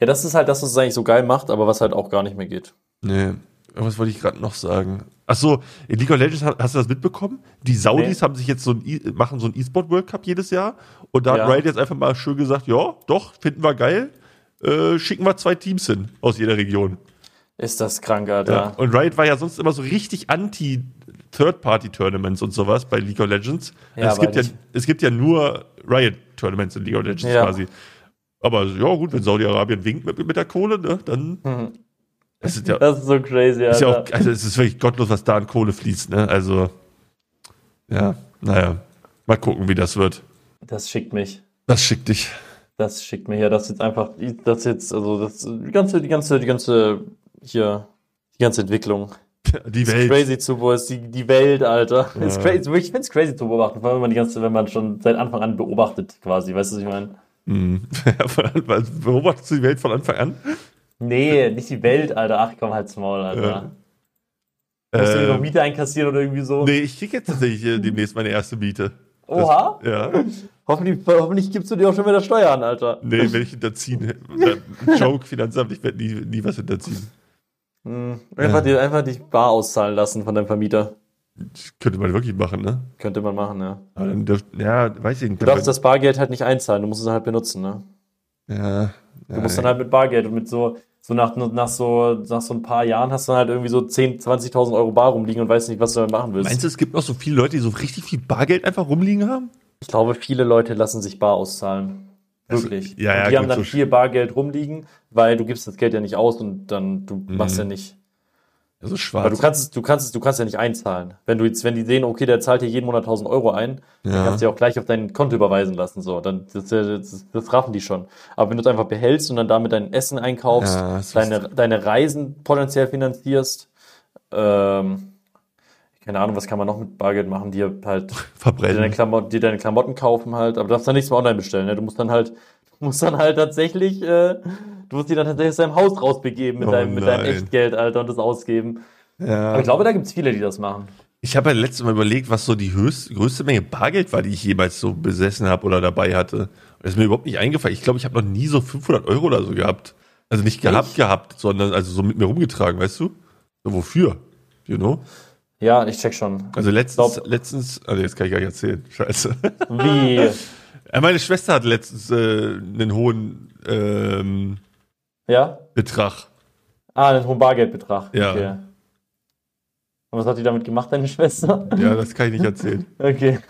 [SPEAKER 1] Ja, das ist halt das, was es eigentlich so geil macht, aber was halt auch gar nicht mehr geht.
[SPEAKER 2] Nee. Irgendwas wollte ich gerade noch sagen. Ach so, in League of Legends hast, hast du das mitbekommen? Die Saudis
[SPEAKER 1] Nee.
[SPEAKER 2] haben sich jetzt so ein e machen so ein E-Sport World Cup jedes Jahr und da
[SPEAKER 1] Ja.
[SPEAKER 2] hat Riot jetzt einfach mal schön gesagt, ja, doch, finden wir geil. Äh, schicken wir zwei Teams hin aus jeder Region.
[SPEAKER 1] Ist das krank, Alter.
[SPEAKER 2] Ja. Und Riot war ja sonst immer so richtig anti Third-Party-Tournaments und sowas bei League of Legends. Also
[SPEAKER 1] Ja,
[SPEAKER 2] es, gibt
[SPEAKER 1] weil
[SPEAKER 2] ja,
[SPEAKER 1] ich-
[SPEAKER 2] es gibt ja nur Riot-Tournaments in League of Legends
[SPEAKER 1] Ja.
[SPEAKER 2] quasi. Aber ja, gut, wenn Saudi-Arabien winkt mit, mit der Kohle, ne, dann.
[SPEAKER 1] Mhm.
[SPEAKER 2] Das ist ja,
[SPEAKER 1] Das ist so crazy,
[SPEAKER 2] ist
[SPEAKER 1] Alter.
[SPEAKER 2] ja auch, also es ist wirklich gottlos, was da an Kohle fließt, ne? Also, ja, naja. Mal gucken, wie das wird.
[SPEAKER 1] Das schickt mich.
[SPEAKER 2] Das schickt dich.
[SPEAKER 1] Das schickt mich ja, das jetzt einfach, das jetzt, also das, die ganze, die ganze, die ganze, hier, die ganze Entwicklung.
[SPEAKER 2] Die
[SPEAKER 1] Ist
[SPEAKER 2] Welt.
[SPEAKER 1] crazy zu beobachten, die, die Welt, Alter.
[SPEAKER 2] Ja.
[SPEAKER 1] Ist crazy, ich find's crazy zu beobachten, vor allem wenn man die ganze, wenn man schon seit Anfang an beobachtet, quasi, weißt du, was ich meine?
[SPEAKER 2] Mhm. Ja, von Anfang- also Beobachtest du die Welt von Anfang an?
[SPEAKER 1] Nee, nicht die Welt, Alter. Ach komm, halt's Maul, Alter. Musst du
[SPEAKER 2] Äh,
[SPEAKER 1] irgendwie noch Miete einkassieren oder irgendwie so?
[SPEAKER 2] nee, ich krieg jetzt tatsächlich äh, demnächst meine erste Miete. Das-
[SPEAKER 1] Oha?
[SPEAKER 2] Ja.
[SPEAKER 1] Hoffentlich, hoffentlich gibst du dir auch schon wieder Steuern, Alter.
[SPEAKER 2] Nee, wenn ich hinterziehen. äh, Joke, Finanzamt, ich werde nie, nie was hinterziehen.
[SPEAKER 1] Hm, einfach, dir, einfach dich bar auszahlen lassen von deinem Vermieter.
[SPEAKER 2] Könnte man wirklich machen, ne?
[SPEAKER 1] Könnte man machen, ja.
[SPEAKER 2] Aber dann dürft, ja, weiß ich nicht.
[SPEAKER 1] Du darfst das Bargeld halt nicht einzahlen, du musst es halt benutzen, ne?
[SPEAKER 2] ja,
[SPEAKER 1] Du musst dann halt mit Bargeld und mit so, so nach, nach so, nach so ein paar Jahren hast du dann halt irgendwie so 10, 20.000 Euro bar rumliegen und weißt nicht, was du damit machen willst.
[SPEAKER 2] Meinst du, es gibt noch so viele Leute, die so richtig viel Bargeld einfach rumliegen haben?
[SPEAKER 1] Ich glaube, viele Leute lassen sich bar auszahlen.
[SPEAKER 2] Also,
[SPEAKER 1] Wirklich.
[SPEAKER 2] ja, ja,
[SPEAKER 1] und die haben
[SPEAKER 2] gut,
[SPEAKER 1] dann
[SPEAKER 2] so Mhm.
[SPEAKER 1] viel Bargeld rumliegen, weil du gibst das Geld ja nicht aus und dann du machst ja nicht.
[SPEAKER 2] Das ist
[SPEAKER 1] Weil du
[SPEAKER 2] schwarz.
[SPEAKER 1] kannst es, du kannst es, du kannst ja nicht einzahlen. Wenn du jetzt, wenn die sehen, okay, der zahlt dir jeden Monat 1000 Euro ein, dann
[SPEAKER 2] Ja.
[SPEAKER 1] kannst du ja auch gleich auf dein Konto überweisen lassen, so. Dann, das, das, das raffen die schon. Aber wenn du es einfach behältst und dann damit dein Essen einkaufst,
[SPEAKER 2] Ja, das ist-
[SPEAKER 1] deine, deine Reisen potenziell finanzierst, ähm, keine Ahnung, was kann man noch mit Bargeld machen, dir halt, dir deine
[SPEAKER 2] Verbrennen.
[SPEAKER 1] Klamotten, dir deine Klamotten kaufen halt, aber du darfst dann nichts mehr online bestellen, ne? Du musst dann halt, du musst dann halt tatsächlich, äh, du musst die dann tatsächlich aus deinem Haus rausbegeben mit
[SPEAKER 2] Oh
[SPEAKER 1] deinem, mit deinem
[SPEAKER 2] nein.
[SPEAKER 1] Echtgeld, Alter, und das ausgeben. Aber
[SPEAKER 2] Ja.
[SPEAKER 1] ich glaube, da gibt es viele, die das machen.
[SPEAKER 2] Ich habe ja letztes Mal überlegt, was so die höchst, größte Menge Bargeld war, die ich jemals so besessen habe oder dabei hatte. Das ist mir überhaupt nicht eingefallen. Ich glaube, ich habe noch nie so 500 Euro oder so gehabt. Also nicht gehabt, gehabt, sondern also so mit mir rumgetragen, weißt du? So, wofür? You know?
[SPEAKER 1] Ja, ich check schon.
[SPEAKER 2] Also letztens,
[SPEAKER 1] Glaub-
[SPEAKER 2] letztens, also jetzt kann ich gar nicht erzählen. Scheiße.
[SPEAKER 1] Wie?
[SPEAKER 2] Äh, Meine Schwester hat letztens äh, einen hohen ähm,
[SPEAKER 1] ja?
[SPEAKER 2] Betrag.
[SPEAKER 1] Ah, einen hohen Bargeldbetrag.
[SPEAKER 2] Ja.
[SPEAKER 1] Und was hat die damit gemacht, deine Schwester?
[SPEAKER 2] Ja, das kann ich nicht erzählen.
[SPEAKER 1] Okay.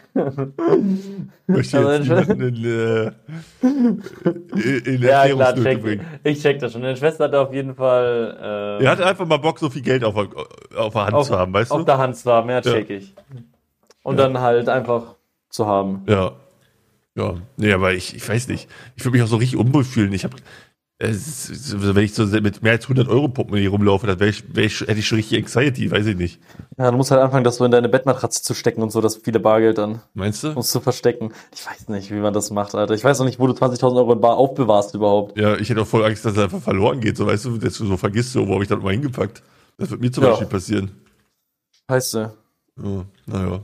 [SPEAKER 2] möchte
[SPEAKER 1] Also
[SPEAKER 2] jetzt
[SPEAKER 1] entschuldi-
[SPEAKER 2] niemanden in, äh, in, äh, in
[SPEAKER 1] ja, klar,
[SPEAKER 2] Erklärungsnöte
[SPEAKER 1] check.
[SPEAKER 2] bringen.
[SPEAKER 1] Ich check das schon. Deine Schwester hatte auf jeden Fall äh,
[SPEAKER 2] Er hatte einfach mal Bock, so viel Geld auf, der- auf der Hand zu haben, weißt
[SPEAKER 1] auf
[SPEAKER 2] du?
[SPEAKER 1] der Hand zu haben, ja, check ich. Und dann halt einfach zu haben.
[SPEAKER 2] Ja. Ja. Nee, aber ich, ich weiß nicht. Ich würde mich auch so richtig unwohl fühlen. Ich habe wenn ich so mit mehr als 100 Euro Portemonnaie rumlaufe, dann wär ich, wär ich, hätte ich schon richtig Anxiety, weiß ich nicht.
[SPEAKER 1] Ja, du musst halt anfangen, das so in deine Bettmatratze zu stecken und so, das viele Bargeld dann.
[SPEAKER 2] Meinst du?
[SPEAKER 1] Musst du verstecken. Ich weiß nicht, wie man das macht, Alter. Ich weiß noch nicht, wo du 20.000 Euro in Bar aufbewahrst überhaupt.
[SPEAKER 2] Ja, ich hätte auch voll Angst, dass es einfach verloren geht. So, weißt du, dass du so vergisst, so, wo habe ich das mal hingepackt? Das wird mir zum
[SPEAKER 1] Ja.
[SPEAKER 2] Beispiel passieren.
[SPEAKER 1] Scheiße.
[SPEAKER 2] Ja, naja.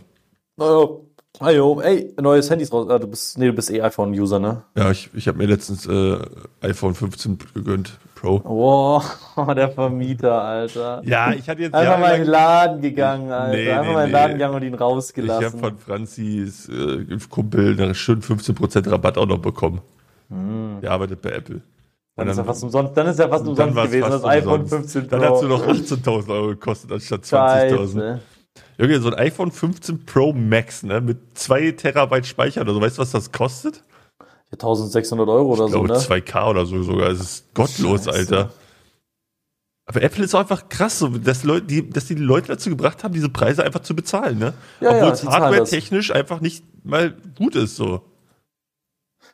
[SPEAKER 1] Ajo, ajo, ey, neues Handy ist raus. Ah, du bist, nee, du bist eh iPhone-User, ne?
[SPEAKER 2] Ja, ich, ich habe mir letztens äh, iPhone 15 gegönnt, Pro.
[SPEAKER 1] Wow, der Vermieter, Alter.
[SPEAKER 2] Ja, ich hatte jetzt
[SPEAKER 1] Einfach mal in den
[SPEAKER 2] jahrelang-
[SPEAKER 1] Laden gegangen, Alter.
[SPEAKER 2] Nee,
[SPEAKER 1] Einfach
[SPEAKER 2] nee,
[SPEAKER 1] mal in den
[SPEAKER 2] nee.
[SPEAKER 1] Laden gegangen und ihn
[SPEAKER 2] Ich
[SPEAKER 1] rausgelassen.
[SPEAKER 2] habe von Franzis äh, Kumpel einen schönen 15% Rabatt auch noch bekommen. Der arbeitet bei Apple.
[SPEAKER 1] dann, ist
[SPEAKER 2] dann-
[SPEAKER 1] er fast umsonst, dann ist er fast umsonst
[SPEAKER 2] war's
[SPEAKER 1] gewesen,
[SPEAKER 2] fast
[SPEAKER 1] Hm. das iPhone
[SPEAKER 2] umsonst.
[SPEAKER 1] 15 Pro.
[SPEAKER 2] Dann hat's nur noch 18.000 Euro gekostet anstatt 20.000.
[SPEAKER 1] Scheiße.
[SPEAKER 2] Junge, so ein iPhone 15 Pro Max ne, mit 2 Terabyte Speicher oder so, weißt du, was das kostet?
[SPEAKER 1] Ja, 1600 Euro oder
[SPEAKER 2] Ich
[SPEAKER 1] so, ne?
[SPEAKER 2] glaube, 2K oder so sogar. Es ist gottlos,
[SPEAKER 1] Scheiße.
[SPEAKER 2] Alter. Aber Apple ist auch einfach krass, so, dass, Leute, die, dass die Leute dazu gebracht haben, diese Preise einfach zu bezahlen, ne?
[SPEAKER 1] Ja, ja,
[SPEAKER 2] Obwohl es
[SPEAKER 1] die zahlen das.
[SPEAKER 2] hardware-technisch einfach nicht mal gut ist, so.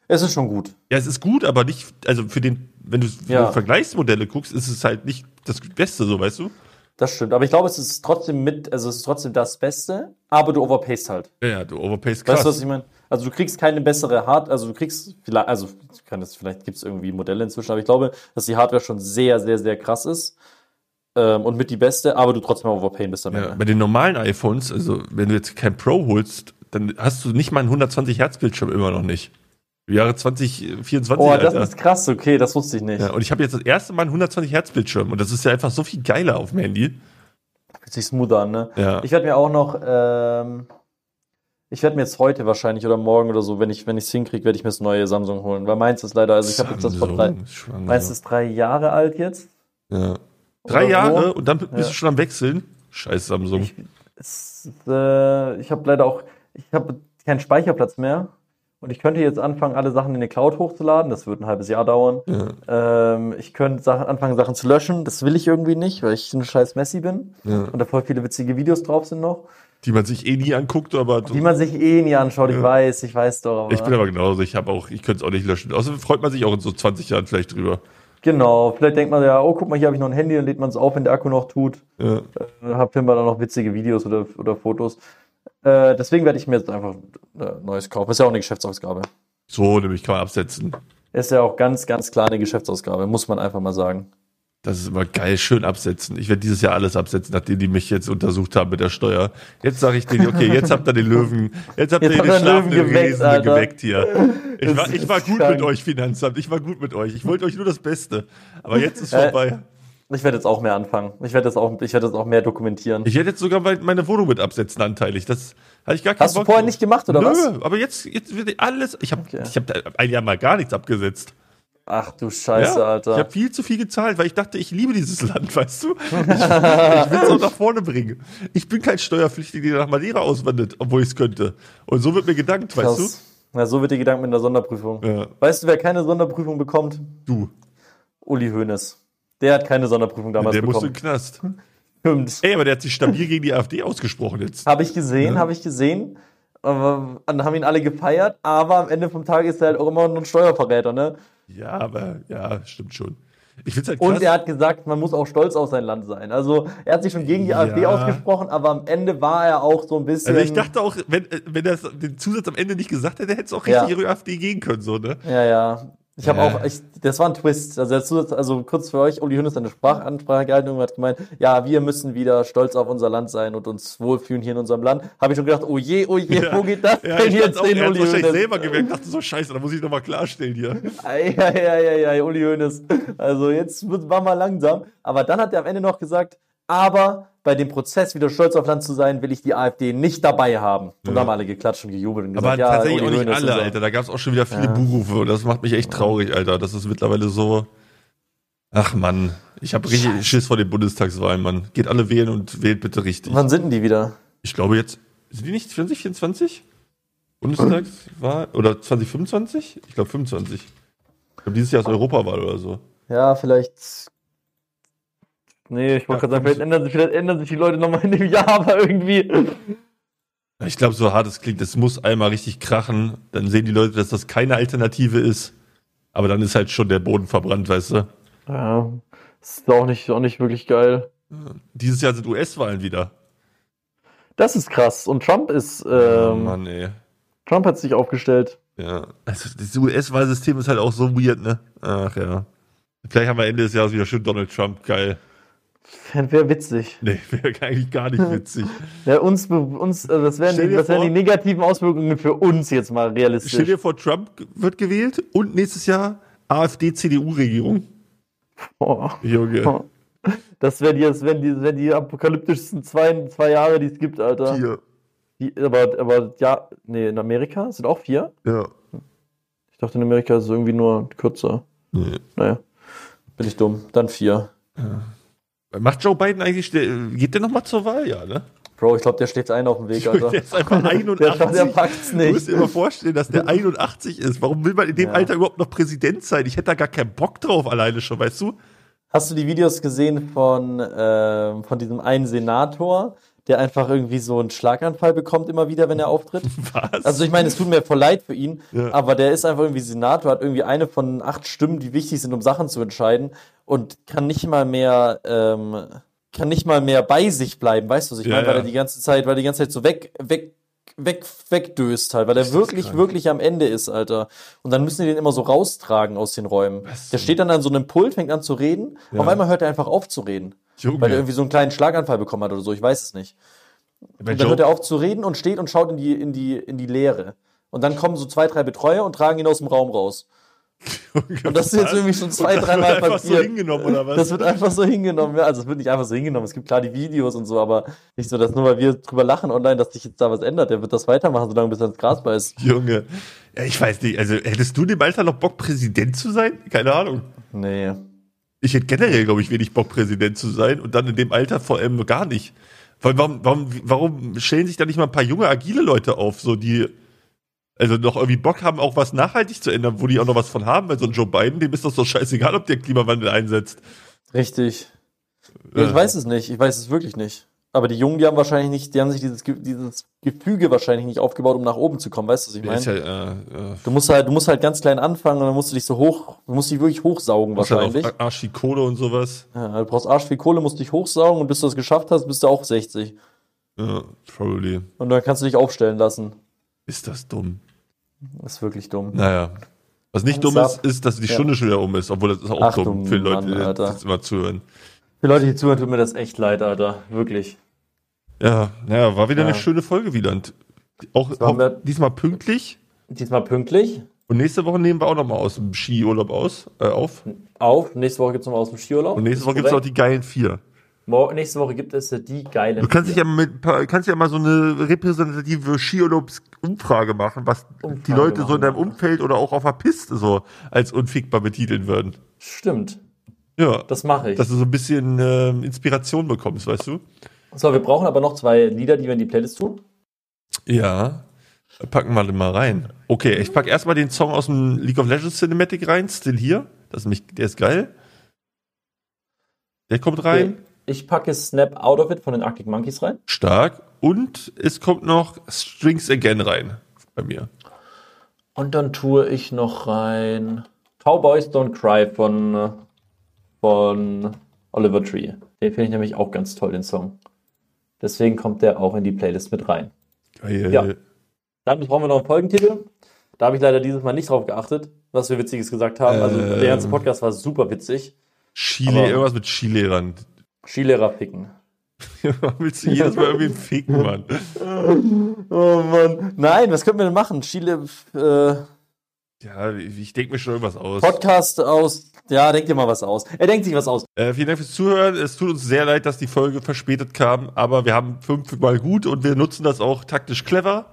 [SPEAKER 1] Es ist schon gut.
[SPEAKER 2] Ja, es ist gut, aber nicht, also für den, wenn du
[SPEAKER 1] Ja.
[SPEAKER 2] Vergleichsmodelle guckst, ist es halt nicht das Beste, so, weißt du?
[SPEAKER 1] Das stimmt. Aber ich glaube, es ist trotzdem mit, also es ist trotzdem das Beste, aber du overpayst halt.
[SPEAKER 2] Ja, ja, du overpayst
[SPEAKER 1] Weißt du, was ich meine? Also du kriegst keine bessere Hardware, also du kriegst vielleicht, also ich kann das, vielleicht gibt es irgendwie Modelle inzwischen, aber ich glaube, dass die Hardware schon sehr, sehr, sehr krass ist ähm, und mit die beste, aber du trotzdem am overpayen bist am
[SPEAKER 2] ja,
[SPEAKER 1] Ende.
[SPEAKER 2] bei den normalen iPhones, also wenn du jetzt kein Pro holst, dann hast du nicht mal einen 120 Hertz Bildschirm immer noch nicht. Im Jahre 2024.
[SPEAKER 1] Oh, das
[SPEAKER 2] Alter.
[SPEAKER 1] ist krass, okay, das wusste ich nicht.
[SPEAKER 2] Ja, und ich habe jetzt das erste Mal einen 120 Hertz Bildschirm und das ist ja einfach so viel geiler auf dem Handy.
[SPEAKER 1] Fühlt sich smooth an, ne?
[SPEAKER 2] Ja.
[SPEAKER 1] Ich werde mir auch noch, ähm, ich werde mir jetzt heute wahrscheinlich oder morgen oder so, wenn ich wenn ich es hinkriege, werde ich mir das neue Samsung holen, weil meins ist leider, also ich habe jetzt das vor drei,
[SPEAKER 2] Samsung, schwanger.
[SPEAKER 1] meins ist drei Jahre alt jetzt.
[SPEAKER 2] ja.
[SPEAKER 1] Oder
[SPEAKER 2] drei
[SPEAKER 1] so.
[SPEAKER 2] Jahre und dann bist
[SPEAKER 1] Ja.
[SPEAKER 2] du schon am Wechseln. Scheiß Samsung.
[SPEAKER 1] Ich, es, äh, ich habe leider auch, ich habe keinen Speicherplatz mehr und ich könnte jetzt anfangen, alle Sachen in die Cloud hochzuladen. Das wird ein halbes Jahr dauern.
[SPEAKER 2] ja,
[SPEAKER 1] Ähm, ich könnte Sachen, anfangen, Sachen zu löschen. Das will ich irgendwie nicht, weil ich ein scheiß Messi bin
[SPEAKER 2] ja.
[SPEAKER 1] und da voll viele witzige Videos drauf sind noch,
[SPEAKER 2] Die man sich eh nie anguckt, aber
[SPEAKER 1] die man sich eh nie anschaut. Ich
[SPEAKER 2] Ja.
[SPEAKER 1] weiß, ich weiß doch. Aber
[SPEAKER 2] Ich bin aber genauso, ich habe auch, ich könnte es auch nicht löschen. Außerdem freut man sich auch in so 20 Jahren vielleicht drüber.
[SPEAKER 1] genau, vielleicht denkt man ja, oh, guck mal, hier habe ich noch ein Handy und lädt man es auf, wenn der Akku noch tut.
[SPEAKER 2] Ja.
[SPEAKER 1] Dann hab- filmen wir dann noch witzige Videos oder, oder Fotos. Äh, deswegen werde ich mir jetzt einfach äh, Neues kaufen. Ist ja auch eine Geschäftsausgabe.
[SPEAKER 2] So, nämlich kann man absetzen.
[SPEAKER 1] Ist ja auch ganz, ganz klar eine Geschäftsausgabe, muss man einfach mal sagen.
[SPEAKER 2] Das ist immer geil, schön absetzen. Ich werde dieses Jahr alles absetzen, nachdem die mich jetzt untersucht haben mit der Steuer. Jetzt sage ich denen, okay, jetzt habt ihr den Löwen, jetzt habt
[SPEAKER 1] Jetzt
[SPEAKER 2] ihr
[SPEAKER 1] habt
[SPEAKER 2] den
[SPEAKER 1] ihr den Löwen
[SPEAKER 2] schlafenden
[SPEAKER 1] geweckt,
[SPEAKER 2] Riesen
[SPEAKER 1] Alter.
[SPEAKER 2] geweckt hier. Ich
[SPEAKER 1] Das
[SPEAKER 2] war, ich
[SPEAKER 1] ist
[SPEAKER 2] war gut
[SPEAKER 1] krank.
[SPEAKER 2] mit euch, Finanzamt, ich war gut mit euch. Ich wollte euch nur das Beste. Aber jetzt ist
[SPEAKER 1] Äh,
[SPEAKER 2] vorbei.
[SPEAKER 1] Ich werde jetzt auch mehr anfangen. Ich werde jetzt auch, ich werde jetzt auch mehr dokumentieren.
[SPEAKER 2] Ich hätte jetzt sogar mein- meine Wohnung mit absetzen anteilig. Das hatte ich gar keinen
[SPEAKER 1] Hast du
[SPEAKER 2] Bock
[SPEAKER 1] vorher
[SPEAKER 2] drauf.
[SPEAKER 1] nicht gemacht, oder
[SPEAKER 2] Nö,
[SPEAKER 1] was?
[SPEAKER 2] aber jetzt, jetzt wird alles. Ich habe
[SPEAKER 1] Okay.
[SPEAKER 2] ich hab ein Jahr mal gar nichts abgesetzt.
[SPEAKER 1] Ach du Scheiße,
[SPEAKER 2] Ja, Ich
[SPEAKER 1] Alter.
[SPEAKER 2] habe viel zu viel gezahlt, weil ich dachte, ich liebe dieses Land, weißt du? Ich, ich will es auch nach vorne bringen. Ich bin kein Steuerpflichtiger, der nach Madeira auswandert, obwohl ich es könnte. Und so wird mir gedankt, weißt
[SPEAKER 1] Krass. Na, so wird dir Gedanken mit einer Sonderprüfung.
[SPEAKER 2] du? Ja,
[SPEAKER 1] Weißt du, wer keine Sonderprüfung bekommt?
[SPEAKER 2] du,
[SPEAKER 1] Uli Hoeneß. Der hat keine Sonderprüfung damals
[SPEAKER 2] der musste in
[SPEAKER 1] bekommen.
[SPEAKER 2] den Knast.
[SPEAKER 1] Stimmt.
[SPEAKER 2] Ey, aber der hat sich stabil gegen die AfD ausgesprochen jetzt.
[SPEAKER 1] Habe ich gesehen, habe ich gesehen. Aber, und haben ihn alle gefeiert, aber am Ende vom Tag ist er halt auch immer nur ein Steuerverräter, ne?
[SPEAKER 2] Ja, aber ja, stimmt schon. Ich find's halt krass.
[SPEAKER 1] Und er hat gesagt, man muss auch stolz auf sein Land sein. Also er hat sich schon gegen die
[SPEAKER 2] Ja.
[SPEAKER 1] AfD ausgesprochen, aber am Ende war er auch so ein bisschen.
[SPEAKER 2] also ich dachte auch, wenn, äh, wenn er es- den Zusatz am Ende nicht gesagt hätte, hätte es auch
[SPEAKER 1] Ja.
[SPEAKER 2] richtig ihre AfD gehen können, so, ne?
[SPEAKER 1] Ja, ja. Ich habe
[SPEAKER 2] Ja.
[SPEAKER 1] auch, ich, das war ein Twist. Also, der Zusatz, also kurz für euch, Uli Hoeneß hat eine Sprachansprache gehalten und hat gemeint, ja, wir müssen wieder stolz auf unser Land sein und uns wohlfühlen hier in unserem Land. Habe ich schon gedacht, oh je, oh je, wo geht das
[SPEAKER 2] Ja,
[SPEAKER 1] denn
[SPEAKER 2] ich
[SPEAKER 1] jetzt
[SPEAKER 2] jetzt auch,
[SPEAKER 1] hin,
[SPEAKER 2] er hat
[SPEAKER 1] Uli
[SPEAKER 2] wahrscheinlich
[SPEAKER 1] Hoeneß?
[SPEAKER 2] selber gemerkt, dachte so, scheiße, da muss ich nochmal klarstellen hier.
[SPEAKER 1] Ja, ja, ja, ja, Uli Hoeneß. Also jetzt wird- war mal langsam. Aber dann hat er am Ende noch gesagt, aber bei dem Prozess wieder stolz auf Land zu sein, will ich die AfD nicht dabei haben. Und
[SPEAKER 2] Ja.
[SPEAKER 1] dann haben alle geklatscht und gejubelt und
[SPEAKER 2] Aber
[SPEAKER 1] gesagt, ja,
[SPEAKER 2] tatsächlich
[SPEAKER 1] Uli
[SPEAKER 2] auch nicht
[SPEAKER 1] Hoeneß
[SPEAKER 2] alle,
[SPEAKER 1] und so.
[SPEAKER 2] Alter. Da gab es auch schon wieder viele
[SPEAKER 1] Ja.
[SPEAKER 2] Buhrufe und das macht mich echt traurig, Alter. Das ist mittlerweile so. Ach Mann, ich habe richtig Schiss vor den Bundestagswahlen, Mann. Geht alle wählen und wählt bitte richtig.
[SPEAKER 1] Wann sind denn die wieder?
[SPEAKER 2] Ich glaube jetzt, sind die nicht 2024? Bundestagswahl? Oder 2025? Ich glaube 25. Ich glaube, dieses Jahr ist Europawahl oder so.
[SPEAKER 1] Ja, vielleicht. Nee, ich wollte gerade sagen, vielleicht ändern, sich, vielleicht ändern sich die Leute nochmal in dem Jahr, aber irgendwie.
[SPEAKER 2] Ich glaube, so hart es klingt, es muss einmal richtig krachen. Dann sehen die Leute, dass das keine Alternative ist. Aber dann ist halt schon der Boden verbrannt, weißt du?
[SPEAKER 1] Ja, ist auch nicht, auch nicht wirklich geil.
[SPEAKER 2] Dieses Jahr sind US-Wahlen wieder.
[SPEAKER 1] Das ist krass. Und Trump ist.
[SPEAKER 2] Oh
[SPEAKER 1] Ähm,
[SPEAKER 2] Mann, ey.
[SPEAKER 1] Trump hat sich aufgestellt.
[SPEAKER 2] Ja. Also das US-Wahlsystem ist halt auch so weird, ne? Ach ja. Vielleicht haben wir Ende des Jahres wieder schön Donald Trump, geil.
[SPEAKER 1] Wäre witzig.
[SPEAKER 2] Nee, wäre eigentlich gar nicht witzig.
[SPEAKER 1] Ja, uns, be- uns, also das wären,
[SPEAKER 2] Stell
[SPEAKER 1] die,
[SPEAKER 2] dir
[SPEAKER 1] das wären
[SPEAKER 2] vor-
[SPEAKER 1] die negativen Auswirkungen für uns jetzt mal
[SPEAKER 2] Stell
[SPEAKER 1] realistisch.
[SPEAKER 2] dir vor, Trump wird gewählt und nächstes Jahr AfD-CDU-Regierung.
[SPEAKER 1] Oh,
[SPEAKER 2] Junge,
[SPEAKER 1] Oh. das wären die, das wären die, das wären die apokalyptischsten zwei, zwei Jahre, die es gibt, Alter.
[SPEAKER 2] hier.
[SPEAKER 1] Die, aber, aber ja, nee, in Amerika sind auch vier.
[SPEAKER 2] Ja.
[SPEAKER 1] Ich dachte, in Amerika ist es irgendwie nur kürzer.
[SPEAKER 2] Nee.
[SPEAKER 1] Naja. Bin ich dumm. Dann vier.
[SPEAKER 2] Macht Joe Biden eigentlich, der- geht der nochmal zur Wahl, ja, ne?
[SPEAKER 1] Bro, ich glaube, der schläft einen auf dem Weg, Alter.
[SPEAKER 2] Der ist einfach
[SPEAKER 1] Also, Der, schafft- der
[SPEAKER 2] 81.
[SPEAKER 1] packt's
[SPEAKER 2] Du musst
[SPEAKER 1] nicht.
[SPEAKER 2] dir mal vorstellen, dass der 81 ist. Warum will man in dem
[SPEAKER 1] Ja.
[SPEAKER 2] Alter überhaupt noch Präsident sein? Ich hätte da gar keinen Bock drauf alleine schon, weißt du?
[SPEAKER 1] Hast du die Videos gesehen von, ähm, von diesem einen Senator, der einfach irgendwie so einen Schlaganfall bekommt, immer wieder, wenn er auftritt?
[SPEAKER 2] Was?
[SPEAKER 1] Also ich meine, es tut mir voll leid für ihn,
[SPEAKER 2] Ja.
[SPEAKER 1] aber der ist einfach irgendwie Senator, hat irgendwie eine von acht Stimmen, die wichtig sind, um Sachen zu entscheiden und kann nicht mal mehr, ähm, kann nicht mal mehr bei sich bleiben, weißt du, was ich
[SPEAKER 2] Ja,
[SPEAKER 1] meine? Weil
[SPEAKER 2] ja.
[SPEAKER 1] er die ganze Zeit, weil er die ganze Zeit so weg, weg, weg, wegdöst halt, weil er wirklich,
[SPEAKER 2] krank.
[SPEAKER 1] wirklich am Ende ist, Alter. Und dann müssen die den immer so raustragen aus den Räumen.
[SPEAKER 2] Was?
[SPEAKER 1] Der steht dann an so einem Pult, fängt an zu reden,
[SPEAKER 2] Ja.
[SPEAKER 1] auf einmal hört er einfach auf zu reden.
[SPEAKER 2] Junge.
[SPEAKER 1] Weil er irgendwie so einen kleinen Schlaganfall bekommen hat oder so, ich weiß es nicht.
[SPEAKER 2] Bei
[SPEAKER 1] Und dann
[SPEAKER 2] Joe,
[SPEAKER 1] hört er auf zu reden und steht und schaut in die, in die, in die Leere. Und dann kommen so zwei, drei Betreuer und tragen ihn aus dem Raum raus. Und das ist jetzt irgendwie schon zwei,
[SPEAKER 2] das wird
[SPEAKER 1] dreimal
[SPEAKER 2] einfach so
[SPEAKER 1] passiert.
[SPEAKER 2] hingenommen, oder was?
[SPEAKER 1] das wird einfach so hingenommen. Ja, also es wird nicht einfach so hingenommen. Es gibt klar die Videos und so, aber nicht so, dass nur weil wir drüber lachen online, dass sich jetzt da was ändert. Der wird das weitermachen, solange bis er ins Gras beißt.
[SPEAKER 2] Junge. Ja, ich weiß nicht, also hättest du in dem Alter noch Bock, Präsident zu sein? Keine Ahnung.
[SPEAKER 1] Nee.
[SPEAKER 2] Ich hätte generell, glaube ich, wenig Bock, Präsident zu sein und dann in dem Alter vor allem gar nicht. Weil warum, warum, warum stellen sich da nicht mal ein paar junge, agile Leute auf, so die also noch irgendwie Bock haben, auch was nachhaltig zu ändern, wo die auch noch was von haben, weil so ein Joe Biden, dem ist das doch scheißegal, ob der Klimawandel einsetzt.
[SPEAKER 1] Richtig. Ja, ich
[SPEAKER 2] Äh,
[SPEAKER 1] weiß es nicht. Ich weiß es wirklich nicht. Aber die Jungen, die haben wahrscheinlich nicht, die haben sich dieses, Ge- dieses Gefüge wahrscheinlich nicht aufgebaut, um nach oben zu kommen. Weißt du, was ich
[SPEAKER 2] der
[SPEAKER 1] meine?
[SPEAKER 2] ist ja, äh, äh,
[SPEAKER 1] Du musst halt, du musst halt ganz klein anfangen und dann musst du dich so hoch, du musst dich wirklich hochsaugen
[SPEAKER 2] ist halt
[SPEAKER 1] wahrscheinlich.
[SPEAKER 2] auf Arsch wie Kohle und sowas.
[SPEAKER 1] Ja, du brauchst Arsch viel Kohle, musst dich hochsaugen und bis du das geschafft hast, bist du auch 60.
[SPEAKER 2] Ja, probably.
[SPEAKER 1] Und dann kannst du dich aufstellen lassen.
[SPEAKER 2] Ist das dumm.
[SPEAKER 1] Das ist wirklich dumm.
[SPEAKER 2] Naja. Was nicht dumm
[SPEAKER 1] Thumbs
[SPEAKER 2] ist,
[SPEAKER 1] up.
[SPEAKER 2] ist, dass die
[SPEAKER 1] Ja.
[SPEAKER 2] Stunde schon wieder um ist, obwohl das ist auch
[SPEAKER 1] Ach,
[SPEAKER 2] dumm
[SPEAKER 1] du
[SPEAKER 2] für
[SPEAKER 1] Mann,
[SPEAKER 2] Leute, die
[SPEAKER 1] Alter.
[SPEAKER 2] jetzt immer zuhören.
[SPEAKER 1] Für Leute, die zuhören, tut mir das echt leid, Alter. Wirklich.
[SPEAKER 2] Ja, naja, war wieder
[SPEAKER 1] Ja.
[SPEAKER 2] eine schöne Folge wieder. Und auch,
[SPEAKER 1] war
[SPEAKER 2] auch
[SPEAKER 1] mehr-
[SPEAKER 2] diesmal pünktlich.
[SPEAKER 3] Diesmal pünktlich
[SPEAKER 2] Und nächste Woche nehmen wir auch nochmal aus dem Skiurlaub aus, äh, auf.
[SPEAKER 3] auf. Nächste Woche gibt es nochmal aus dem Skiurlaub.
[SPEAKER 2] Und nächste
[SPEAKER 3] Ist
[SPEAKER 2] Woche gibt es noch
[SPEAKER 3] korrekt.
[SPEAKER 2] die geilen vier.
[SPEAKER 3] Mor- Nächste Woche gibt es äh, die geilen.
[SPEAKER 2] Du kannst dich ja, mit, ein paar- kannst ja mal so eine repräsentative Skiurlaubsumfrage machen, was die
[SPEAKER 3] Umfrage
[SPEAKER 2] Leute so
[SPEAKER 3] machen,
[SPEAKER 2] in deinem
[SPEAKER 3] ja.
[SPEAKER 2] Umfeld oder auch auf der Piste so als unfickbar betiteln würden.
[SPEAKER 3] Stimmt.
[SPEAKER 2] Ja.
[SPEAKER 3] Das mache ich.
[SPEAKER 2] dass du so ein bisschen ähm, Inspiration bekommst, weißt du?
[SPEAKER 3] so, wir brauchen aber noch zwei Lieder, die wir in die Playlist tun.
[SPEAKER 2] Ja. Packen wir den mal rein. Okay, ich pack erstmal den Song aus dem League of Legends Cinematic rein, Still Here. Das ist mich, der ist geil. Der kommt rein.
[SPEAKER 1] Ich packe Snap Out of It von den Arctic Monkeys rein.
[SPEAKER 2] Stark. Und es kommt noch Strings Again rein bei mir.
[SPEAKER 1] Und dann tue ich noch rein Cowboys Don't Cry von, äh, von Oliver Tree. Den finde ich nämlich auch ganz toll, den Song. Deswegen kommt der auch in die Playlist mit rein.
[SPEAKER 2] Geil.
[SPEAKER 1] Ja. Dann brauchen wir noch einen Folgentitel. Da habe ich leider dieses Mal nicht drauf geachtet, was wir Witziges gesagt haben. Also der ganze
[SPEAKER 2] Ähm.
[SPEAKER 1] Podcast war super witzig.
[SPEAKER 2] Chile,
[SPEAKER 1] Aber-
[SPEAKER 2] irgendwas mit Chile-Rand.
[SPEAKER 1] Skilehrer ficken.
[SPEAKER 2] Willst du jedes Mal irgendwie ficken, Mann?
[SPEAKER 4] Oh Mann. Nein, was können wir denn machen? Chile, äh,
[SPEAKER 2] Ja, ich denke mir schon irgendwas aus.
[SPEAKER 4] Podcast aus. Ja, denk dir mal was aus. Er denkt sich was aus.
[SPEAKER 2] Äh, vielen Dank fürs Zuhören. Es tut uns sehr leid, dass die Folge verspätet kam, aber wir haben fünfmal gut und wir nutzen das auch taktisch clever.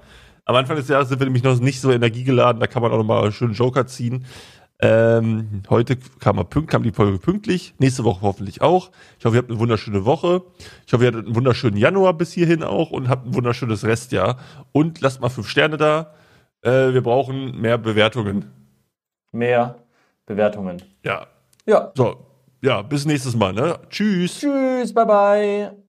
[SPEAKER 2] Am Anfang des Jahres sind wir nämlich noch nicht so energiegeladen, da kann man auch nochmal einen schönen Joker ziehen. Ähm, heute kam, er pünkt, kam die Folge pünktlich, nächste Woche hoffentlich auch. Ich hoffe, ihr habt eine wunderschöne Woche. Ich hoffe, ihr hattet einen wunderschönen Januar bis hierhin auch und habt ein wunderschönes Restjahr. Und lasst mal fünf Sterne da. Äh, wir brauchen mehr Bewertungen.
[SPEAKER 1] Mehr Bewertungen.
[SPEAKER 2] Ja.
[SPEAKER 1] Ja.
[SPEAKER 2] So, ja, bis nächstes Mal, ne? Tschüss.
[SPEAKER 1] Tschüss, bye bye.